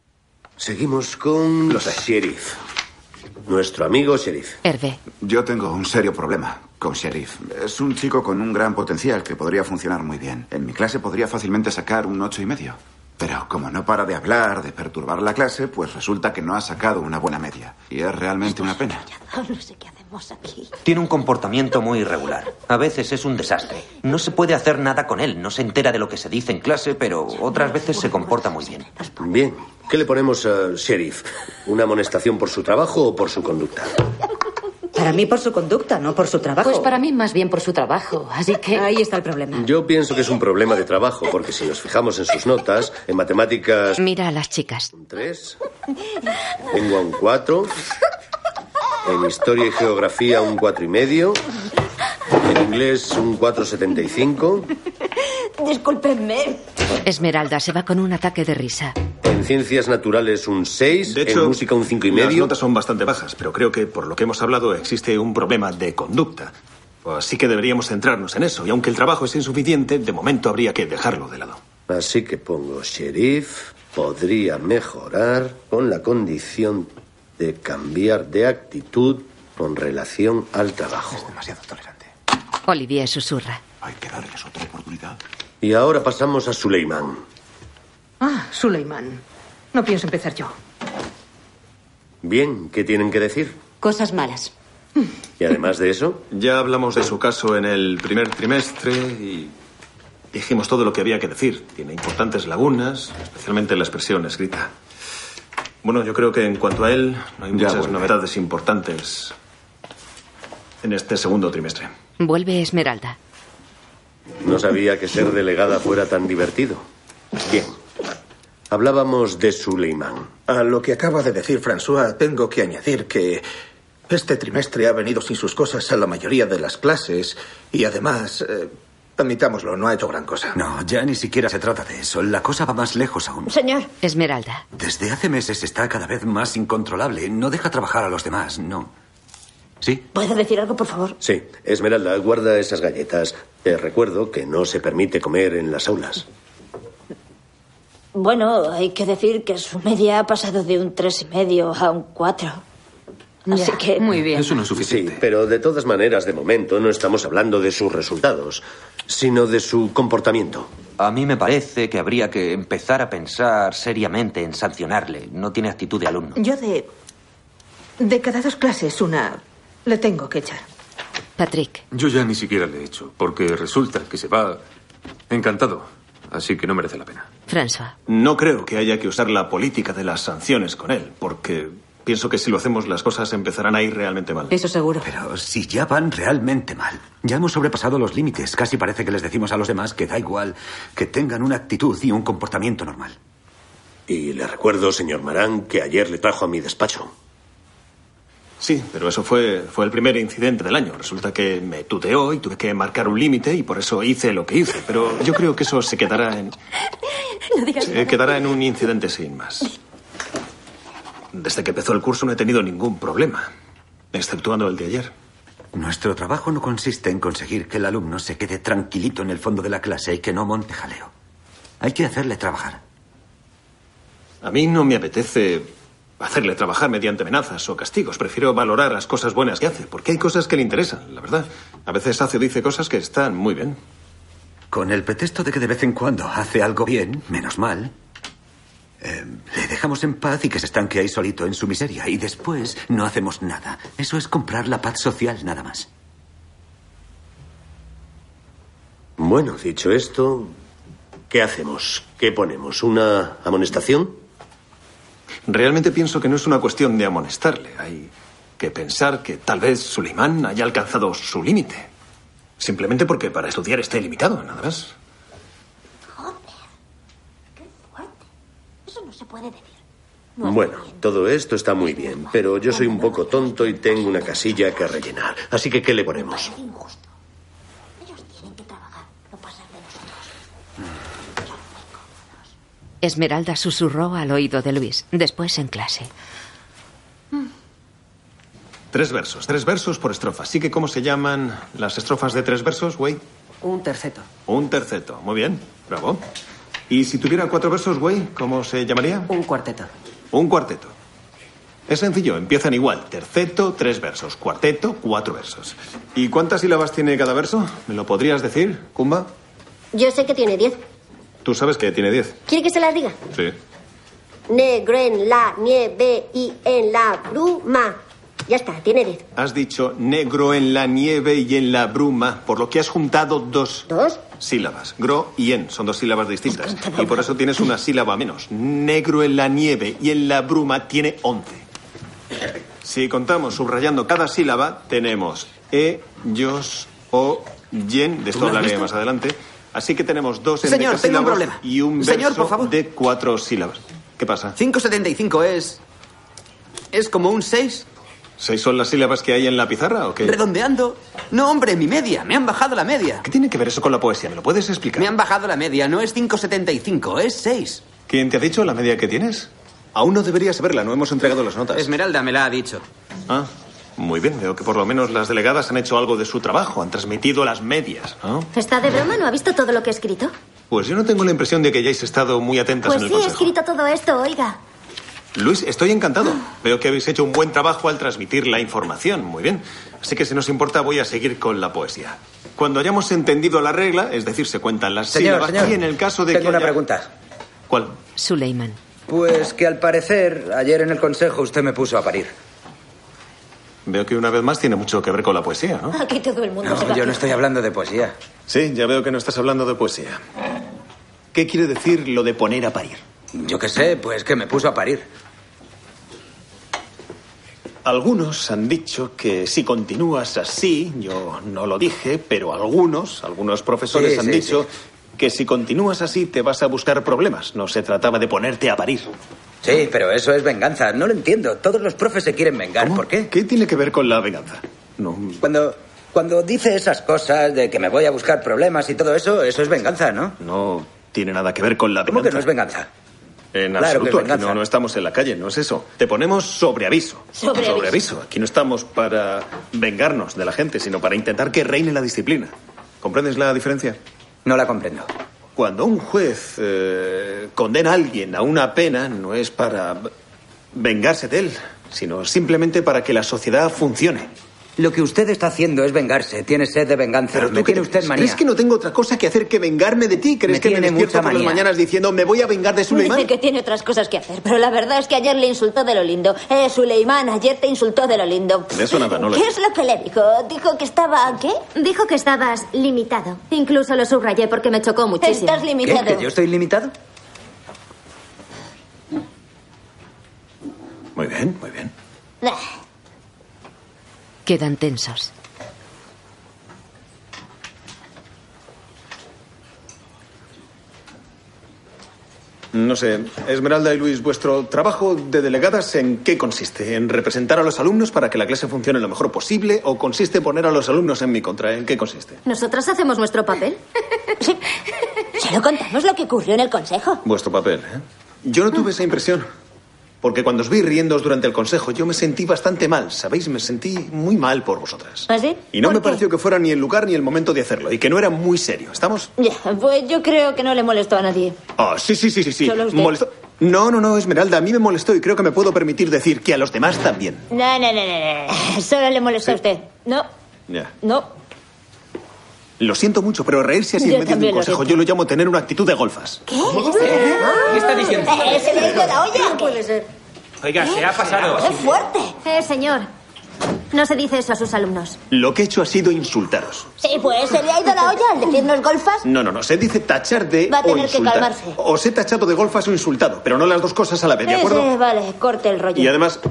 Seguimos con los sheriff. Nuestro amigo sheriff.
Hervé.
Yo tengo un serio problema con Sheriff. Es un chico con un gran potencial que podría funcionar muy bien. En mi clase podría fácilmente sacar un ocho y medio. Pero como no para de hablar, de perturbar la clase, pues resulta que no ha sacado una buena media. Y es realmente una pena.
Oh, No sé qué hacemos aquí.
Tiene un comportamiento muy irregular. A veces es un desastre. No se puede hacer nada con él. No se entera de lo que se dice en clase, pero otras veces se comporta muy bien.
Bien, ¿qué le ponemos al sheriff? ¿Una amonestación por su trabajo o por su conducta?
Para mí por su conducta, no por su trabajo.
Pues para mí más bien por su trabajo, así que...
Ahí está el problema.
Yo pienso que es un problema de trabajo, porque si nos fijamos en sus notas, en matemáticas
Mira a las chicas.
un 3, lengua un 4, en historia y geografía un cuatro y medio, en inglés un 4,75,
Discúlpenme.
Esmeralda se va con un ataque de risa.
en ciencias naturales un 6,
De hecho,
en música un cinco y
Las
medio.
notas son bastante bajas, pero creo que por lo que hemos hablado existe un problema de conducta. Así que deberíamos centrarnos en eso. Y aunque el trabajo es insuficiente, de momento habría que dejarlo de lado.
Así que pongo sheriff, podría mejorar con la condición de cambiar de actitud con relación al trabajo.
Olivier susurra.
Y ahora pasamos a Suleiman.
Ah, Suleiman. No pienso empezar yo.
Bien, ¿qué tienen que decir?
Cosas malas.
Y además de eso,
Ya hablamos de su caso en el primer trimestre y dijimos todo lo que había que decir. Tiene importantes lagunas, especialmente la expresión escrita. Bueno, yo creo que en cuanto a él, no hay
Ya
muchas
vuelve.
novedades importantes en este segundo trimestre.
Vuelve Esmeralda.
no sabía que ser delegada fuera tan divertido. Bien. Hablábamos de Suleiman.
A lo que acaba de decir François, tengo que añadir que este trimestre ha venido sin sus cosas a la mayoría de las clases y además eh,
Admitámoslo, no ha hecho gran cosa.
No, ya ni siquiera se trata de eso. La cosa va más lejos aún.
Señor.
Esmeralda.
Desde hace meses está cada vez más incontrolable. No deja trabajar a los demás, no. ¿Sí?
¿Puedo decir algo, por favor?
Sí, Esmeralda, guarda esas galletas. Te recuerdo que no se permite comer en las aulas.
Bueno, hay que decir que su media ha pasado de un tres y medio a un cuatro. Así que. Muy bien.
Eso no es suficiente. Sí, pero de todas maneras, de momento no estamos hablando de sus resultados, sino de su comportamiento.
A mí me parece que habría que empezar a pensar seriamente en sancionarle. No tiene actitud de alumno.
Yo de. De cada dos clases, una le tengo que echar.
Patrick.
Yo ya ni siquiera le he hecho, porque resulta que se va encantado. Así que no merece la pena.
François.
No creo que haya que usar la política de las sanciones con él, porque pienso que si lo hacemos las cosas empezarán a ir realmente mal.
Eso seguro.
Pero si ya van realmente mal, ya hemos sobrepasado los límites. Casi parece que les decimos a los demás que da igual que tengan una actitud y un comportamiento normal.
Y le recuerdo, señor Marán, que ayer le trajo a mi despacho.
Sí, pero eso fue, fue el primer incidente del año. Resulta que me tuteó y tuve que marcar un límite y por eso hice lo que hice. Pero yo creo que eso se quedará en. Se quedará en un incidente sin más. Desde que empezó el curso no he tenido ningún problema, exceptuando el de ayer.
Nuestro trabajo no consiste en conseguir que el alumno se quede tranquilito en el fondo de la clase y que no monte jaleo. Hay que hacerle trabajar.
A mí no me apetece hacerle trabajar mediante amenazas o castigos. Prefiero valorar las cosas buenas que hace, porque hay cosas que le interesan, la verdad. A veces hace o dice cosas que están muy bien.
Con el pretexto de que de vez en cuando hace algo bien, menos mal, eh, le dejamos en paz y que se estanque ahí solito en su miseria. Y después no hacemos nada. Eso es comprar la paz social, nada más.
Bueno, dicho esto, ¿qué hacemos? ¿Qué ponemos? ¿Una amonestación?
Realmente pienso que no es una cuestión de amonestarle. Hay que pensar que tal vez Suleimán haya alcanzado su límite. Simplemente porque para estudiar esté limitado, nada más.
Eso no se puede decir.
Bueno, todo esto está muy bien, pero yo soy un poco tonto y tengo una casilla que rellenar. Así que, ¿qué le ponemos?
Esmeralda susurró al oído de Luis, después en clase.
Tres versos, tres versos por estrofa. Así que, ¿cómo se llaman las estrofas de tres versos, güey?
Un terceto.
Un terceto. Muy bien, bravo. ¿Y si tuviera cuatro versos, güey, cómo se llamaría?
Un cuarteto.
Un cuarteto. Es sencillo, empiezan igual. Terceto, tres versos. Cuarteto, cuatro versos. ¿Y cuántas sílabas tiene cada verso? ¿Me lo podrías decir, Kumba?
Yo sé que tiene diez.
Tú sabes que tiene diez.
¿Quiere que se las diga?
Sí.
Negre en la nieve y en la bruma. Ya está, tiene diez.
Has dicho negro en la nieve y en la bruma, por lo que has juntado dos.
¿Dos?
Sílabas. Gro y en son dos sílabas
Pues
distintas. Y por eso tienes una sílaba menos. Negro en la nieve y en la bruma tiene once. Si contamos subrayando cada sílaba, tenemos e, yos, o, yen. De
¿Tú
esto
lo has
hablaré
visto?
más adelante. Así que tenemos dos
Señor, tengo un
endecasílabos
problema.
y un verso
Señor, por favor.
de cuatro sílabas. ¿Qué pasa?
575 es. Es como un 6.
¿Seis son las sílabas que hay en la pizarra o qué?
Redondeando. No, hombre, mi media. Me han bajado la media.
¿Qué tiene que ver eso con la poesía? ¿Me lo puedes explicar?
Me han bajado la media. No es 575, es 6.
¿Quién te ha dicho la media que tienes? Aún no deberías verla, no hemos entregado las notas.
Esmeralda me la ha dicho.
Ah, muy bien, veo que por lo menos las delegadas han hecho algo de su trabajo, han transmitido las medias, ¿no?
¿Está de broma? ¿No ha visto todo lo que he escrito?
Pues yo no tengo la impresión de que hayáis estado muy atentas
Pues
en el
sí, he
consejo.
escrito todo esto, oiga.
Luis, estoy encantado. Veo que habéis hecho un buen trabajo al transmitir la información, muy bien. Así que si nos importa voy a seguir con la poesía. Cuando hayamos entendido la regla, es decir, se cuentan las
Señor,
sílabas
señor.
y en el caso de
Tengo
que
una
haya-
pregunta.
¿Cuál?
Suleiman.
Pues que al parecer, ayer en el consejo usted me puso a parir.
Veo que una vez más tiene mucho que ver con la poesía, ¿no?
Aquí todo el mundo se va.
No, yo no estoy hablando de poesía.
Sí, ya veo que no estás hablando de poesía. ¿Qué quiere decir lo de poner a parir?
Yo qué sé, pues que me puso a parir.
Algunos han dicho que si continúas así, yo no lo dije, pero algunos, algunos profesores
Sí,
han
sí,
dicho que si continúas así te vas a buscar problemas. No se trataba de ponerte a parir.
Sí, pero eso es venganza. No lo entiendo. Todos los profes se quieren vengar. ¿Por qué?
¿Qué tiene que ver con la venganza?
Cuando, Cuando dice esas cosas de que me voy a buscar problemas y todo eso, eso es venganza, ¿no?
No tiene nada que ver con la
¿Cómo
venganza.
que no es venganza?
En
Claro que es
absoluto, aquí
venganza.
no, no estamos en la calle, no es eso. Te ponemos sobre aviso.
Sobre aviso.
aviso. Aquí no estamos para vengarnos de la gente, sino para intentar que reine la disciplina. ¿Comprendes la diferencia?
No la comprendo.
Cuando un juez eh, condena a alguien a una pena, no es para vengarse de él, sino simplemente para que la sociedad funcione.
Lo que usted está haciendo es vengarse. Tiene sed de venganza.
Pero
Me
tú qué
tiene
te
usted
crees?
manía.
¿Crees que no tengo otra cosa que hacer que vengarme de ti? ¿Crees
Me
que me
tiene
despierto
mucha
por las
manía.
mañanas diciendo me voy a vengar de Suleimán?
Dice que tiene otras cosas que hacer, pero la verdad es que ayer le insultó de lo lindo. Eh, Suleimán, ayer te insultó de lo lindo.
De eso nada, no lo
¿Qué
sé.
es lo que le dijo? Dijo que estaba... ¿Qué?
Dijo que estabas limitado. Incluso lo subrayé porque me chocó muchísimo.
Estás limitado.
¿Que yo estoy limitado?
Muy bien, muy bien.
Quedan tensos.
No sé, Esmeralda y Luis, vuestro trabajo de delegadas en qué consiste? ¿En representar a los alumnos para que la clase funcione lo mejor posible o consiste en poner a los alumnos en mi contra? ¿En qué consiste?
¿Nosotras hacemos
<laughs>
nuestro papel?
Solo contamos lo que ocurrió en el consejo.
Vuestro papel, ¿eh? Yo no tuve esa impresión. Porque cuando os vi riéndoos durante el consejo, yo me sentí bastante mal, ¿sabéis? Me sentí muy mal por vosotras.
¿Así?
Y no me pareció que fuera ni el lugar ni el momento de hacerlo, y que no era muy serio, ¿estamos?
Ya, pues yo creo que no le molestó a nadie.
Ah, sí, sí, sí, sí, sí.
Solo a usted.
Molestó- No, no, no, Esmeralda, a mí me molestó y creo que me puedo permitir decir que a los demás también.
No, no, no, no, no. Solo le molestó a usted. No,
Ya.
no.
Lo siento mucho, pero reírse así
Yo
en medio de un
también lo
consejo,
siento.
yo lo llamo tener una actitud de golfas.
¿Qué? ¿Qué
está diciendo?
Eh, se me ha ido la olla. No puede ser.
Oiga, se ha pasado.
¡Qué fuerte! Eh, señor. No se dice eso a sus alumnos.
Lo que he hecho ha sido insultaros.
Sí, pues se le ha ido la olla al decirnos golfas.
No, no, no, se dice tachar de
Va a tener
o
que
insultar.
calmarse.
Os he tachado de golfas o insultado, pero no las dos cosas a la vez, ¿de
Sí,
acuerdo?
sí, vale, corte el rollo.
Y además,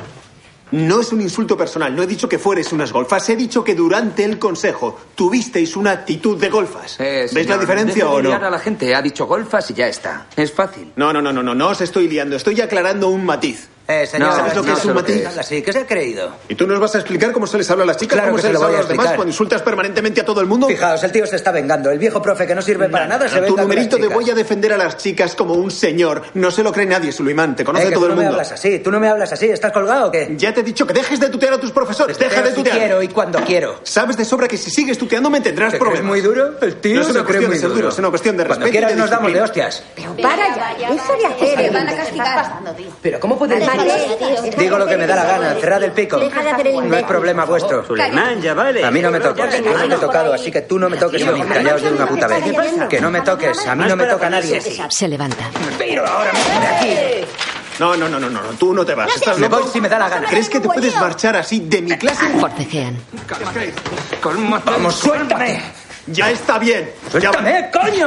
no es un insulto personal, no he dicho que fueres unas golfas, he dicho que durante el consejo tuvisteis una actitud de golfas. ¿Veis la
Eh, Señor,
diferencia
deje de
o no?
liar a la gente. Ha dicho golfas y ya está. Es fácil.
No, no, no, no, no, no os estoy liando, estoy aclarando un matiz.
Eh, señor,
¿Sabes lo que
no
es
sé
un
lo que
matiz?
es. Así, ¿qué se ha creído?
¿Y tú nos vas a explicar cómo se les habla a las chicas,
Claro
cómo
que
se
se
les
lo voy
habla a
a
los demás
explicar.
cuando insultas permanentemente a todo el mundo?
Fijaos, el tío se está vengando. El viejo profe que no sirve para nada se
Pero tu
venga con las
numerito de
chicas.
voy a defender a las chicas como un señor. No se lo cree nadie, Suleimán. Te conoce
Eh, que tú
todo el
no
mundo.
me hablas así, tú no me hablas así. ¿Estás colgado o qué?
Ya te he dicho que dejes de tutear a tus profesores. Deja
tuteo
de
si
tutear.
quiero y cuando quiero.
Sabes de sobra que si sigues tuteando me tendrás
¿Te
problemas.
crees muy duro? El tío
No es
se
una
cree
cuestión
muy
de ser
duro.
duro, es una cuestión de
Cuando
respeto. y
quieras
de
nos damos de
disciplina.
hostias.
Para ya, deja de hacer. Se van a castigar.
Pero ¿cómo podéis...?
Vale,
Digo lo que me da la gana, cerrad el pico.
Deja de hacer el
No es problema vuestro.
Suleimán, ya vale.
A mí no me tocas, yo no te he tocado, así que tú no me toques a mí. Callaos de una puta vez. Que no me toques, a mí no me toca nadie.
Se levanta.
No, no, no, no, no, no, tú no te vas.
No
Estás
seas- Me
loco.
voy si me da la gana.
¿Crees que te puedes marchar así de mi clase?
Forcejean.
Vamos, suéltame.
Ya está bien.
¡Suéltame, coño!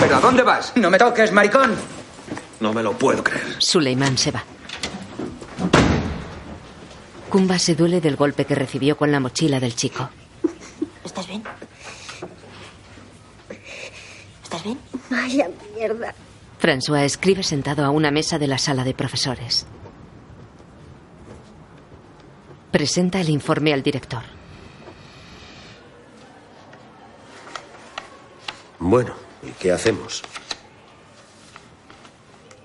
¿Pero a dónde vas? No me toques, maricón.
No me lo puedo creer.
Suleimán se va. Kumba se duele del golpe que recibió con la mochila del chico.
¿Estás bien? ¿Estás bien?
Vaya mierda.
François escribe sentado a una mesa de la sala de profesores. Presenta el informe al director.
Bueno, ¿y qué hacemos?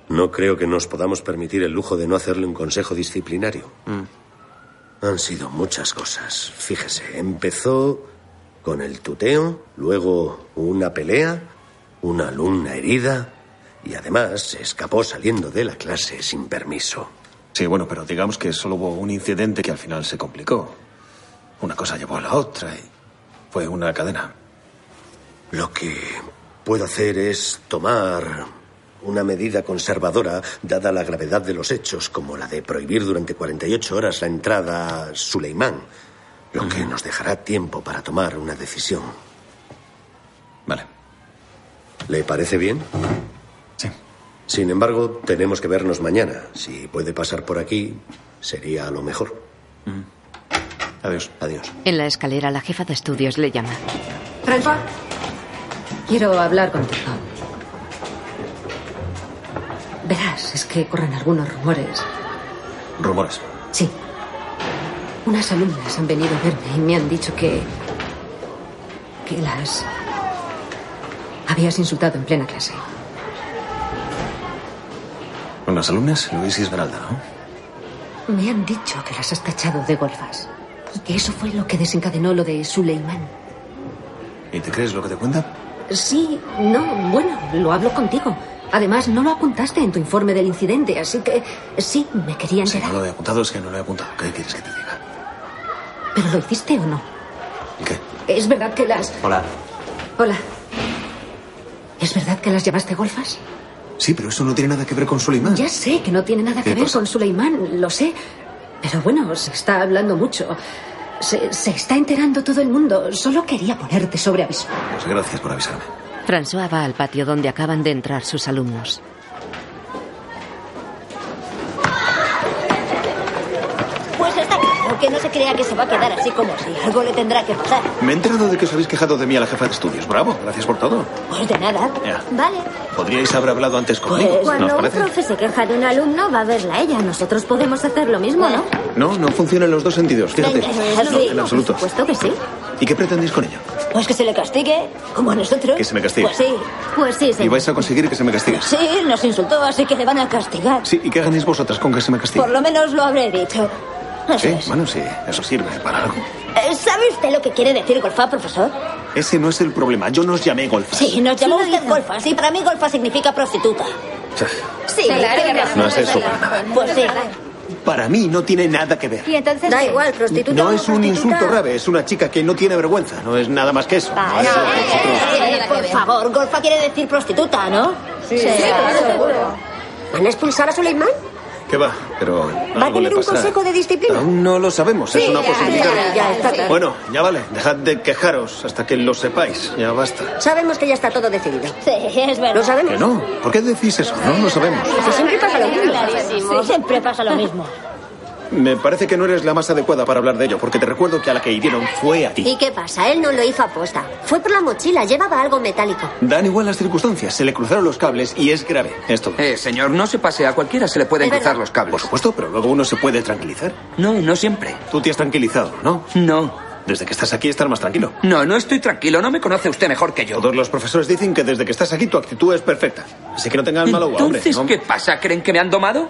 No creo que nos podamos permitir el lujo de no hacerle un consejo disciplinario.
Mm.
Han sido muchas cosas. Fíjese, empezó con el tuteo, luego una pelea, una alumna herida y además se escapó saliendo de la clase sin permiso.
Sí, bueno, pero digamos que solo hubo un incidente que al final se complicó. Una cosa llevó a la otra y fue una cadena.
Lo que puedo hacer es tomar una medida conservadora, dada la gravedad de los hechos, como la de prohibir durante 48 horas la entrada a Suleimán, lo que nos dejará tiempo para tomar una decisión.
Vale.
¿Le parece bien?
Sí.
Sin embargo, tenemos que vernos mañana. Si puede pasar por aquí, sería lo mejor.
Adiós.
Adiós.
En la escalera, la jefa de estudios le llama.
François, quiero hablar contigo. Verás, es que corren algunos rumores.
Rumores.
Sí. Unas alumnas han venido a verme y me han dicho que. que las. habías insultado en plena clase.
Con las alumnas, Luis y Esmeralda, ¿no?
Me han dicho que las has tachado de golfas. Y que eso fue lo que desencadenó lo de Suleiman.
¿Y te crees lo que te cuenta?
Sí, no, bueno, lo hablo contigo. Además, no lo apuntaste en tu informe del incidente, así que sí, me quería
Si no
enterar.
lo he apuntado, es que no lo he apuntado. ¿Qué quieres que te diga?
¿Pero lo hiciste o no?
¿Y qué?
¿Es verdad que las...
Hola.
Hola. ¿Es verdad que las llevaste golfas?
Sí, pero eso no tiene nada que ver con Suleiman.
Ya sé que no tiene nada que
¿Qué
ver
pasa?
con Suleimán, lo sé. Pero bueno, se está hablando mucho. Se, se está enterando todo el mundo. Solo quería ponerte sobre aviso.
Pues gracias por avisarme.
François va al patio donde acaban de entrar sus alumnos.
Pues está claro que no se crea que se va a quedar así como si algo le tendrá que pasar.
Me he enterado de que os habéis quejado de mí a la jefa de estudios. Bravo, gracias por todo.
Pues de nada.
Ya.
Vale.
Podríais haber hablado antes
Pues,
conmigo. ¿no os
Cuando un
parece?
profe se queja de un alumno, va a verla ella. Nosotros podemos hacer lo mismo, ¿no?
No, no funciona en los dos sentidos, fíjate.
Venga, eso es lo
en
mismo,
absoluto.
Por supuesto que sí.
¿Y qué pretendéis con ello?
Pues que se le castigue, como a nosotros.
Que se me castigue.
Pues sí. Pues sí,
¿Y
señor.
vais a conseguir que se me castigue?
Sí, nos insultó, así que le van a castigar.
Sí, ¿y qué ganáis vosotras con que se me castigue?
Por lo menos lo habré dicho. Eso
Sí,
es.
bueno, sí, eso sirve para algo.
Eh, ¿Sabe usted lo que quiere decir golfa, profesor?
Ese no es el problema. Yo no os llamé golf.
Sí, nos llamó usted golfa. Sí, para mí golfa significa prostituta. Sí, Claro, tiene razón.
No es eso para nada.
Pues sí.
Para mí no tiene nada que ver.
Y entonces. Da igual, prostituta.
No es un insulto grave, es una chica que no tiene vergüenza. No es nada más que eso.
Ah,
No, eso-
Por favor, golfa quiere decir prostituta, ¿no? Sí,
claro, seguro. ¿Van a expulsar a Suleimán?
¿Qué va? Pero
¿Va a
algo le
tener un
pasará.
consejo de disciplina?
Aún no lo sabemos, es
Sí,
una
ya,
posibilidad.
ya, ya, está claro.
Bueno, ya vale, dejad de quejaros hasta que lo sepáis, ya basta.
Sabemos que ya está todo decidido.
Sí, es verdad.
¿Lo sabemos?
Que no, ¿por qué decís eso? No lo sabemos.
Si siempre pasa lo mismo.
Clarísimo. Siempre pasa lo mismo.
Me parece que no eres la más adecuada para hablar de ello, porque te recuerdo que a la que hirieron fue a ti.
<laughs> ¿Y qué pasa? Él no lo hizo aposta. Fue por la mochila, llevaba algo metálico.
Dan igual las circunstancias, se le cruzaron los cables y es grave. Esto.
Eh, señor, no se pase. A cualquiera se le pueden
Es verdad.
cruzar los cables. Por
supuesto, pero luego uno se puede tranquilizar.
No, no siempre.
Tú te has tranquilizado, ¿no?
No.
Desde que estás aquí estás más tranquilo.
No, no estoy tranquilo. No me conoce usted mejor que yo.
Todos los profesores dicen que desde que estás aquí tu actitud es perfecta. Así que no tengas mal agua, hombre.
Entonces, ¿qué pasa? ¿Creen que me han domado?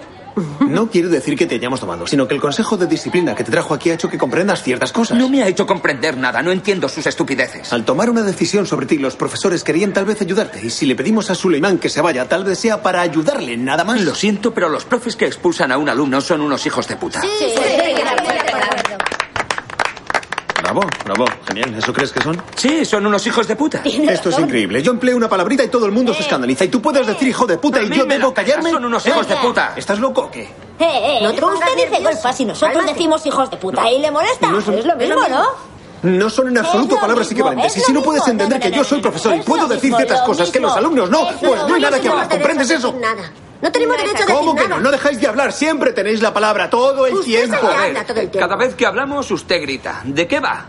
No quiere decir que te hayamos tomado, sino que el consejo de disciplina que te trajo aquí ha hecho que comprendas ciertas cosas.
No me ha hecho comprender nada. No entiendo sus estupideces.
Al tomar una decisión sobre ti, los profesores querían tal vez ayudarte. Y si le pedimos a Suleimán que se vaya, tal vez sea para ayudarle, nada más.
Lo siento, pero los profes que expulsan a un alumno son unos hijos de puta.
Bravo, bravo. Genial. ¿Eso crees que son?
Sí, son unos hijos de puta.
Esto es increíble. Yo empleo una palabrita y todo el mundo se escandaliza. Y tú puedes decir hijo de puta
A
y
mí
yo
me
debo
la pelas,
callarme. Eh.
son unos hijos de puta.
¿Estás loco o qué?
Eh, eh,
No
usted
te pongas
dice golfas y nosotros decimos hijos de puta. ¿Y le molesta?
No es lo-
es lo
es lo
mismo,
mismo.
¿no?
No son en absoluto
lo
palabras
mismo,
equivalentes.
es
Y
lo
si no puedes
mismo.
entender
No, no,
que
no,
yo
no,
soy
no,
profesor y
es
puedo
lo
decir
mismo,
ciertas
lo
cosas que
mismo.
los alumnos no,
Es lo
pues no hay
mismo.
nada que hablar.
No tenemos
¿Comprendes
derecho a
eso?
decir Nada. No tenemos derecho a decir
¿Cómo que no?
nada.
No dejáis de hablar. Siempre tenéis la palabra todo el
Usted
tiempo.
se le
Joder.
anda todo el tiempo.
Cada vez que hablamos, usted grita. ¿De qué va?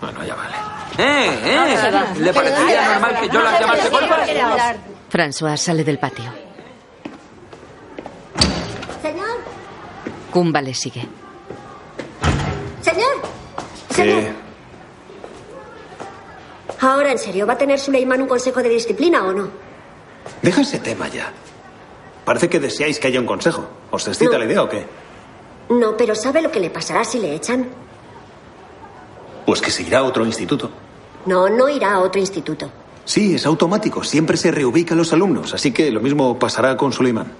Bueno, ya vale.
Eh,
se
eh.
va.
¿Le parecería normal que yo las llamase golfas?
François sale del patio.
Señor,
Kumba le sigue.
señor.
Eh,
Señor. Ahora, en serio, ¿va a tener Suleimán un consejo de disciplina o no?
Deja ese tema ya. Parece que deseáis que haya un consejo. ¿Os excita la idea o qué?
No, pero ¿sabe lo que le pasará si le echan?
Pues que se irá a otro instituto.
No, no irá a otro instituto.
Sí, es automático. Siempre se reubica a los alumnos. Así que lo mismo pasará con Suleiman.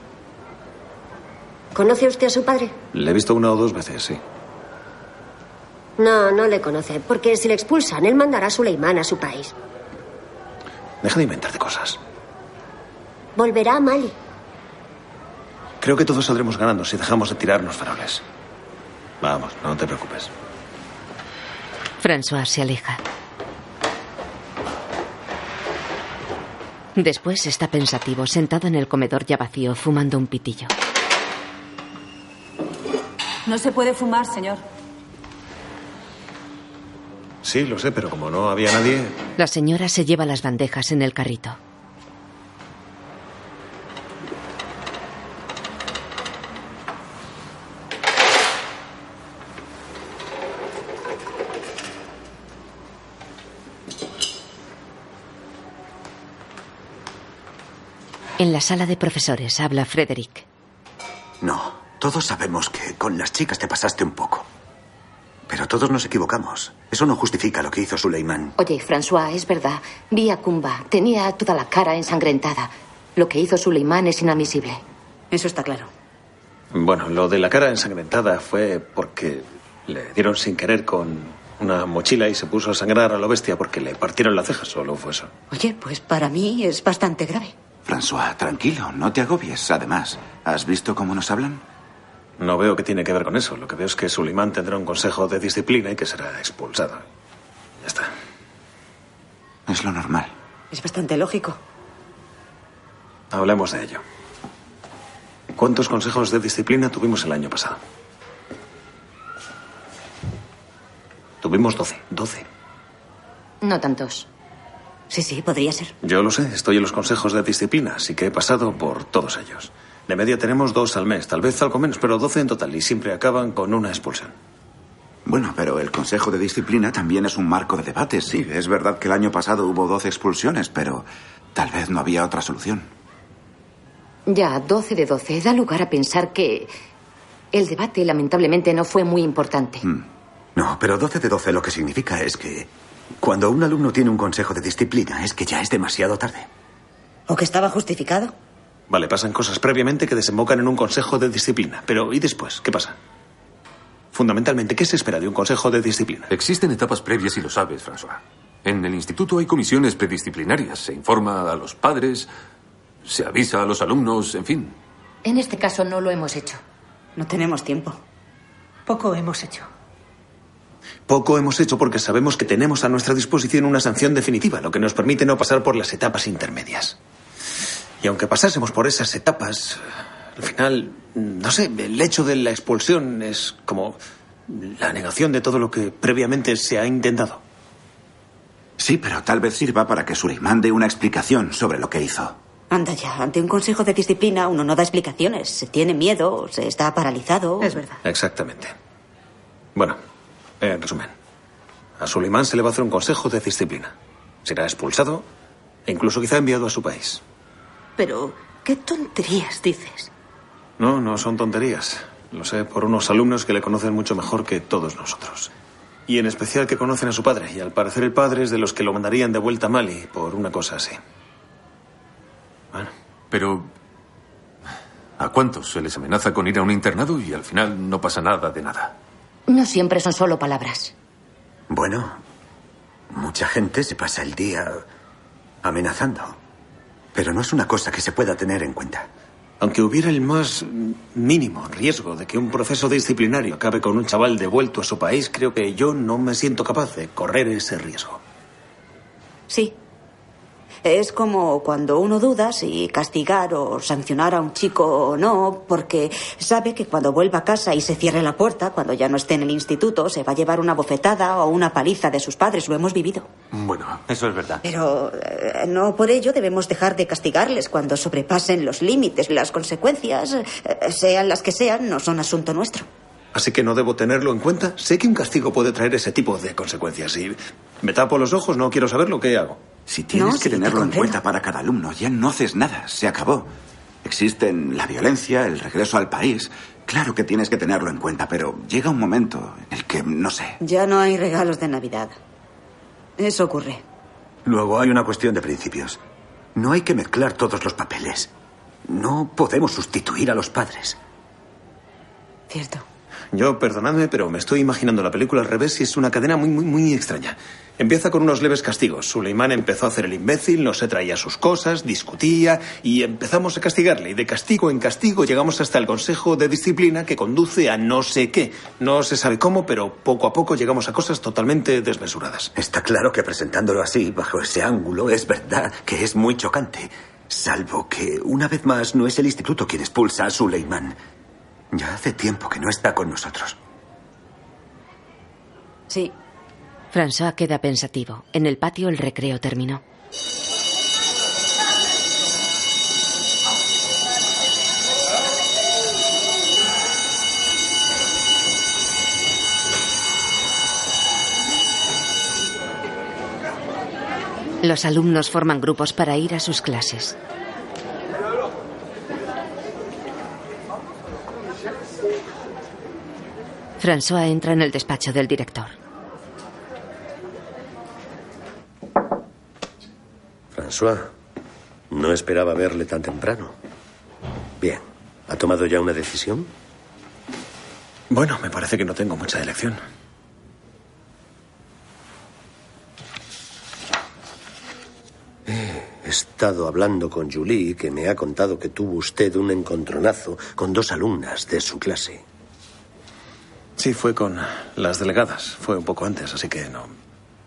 ¿Conoce usted a su padre?
Le he visto una o dos veces, sí.
No, no le conoce, porque si le expulsan, él mandará a Suleimán a su país.
Deja de inventarte cosas.
Volverá a Mali.
Creo que todos saldremos ganando si dejamos de tirarnos faroles. Vamos, no te preocupes.
François se aleja. Después está pensativo, sentado en el comedor ya vacío, fumando un pitillo.
No se puede fumar, señor.
Sí, lo sé, pero como no había nadie.
La señora se lleva las bandejas en el carrito.
En la sala de profesores habla Frederick.
No, todos sabemos que con las chicas te pasaste un poco. Pero todos nos equivocamos. Eso no justifica lo que hizo Suleiman.
Oye, François, es verdad. Vi a Kumba. Tenía toda la cara ensangrentada. Lo que hizo Suleimán es inadmisible. Eso está claro.
Bueno, lo de la cara ensangrentada fue porque le dieron sin querer con una mochila y se puso a sangrar a lo bestia porque le partieron las cejas. Solo fue eso.
Oye, pues para mí es bastante grave.
François, tranquilo, no te agobies. Además, ¿has visto cómo nos hablan?
No veo que tiene que ver con eso. Lo que veo es que Sulimán tendrá un consejo de disciplina y que será expulsado. Ya está.
Es lo normal.
Es bastante lógico.
Hablemos de ello. ¿Cuántos consejos de disciplina tuvimos el año pasado? Tuvimos 12. 12.
No tantos.
Sí, sí, podría ser.
Yo lo sé, estoy en los consejos de disciplina, así que he pasado por todos ellos. De media tenemos dos al mes, tal vez algo menos, pero 12 en total, y siempre acaban con una expulsión.
Bueno, pero el Consejo de Disciplina también es un marco de debate, sí. Es verdad que el año pasado hubo 12 expulsiones, pero tal vez no había otra solución.
Ya, 12 de 12 da lugar a pensar que el debate lamentablemente no fue muy importante.
No, pero 12 de 12 lo que significa es que cuando un alumno tiene un consejo de disciplina es que ya es demasiado tarde.
¿O que estaba justificado?
Vale, pasan cosas previamente que desembocan en un consejo de disciplina. Pero ¿y después? ¿Qué pasa? Fundamentalmente, ¿qué se espera de un consejo de disciplina?
Existen etapas previas y lo sabes, François. En el instituto hay comisiones predisciplinarias. Se informa a los padres, se avisa a los alumnos, en fin.
En este caso no lo hemos hecho.
No tenemos tiempo.
Poco hemos hecho.
Poco hemos hecho porque sabemos que tenemos a nuestra disposición una sanción definitiva, lo que nos permite no pasar por las etapas intermedias. Y aunque pasásemos por esas etapas, al final, no sé, el hecho de la expulsión es como la negación de todo lo que previamente se ha intentado.
Sí, pero tal vez sirva para que Suleiman dé una explicación sobre lo que hizo.
Anda ya, ante un consejo de disciplina uno no da explicaciones. Se tiene miedo, se está paralizado.
Es verdad.
Exactamente. Bueno, en resumen, a Suleiman se le va a hacer un consejo de disciplina. Será expulsado e incluso quizá enviado a su país.
Pero, ¿qué tonterías dices?
No, no son tonterías. Lo sé por unos alumnos que le conocen mucho mejor que todos nosotros. Y en especial que conocen a su padre. Y al parecer el padre es de los que lo mandarían de vuelta a Mali por una cosa así.
Bueno. Pero... ¿A cuántos se les amenaza con ir a un internado y al final no pasa nada de nada?
No siempre son solo palabras.
Bueno, mucha gente se pasa el día amenazando. Pero no es una cosa que se pueda tener en cuenta.
Aunque hubiera el más mínimo riesgo de que un proceso disciplinario acabe con un chaval devuelto a su país, creo que yo no me siento capaz de correr ese riesgo.
Sí. Es como cuando uno duda si castigar o sancionar a un chico o no, porque sabe que cuando vuelva a casa y se cierre la puerta, cuando ya no esté en el instituto, se va a llevar una bofetada o una paliza de sus padres. Lo hemos vivido.
Bueno,
eso es verdad.
Pero eh, no por ello debemos dejar de castigarles cuando sobrepasen los límites. Las consecuencias, eh, sean las que sean, no son asunto nuestro.
Así que no debo tenerlo en cuenta. Sé que un castigo puede traer ese tipo de consecuencias. Y me tapo los ojos, no quiero saber lo que hago.
Si tienes
No,
que
sí,
tenerlo
te
en
comprendo.
cuenta para cada alumno, ya no haces nada, se acabó. Existen la violencia, el regreso al país. Claro que tienes que tenerlo en cuenta, pero llega un momento en el que, no sé,
Ya no hay regalos de Navidad. Eso ocurre.
Luego hay una cuestión de principios. No hay que mezclar todos los papeles. No podemos sustituir a los padres.
Cierto.
Yo, perdonadme, pero me estoy imaginando la película al revés y es una cadena muy, muy, muy extraña. Empieza con unos leves castigos. Suleimán empezó a hacer el imbécil, no se traía sus cosas, discutía y empezamos a castigarle. Y de castigo en castigo llegamos hasta el Consejo de Disciplina que conduce a no sé qué. No se sabe cómo, pero poco a poco llegamos a cosas totalmente desmesuradas.
Está claro que presentándolo así, bajo ese ángulo, es verdad que es muy chocante. Salvo que, una vez más, no es el instituto quien expulsa a Suleiman. Ya hace tiempo que no está con nosotros.
Sí.
François queda pensativo. En el patio el recreo terminó. Los alumnos forman grupos para ir a sus clases.
François entra en el despacho del director.
François, no esperaba verle tan temprano. Bien, ¿ha tomado ya una decisión?
Bueno, me parece que no tengo mucha elección.
He estado hablando con Julie, que me ha contado que tuvo usted un encontronazo con dos alumnas de su clase.
Sí, fue con las delegadas. Fue un poco antes, así que no.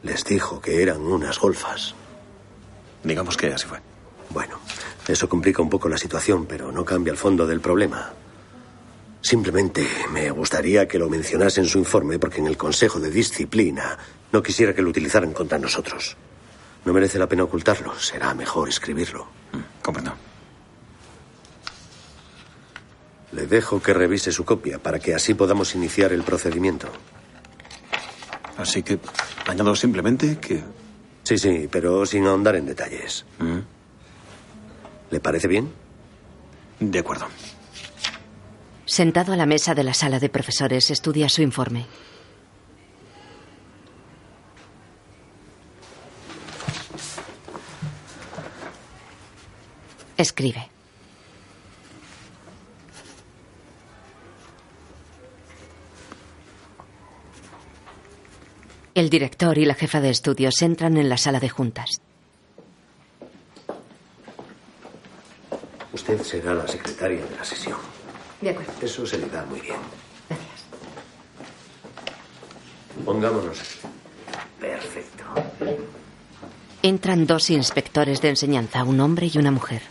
Les dijo que eran unas golfas.
Digamos que así fue.
Bueno, eso complica un poco la situación, pero no cambia el fondo del problema. Simplemente me gustaría que lo mencionase en su informe porque en el Consejo de Disciplina no quisiera que lo utilizaran contra nosotros. No merece la pena ocultarlo, será mejor escribirlo.
Mm, Comprendo.
Le dejo que revise su copia para que así podamos iniciar el procedimiento.
Así que añado simplemente que...
Sí, sí, pero sin ahondar en detalles.
¿Mm?
¿Le parece bien?
De acuerdo.
Sentado a la mesa de la sala de profesores, estudia su informe. Escribe. El director y la jefa de estudios entran en la sala de juntas.
Usted será la secretaria de la sesión.
De acuerdo.
Eso se le da muy bien. Pongámonos. Perfecto.
Entran dos inspectores de enseñanza, un hombre y una mujer.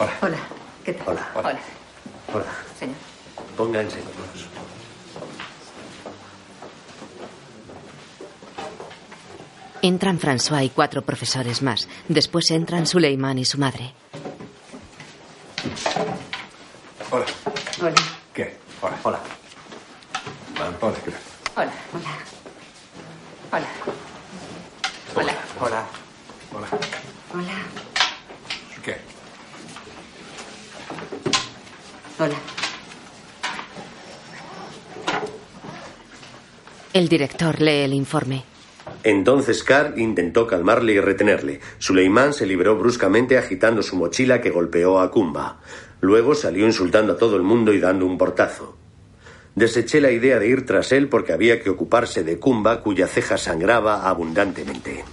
Hola.
Hola, ¿qué tal?
Hola.
Hola,
Hola.
señor.
Pónganse todos.
Entran François y cuatro profesores más. Después entran Suleiman y su madre.
Hola.
Hola.
¿Qué? Hola. Hola. Hola, ¿qué
Hola.
tal?
Hola. Hola. Hola.
Hola. Hola.
Hola.
¿Qué?
Hola.
El director lee el informe.
Entonces Carl intentó calmarle y retenerle. Suleimán se liberó bruscamente agitando su mochila que golpeó a Kumba. Luego salió insultando a todo el mundo y dando un portazo. Deseché la idea de ir tras él porque había que ocuparse de Kumba, cuya ceja sangraba abundantemente.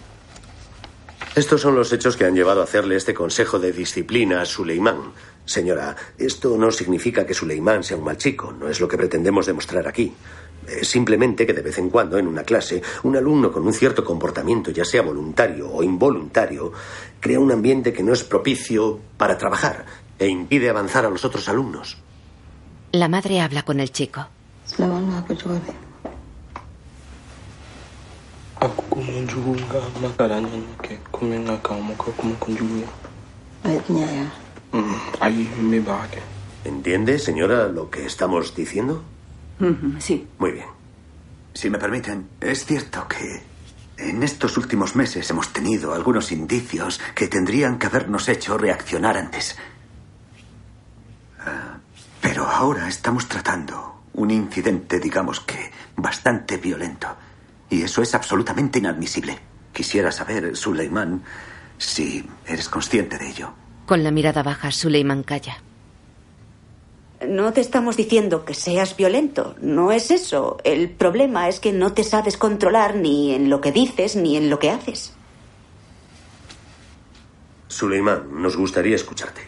Estos son los hechos que han llevado a hacerle este consejo de disciplina a Suleimán. Señora, esto no significa que Suleimán sea un mal chico, no es lo que pretendemos demostrar aquí. Eh, Simplemente que de vez en cuando en una clase un alumno con un cierto comportamiento, ya sea voluntario o involuntario, crea un ambiente que no es propicio para trabajar e impide avanzar a los otros alumnos.
La madre habla con el chico.
ya.
¿Entiende, señora, lo que estamos diciendo?
Sí.
Muy bien.
Si me permiten, es cierto que en estos últimos meses hemos tenido algunos indicios que tendrían que habernos hecho reaccionar antes. Ah, Pero ahora estamos tratando un incidente, digamos que, bastante violento. Y eso es absolutamente inadmisible. Quisiera saber, Suleimán, si eres consciente de ello.
Con la mirada baja, Suleiman calla.
No te estamos diciendo que seas violento, no es eso. El problema es que no te sabes controlar ni en lo que dices ni en lo que haces.
Suleimán, nos gustaría escucharte.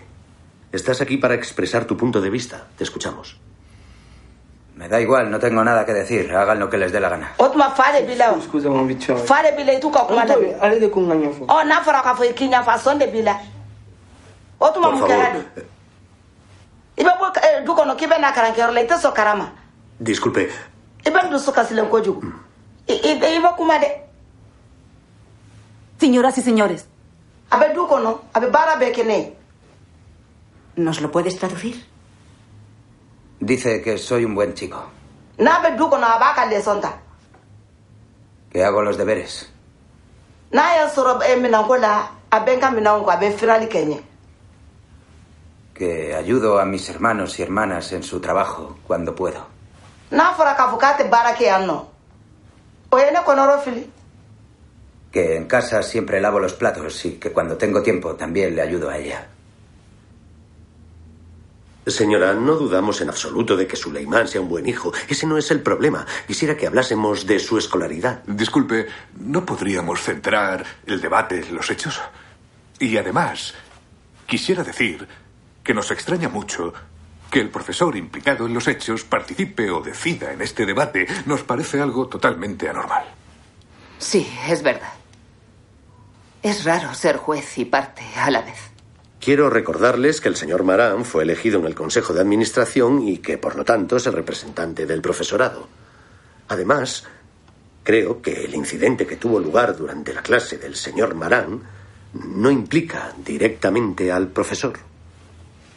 Estás aquí para expresar tu punto de vista. Te escuchamos.
Me da igual, no tengo nada que decir. Hagan lo que les dé la gana.
Otuma fare bila. Scusa mon bicho. Fare bila itu ka kuma da.
Ale de kun ŋa
Oh na fara ka foi kinya fa son de bila. Otuma
Por
mun kara de.
favor, Eh,
Ibe bo du kono kibe na karan kero le ite so karama.
disculpe.
Ibe du so kasilen ko jugo. Ibe ibe e, kuma de.
Señoras y señores.
Abe du kono, abe bara be kene.
¿Nos lo puedes traducir?
Dice que soy un buen chico,
Na abe du kono abaka le sonta.
que hago los deberes.
Na ya soro e minan ko la abe ka minan ko abe firali kenye.
que ayudo a mis hermanos y hermanas en su trabajo cuando puedo.
na fɔra k'a fɔ k'a tɛ baara kɛ yan nɔ o ye ne kɔnɔrɔ fili
Que en casa siempre lavo los platos y que cuando tengo tiempo también le ayudo a ella.
Señora, no dudamos en absoluto de que Suleimán sea un buen hijo. Ese no es el problema. Quisiera que hablásemos de su escolaridad.
Disculpe, ¿no podríamos centrar el debate en los hechos? Y además, quisiera decir que nos extraña mucho que el profesor implicado en los hechos participe o decida en este debate. Nos parece algo totalmente anormal.
Sí, es verdad. Es raro ser juez y parte a la vez.
Quiero recordarles que el señor Marán fue elegido en el Consejo de Administración y que, por lo tanto, es el representante del profesorado. Además, creo que el incidente que tuvo lugar durante la clase del señor Marán no implica directamente al profesor.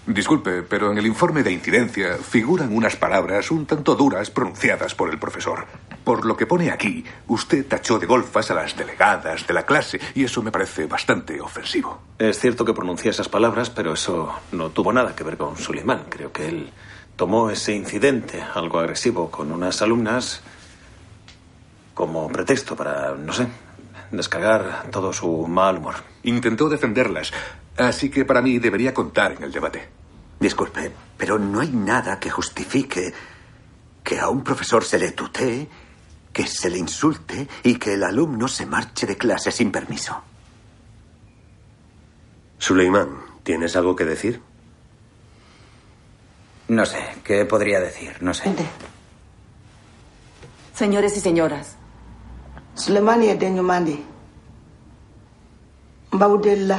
Disculpe, pero en el informe de incidencia figuran unas palabras un tanto duras pronunciadas por el profesor. Por lo que pone aquí, usted tachó de golfas a las delegadas de la clase y eso me parece bastante ofensivo.
Es cierto que pronuncié esas palabras, pero eso no tuvo nada que ver con Suleiman. Creo que él tomó ese incidente algo agresivo con unas alumnas como pretexto para, no sé, descargar todo su mal humor.
Intentó defenderlas, así que para mí debería contar en el debate.
Disculpe, pero no hay nada que justifique que a un profesor se le tutee, que se le insulte y que el alumno se marche de clase sin permiso.
Suleimán, ¿tienes algo que decir?
No sé, ¿qué podría decir? No sé.
Señores y señoras,
sulemani ye den ɲuman de ye n b'aw deli la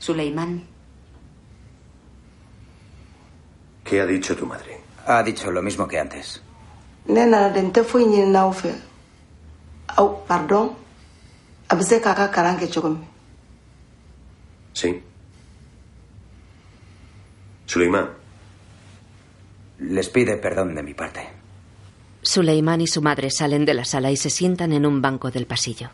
Suleimán.
¿Qué ha dicho tu madre?
Ha dicho lo mismo que antes.
ne nana de n tɛ foyi ɲini n'aw fɛ aw pardon a bɛ se k'a ka kalan kɛ cogo min
Sí. Suleimán.
Les pide perdón de mi parte.
Suleiman y su madre salen de la sala y se sientan en un banco del pasillo.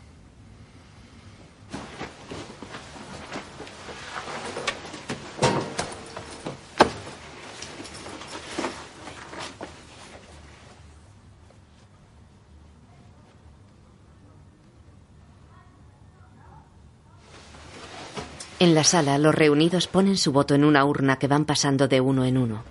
En la sala, los reunidos ponen su voto en una urna que van pasando de uno en uno.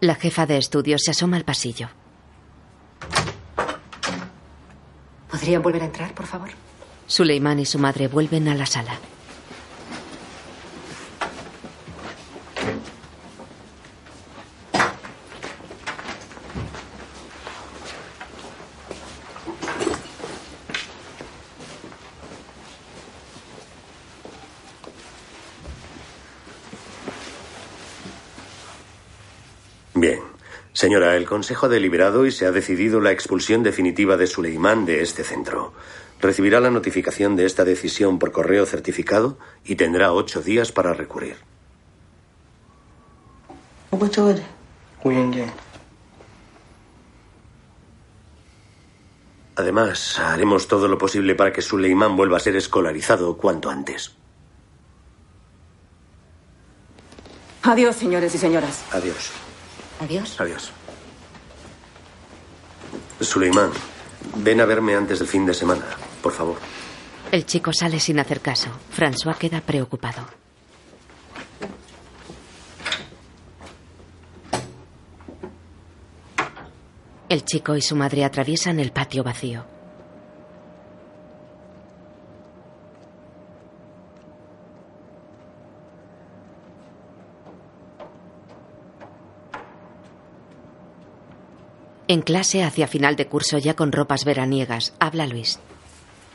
La jefa de estudios se asoma al pasillo.
¿Podrían volver a entrar, por favor?
Suleiman y su madre vuelven a la sala.
Bien. Señora, el Consejo ha deliberado y se ha decidido la expulsión definitiva de Suleimán de este centro. Recibirá la notificación de esta decisión por correo certificado y tendrá ocho días para recurrir.
o ko cogo di
Además, haremos todo lo posible para que Suleimán vuelva a ser escolarizado cuanto antes.
adiós, señores y señoras.
Adiós.
Adiós.
Adiós. Suleimán, ven a verme antes del fin de semana, por favor.
El chico sale sin hacer caso. François queda preocupado. El chico y su madre atraviesan el patio vacío. En clase, hacia final de curso, ya con ropas veraniegas, habla Luis.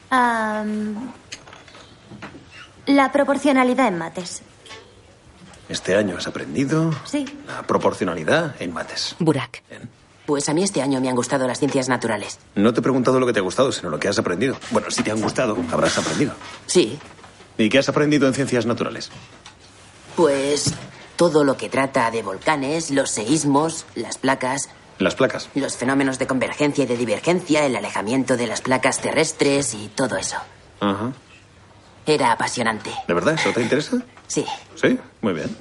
Am, la proporcionalidad en mates.
Este año has aprendido
Sí.
la proporcionalidad en mates.
Burak.
Pues a mí este año me han gustado las ciencias naturales.
No te he preguntado lo que te ha gustado, sino lo que has aprendido. Bueno, si te han gustado, habrás aprendido.
Sí.
¿Y qué has aprendido en ciencias naturales?
Pues todo lo que trata de volcanes, los seísmos, las placas,
Las placas.
los fenómenos de convergencia y de divergencia, el alejamiento de las placas terrestres y todo eso.
Ajá.
Era apasionante.
¿De verdad? ¿Eso te interesa?
Sí.
Sí, muy bien.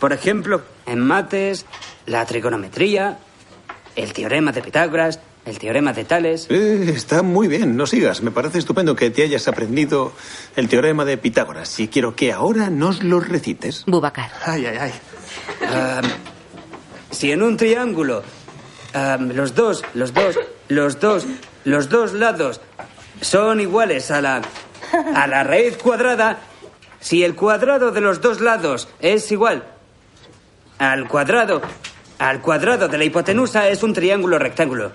Por ejemplo, en mates, la trigonometría, el teorema de Pitágoras, el teorema de Tales.
Eh, está muy bien, no sigas. Me parece estupendo que te hayas aprendido el teorema de Pitágoras y quiero que ahora nos lo recites.
Bubacar.
Ay, ay, ay.
Ah,
si en un triángulo ah, los dos, los dos, los dos, los dos lados son iguales a la a la raíz cuadrada, si el cuadrado de los dos lados es igual al cuadrado al cuadrado de la hipotenusa es un triángulo rectángulo.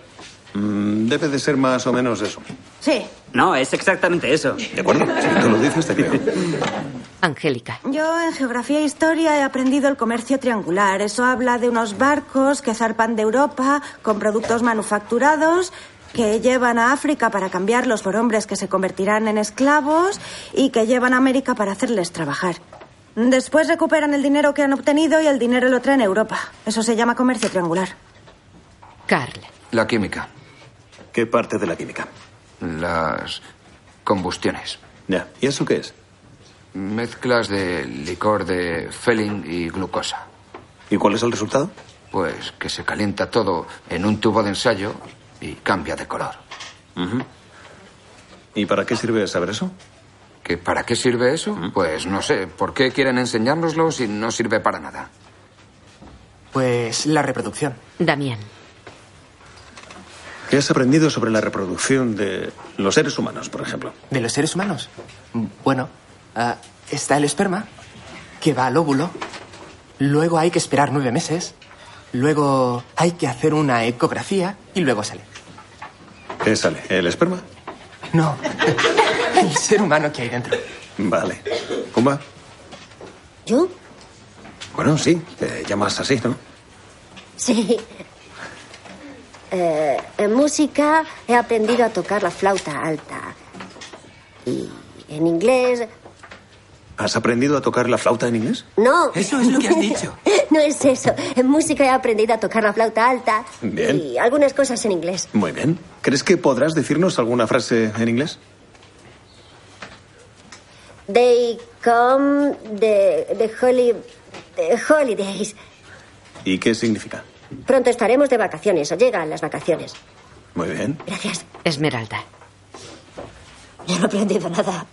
Mm, debe de ser más o menos eso.
Sí. No, es exactamente eso.
¿De acuerdo? Si tú lo dices, te creo.
<laughs>
Angélica.
Yo en geografía e historia he aprendido el comercio triangular. Eso habla de unos barcos que zarpan de Europa con productos manufacturados que llevan a África para cambiarlos por hombres que se convertirán en esclavos y que llevan a América para hacerles trabajar. Después recuperan el dinero que han obtenido y el dinero lo traen a Europa. Eso se llama comercio triangular.
Carl.
La química.
¿Qué parte de la química?
Las combustiones.
Ya. ¿Y eso qué es?
Mezclas de licor de Felling y glucosa.
¿Y cuál es el resultado?
Pues que se calienta todo en un tubo de ensayo y cambia de color.
¿Y para qué sirve saber eso? Mm.
¿Que ¿Para qué sirve eso? Pues no sé. ¿Por qué quieren enseñárnoslo si no sirve para nada?
Pues la reproducción.
Damián.
¿Qué has aprendido sobre la reproducción de los seres humanos, por ejemplo?
¿De los seres humanos? Bueno, ah, está el esperma, que va al óvulo. Luego hay que esperar nueve meses. Luego hay que hacer una ecografía y luego sale.
¿Qué Eh, sale? ¿El esperma?
No, el ser humano que hay dentro.
Vale. ¿Cumba?
¿Yo?
Bueno, sí, te llamas así, ¿no?
Sí. Eh, en música he aprendido a tocar la flauta alta. Y en inglés.
¿Has aprendido a tocar la flauta en inglés?
No.
Eso es lo que has dicho.
<laughs> no es eso. En música he aprendido a tocar la flauta alta.
Bien.
Y algunas cosas en inglés.
Muy bien. ¿Crees que podrás decirnos alguna frase en inglés?
They come the, the holy, the holidays.
¿Y qué significa?
Pronto estaremos de vacaciones o llegan las vacaciones.
Muy bien.
Gracias.
Esmeralda.
Yo no he aprendido nada.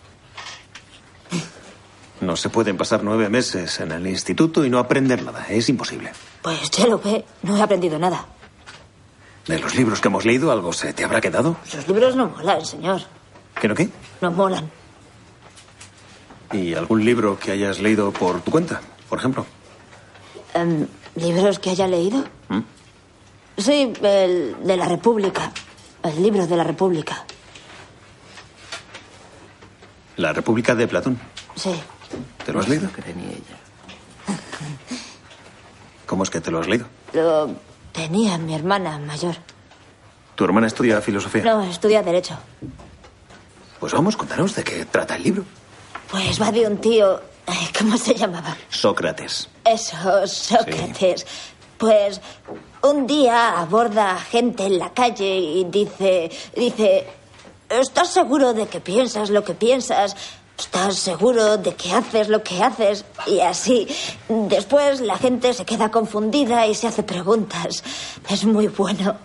No se pueden pasar nueve meses en el instituto y no aprender nada. Es imposible.
Pues ya lo ve, no he aprendido nada.
De los libros que hemos leído, algo se te habrá quedado.
Sus libros no molan, señor.
¿Qué no qué?
No molan.
¿Y algún libro que hayas leído por tu cuenta, por ejemplo?
Em, ¿Libros que haya leído?
¿Mm?
Sí, el de la República. El libro de la República.
La República de Platón.
Sí.
¿Te lo has leído? <laughs> ¿Cómo es que te lo has leído?
Lo tenía mi hermana mayor.
¿Tu hermana estudia filosofía?
No, estudia Derecho.
Pues vamos, contanos de qué trata el libro.
Pues va de un tío. ay, ¿Cómo se llamaba?
Sócrates.
Eso, Sócrates. Pues un día aborda a gente en la calle y dice, dice, ¿estás seguro de que piensas lo que piensas? ¿Estás seguro de que haces lo que haces? Y así. Después la gente se queda confundida y se hace preguntas. Es muy bueno.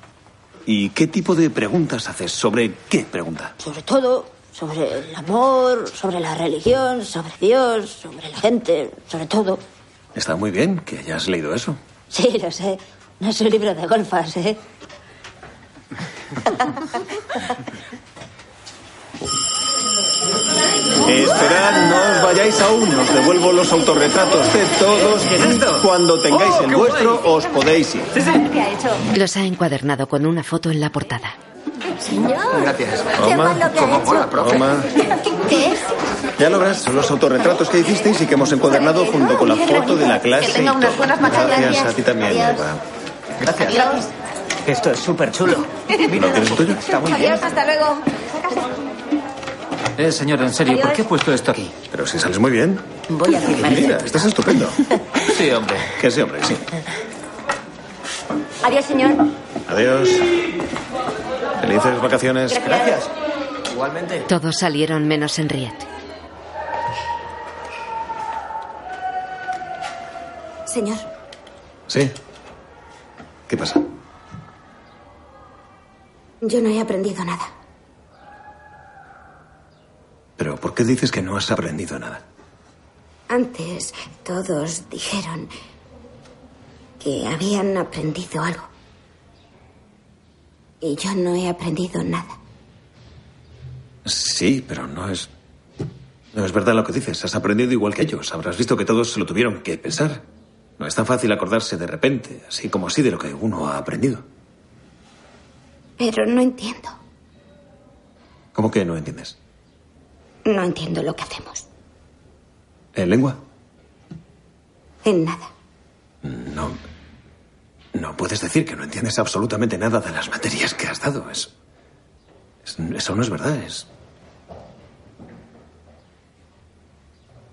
¿Y qué tipo de preguntas haces? ¿Sobre qué pregunta?
Sobre todo sobre el amor, sobre la religión, sobre Dios, sobre la gente, sobre todo.
Está muy bien que hayas leído eso.
Sí, lo sé. No es un libro de golfas, ¿eh?
Esperad, no os vayáis aún. Os devuelvo los autorretratos de todos. Cuando tengáis el vuestro, os podéis ir.
¿Qué ha hecho?
Los ha encuadernado con una foto en la portada.
Señor.
Gracias.
Qué mal lo que ha hecho.
Toma.
¿Qué es?
Ya lo verás, son los autorretratos que hicisteis y que hemos encuadernado junto con la foto de la clase.
Que tenga
y
unas
todo.
buenas vacaciones.
Gracias a ti también,
Adiós.
Eva.
Adiós.
Esto es súper chulo.
¿No quieres el tuyo? Está
Adiós, hasta luego.
Eh, señor, en serio, ¿por qué he puesto esto aquí?
Pero si sales muy bien.
Voy a firmar
Mira, estás estupendo.
Sí, hombre.
Que sí, hombre, sí.
Adiós, señor.
Adiós. Felices vacaciones.
Gracias.
Igualmente.
Todos salieron menos Henriette.
Señor,
Sí. ¿Qué pasa?
yo no he aprendido nada.
Pero ¿por qué dices que no has aprendido nada?
Antes todos dijeron que habían aprendido algo. Y yo no he aprendido nada.
Sí, pero no es. No es verdad lo que dices. Has aprendido igual que ellos. Habrás visto que todos se lo tuvieron que pensar. No es tan fácil acordarse de repente, así como así, de lo que uno ha aprendido.
Pero no entiendo.
¿Cómo que no entiendes?
No entiendo lo que hacemos.
¿En lengua?
En nada.
No. No puedes decir que no entiendes absolutamente nada de las materias que has dado. Eso, es- eso no es verdad. Es,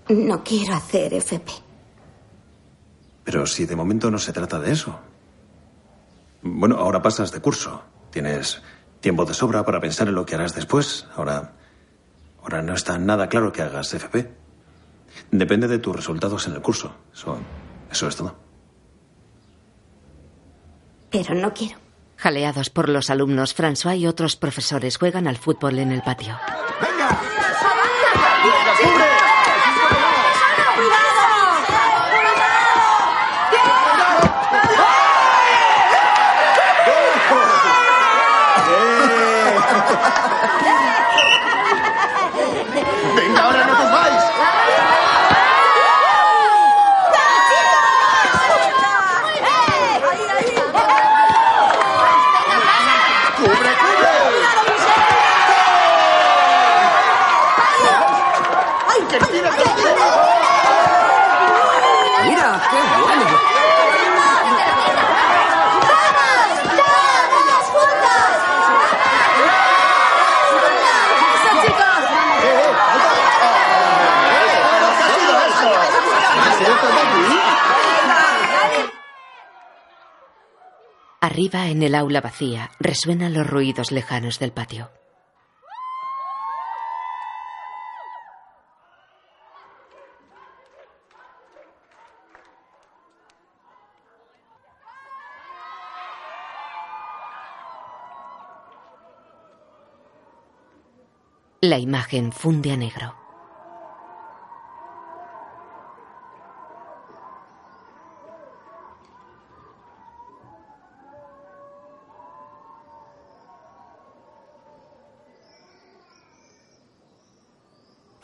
No quiero hacer FP.
pero si de momento no se trata de eso. Bueno, ahora pasas de curso. Tienes tiempo de sobra para pensar en lo que harás después. Ahora. Ahora no está nada claro que hagas FP. Depende de tus resultados en el curso. Eso, eso es todo.
Pero no quiero.
Jaleados por los alumnos, François y otros profesores juegan al fútbol en el patio.
¡Venga, ahora no os vais!
Mira, qué bueno.
Arriba, en el aula vacía, resuenan los ruidos lejanos del patio. La imagen funde a negro.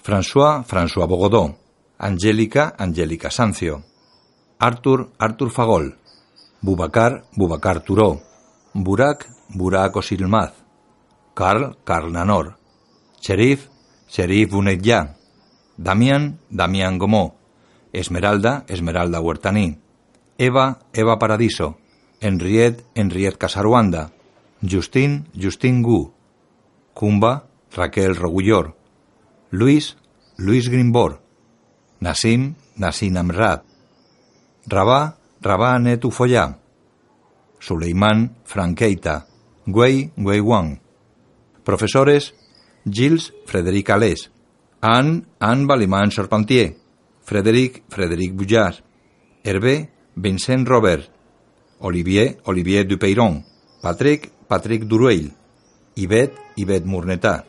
François, François Bogodón. Angélica, Angélica Sancio. Arthur, Arthur Fagol. Bubacar, Bubacar Turó. Burak, Burak Osilmaz. Karl, Karl Nanor. Sherif, Sherif Bunedja. Damián, Damián Gomó. Esmeralda, Esmeralda Huertaní. Eva, Eva Paradiso. Henriette, Henriette Casaruanda. Justin, Justin Gu. Cumba, Raquel Rogullor. Luis, Luis Grimbor, Nassim, Nassim Amrad, Rabá, Rabá Netu Follá, Suleimán, Franqueita, Wei, Wei Wang. Profesores, Gilles, Frédéric Alès, Anne, Anne Balimán Charpentier, Frédéric, Frédéric Bouillard, Hervé, Vincent Robert, Olivier, Olivier Dupeyron, Patrick, Patrick Duruel, Yvette, Yvette Murnetat.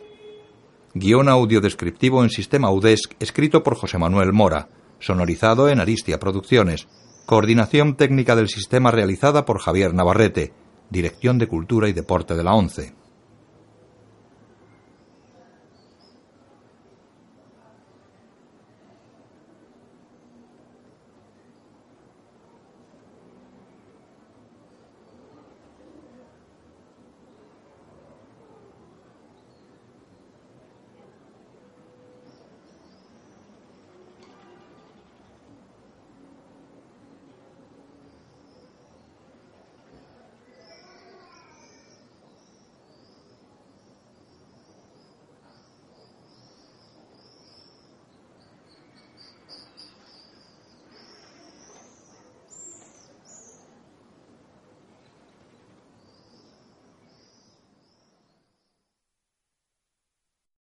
Guión audio descriptivo en sistema UDESC escrito por José Manuel Mora, sonorizado en Aristia Producciones. Coordinación técnica del sistema realizada por Javier Navarrete, Dirección de Cultura y Deporte de la ONCE.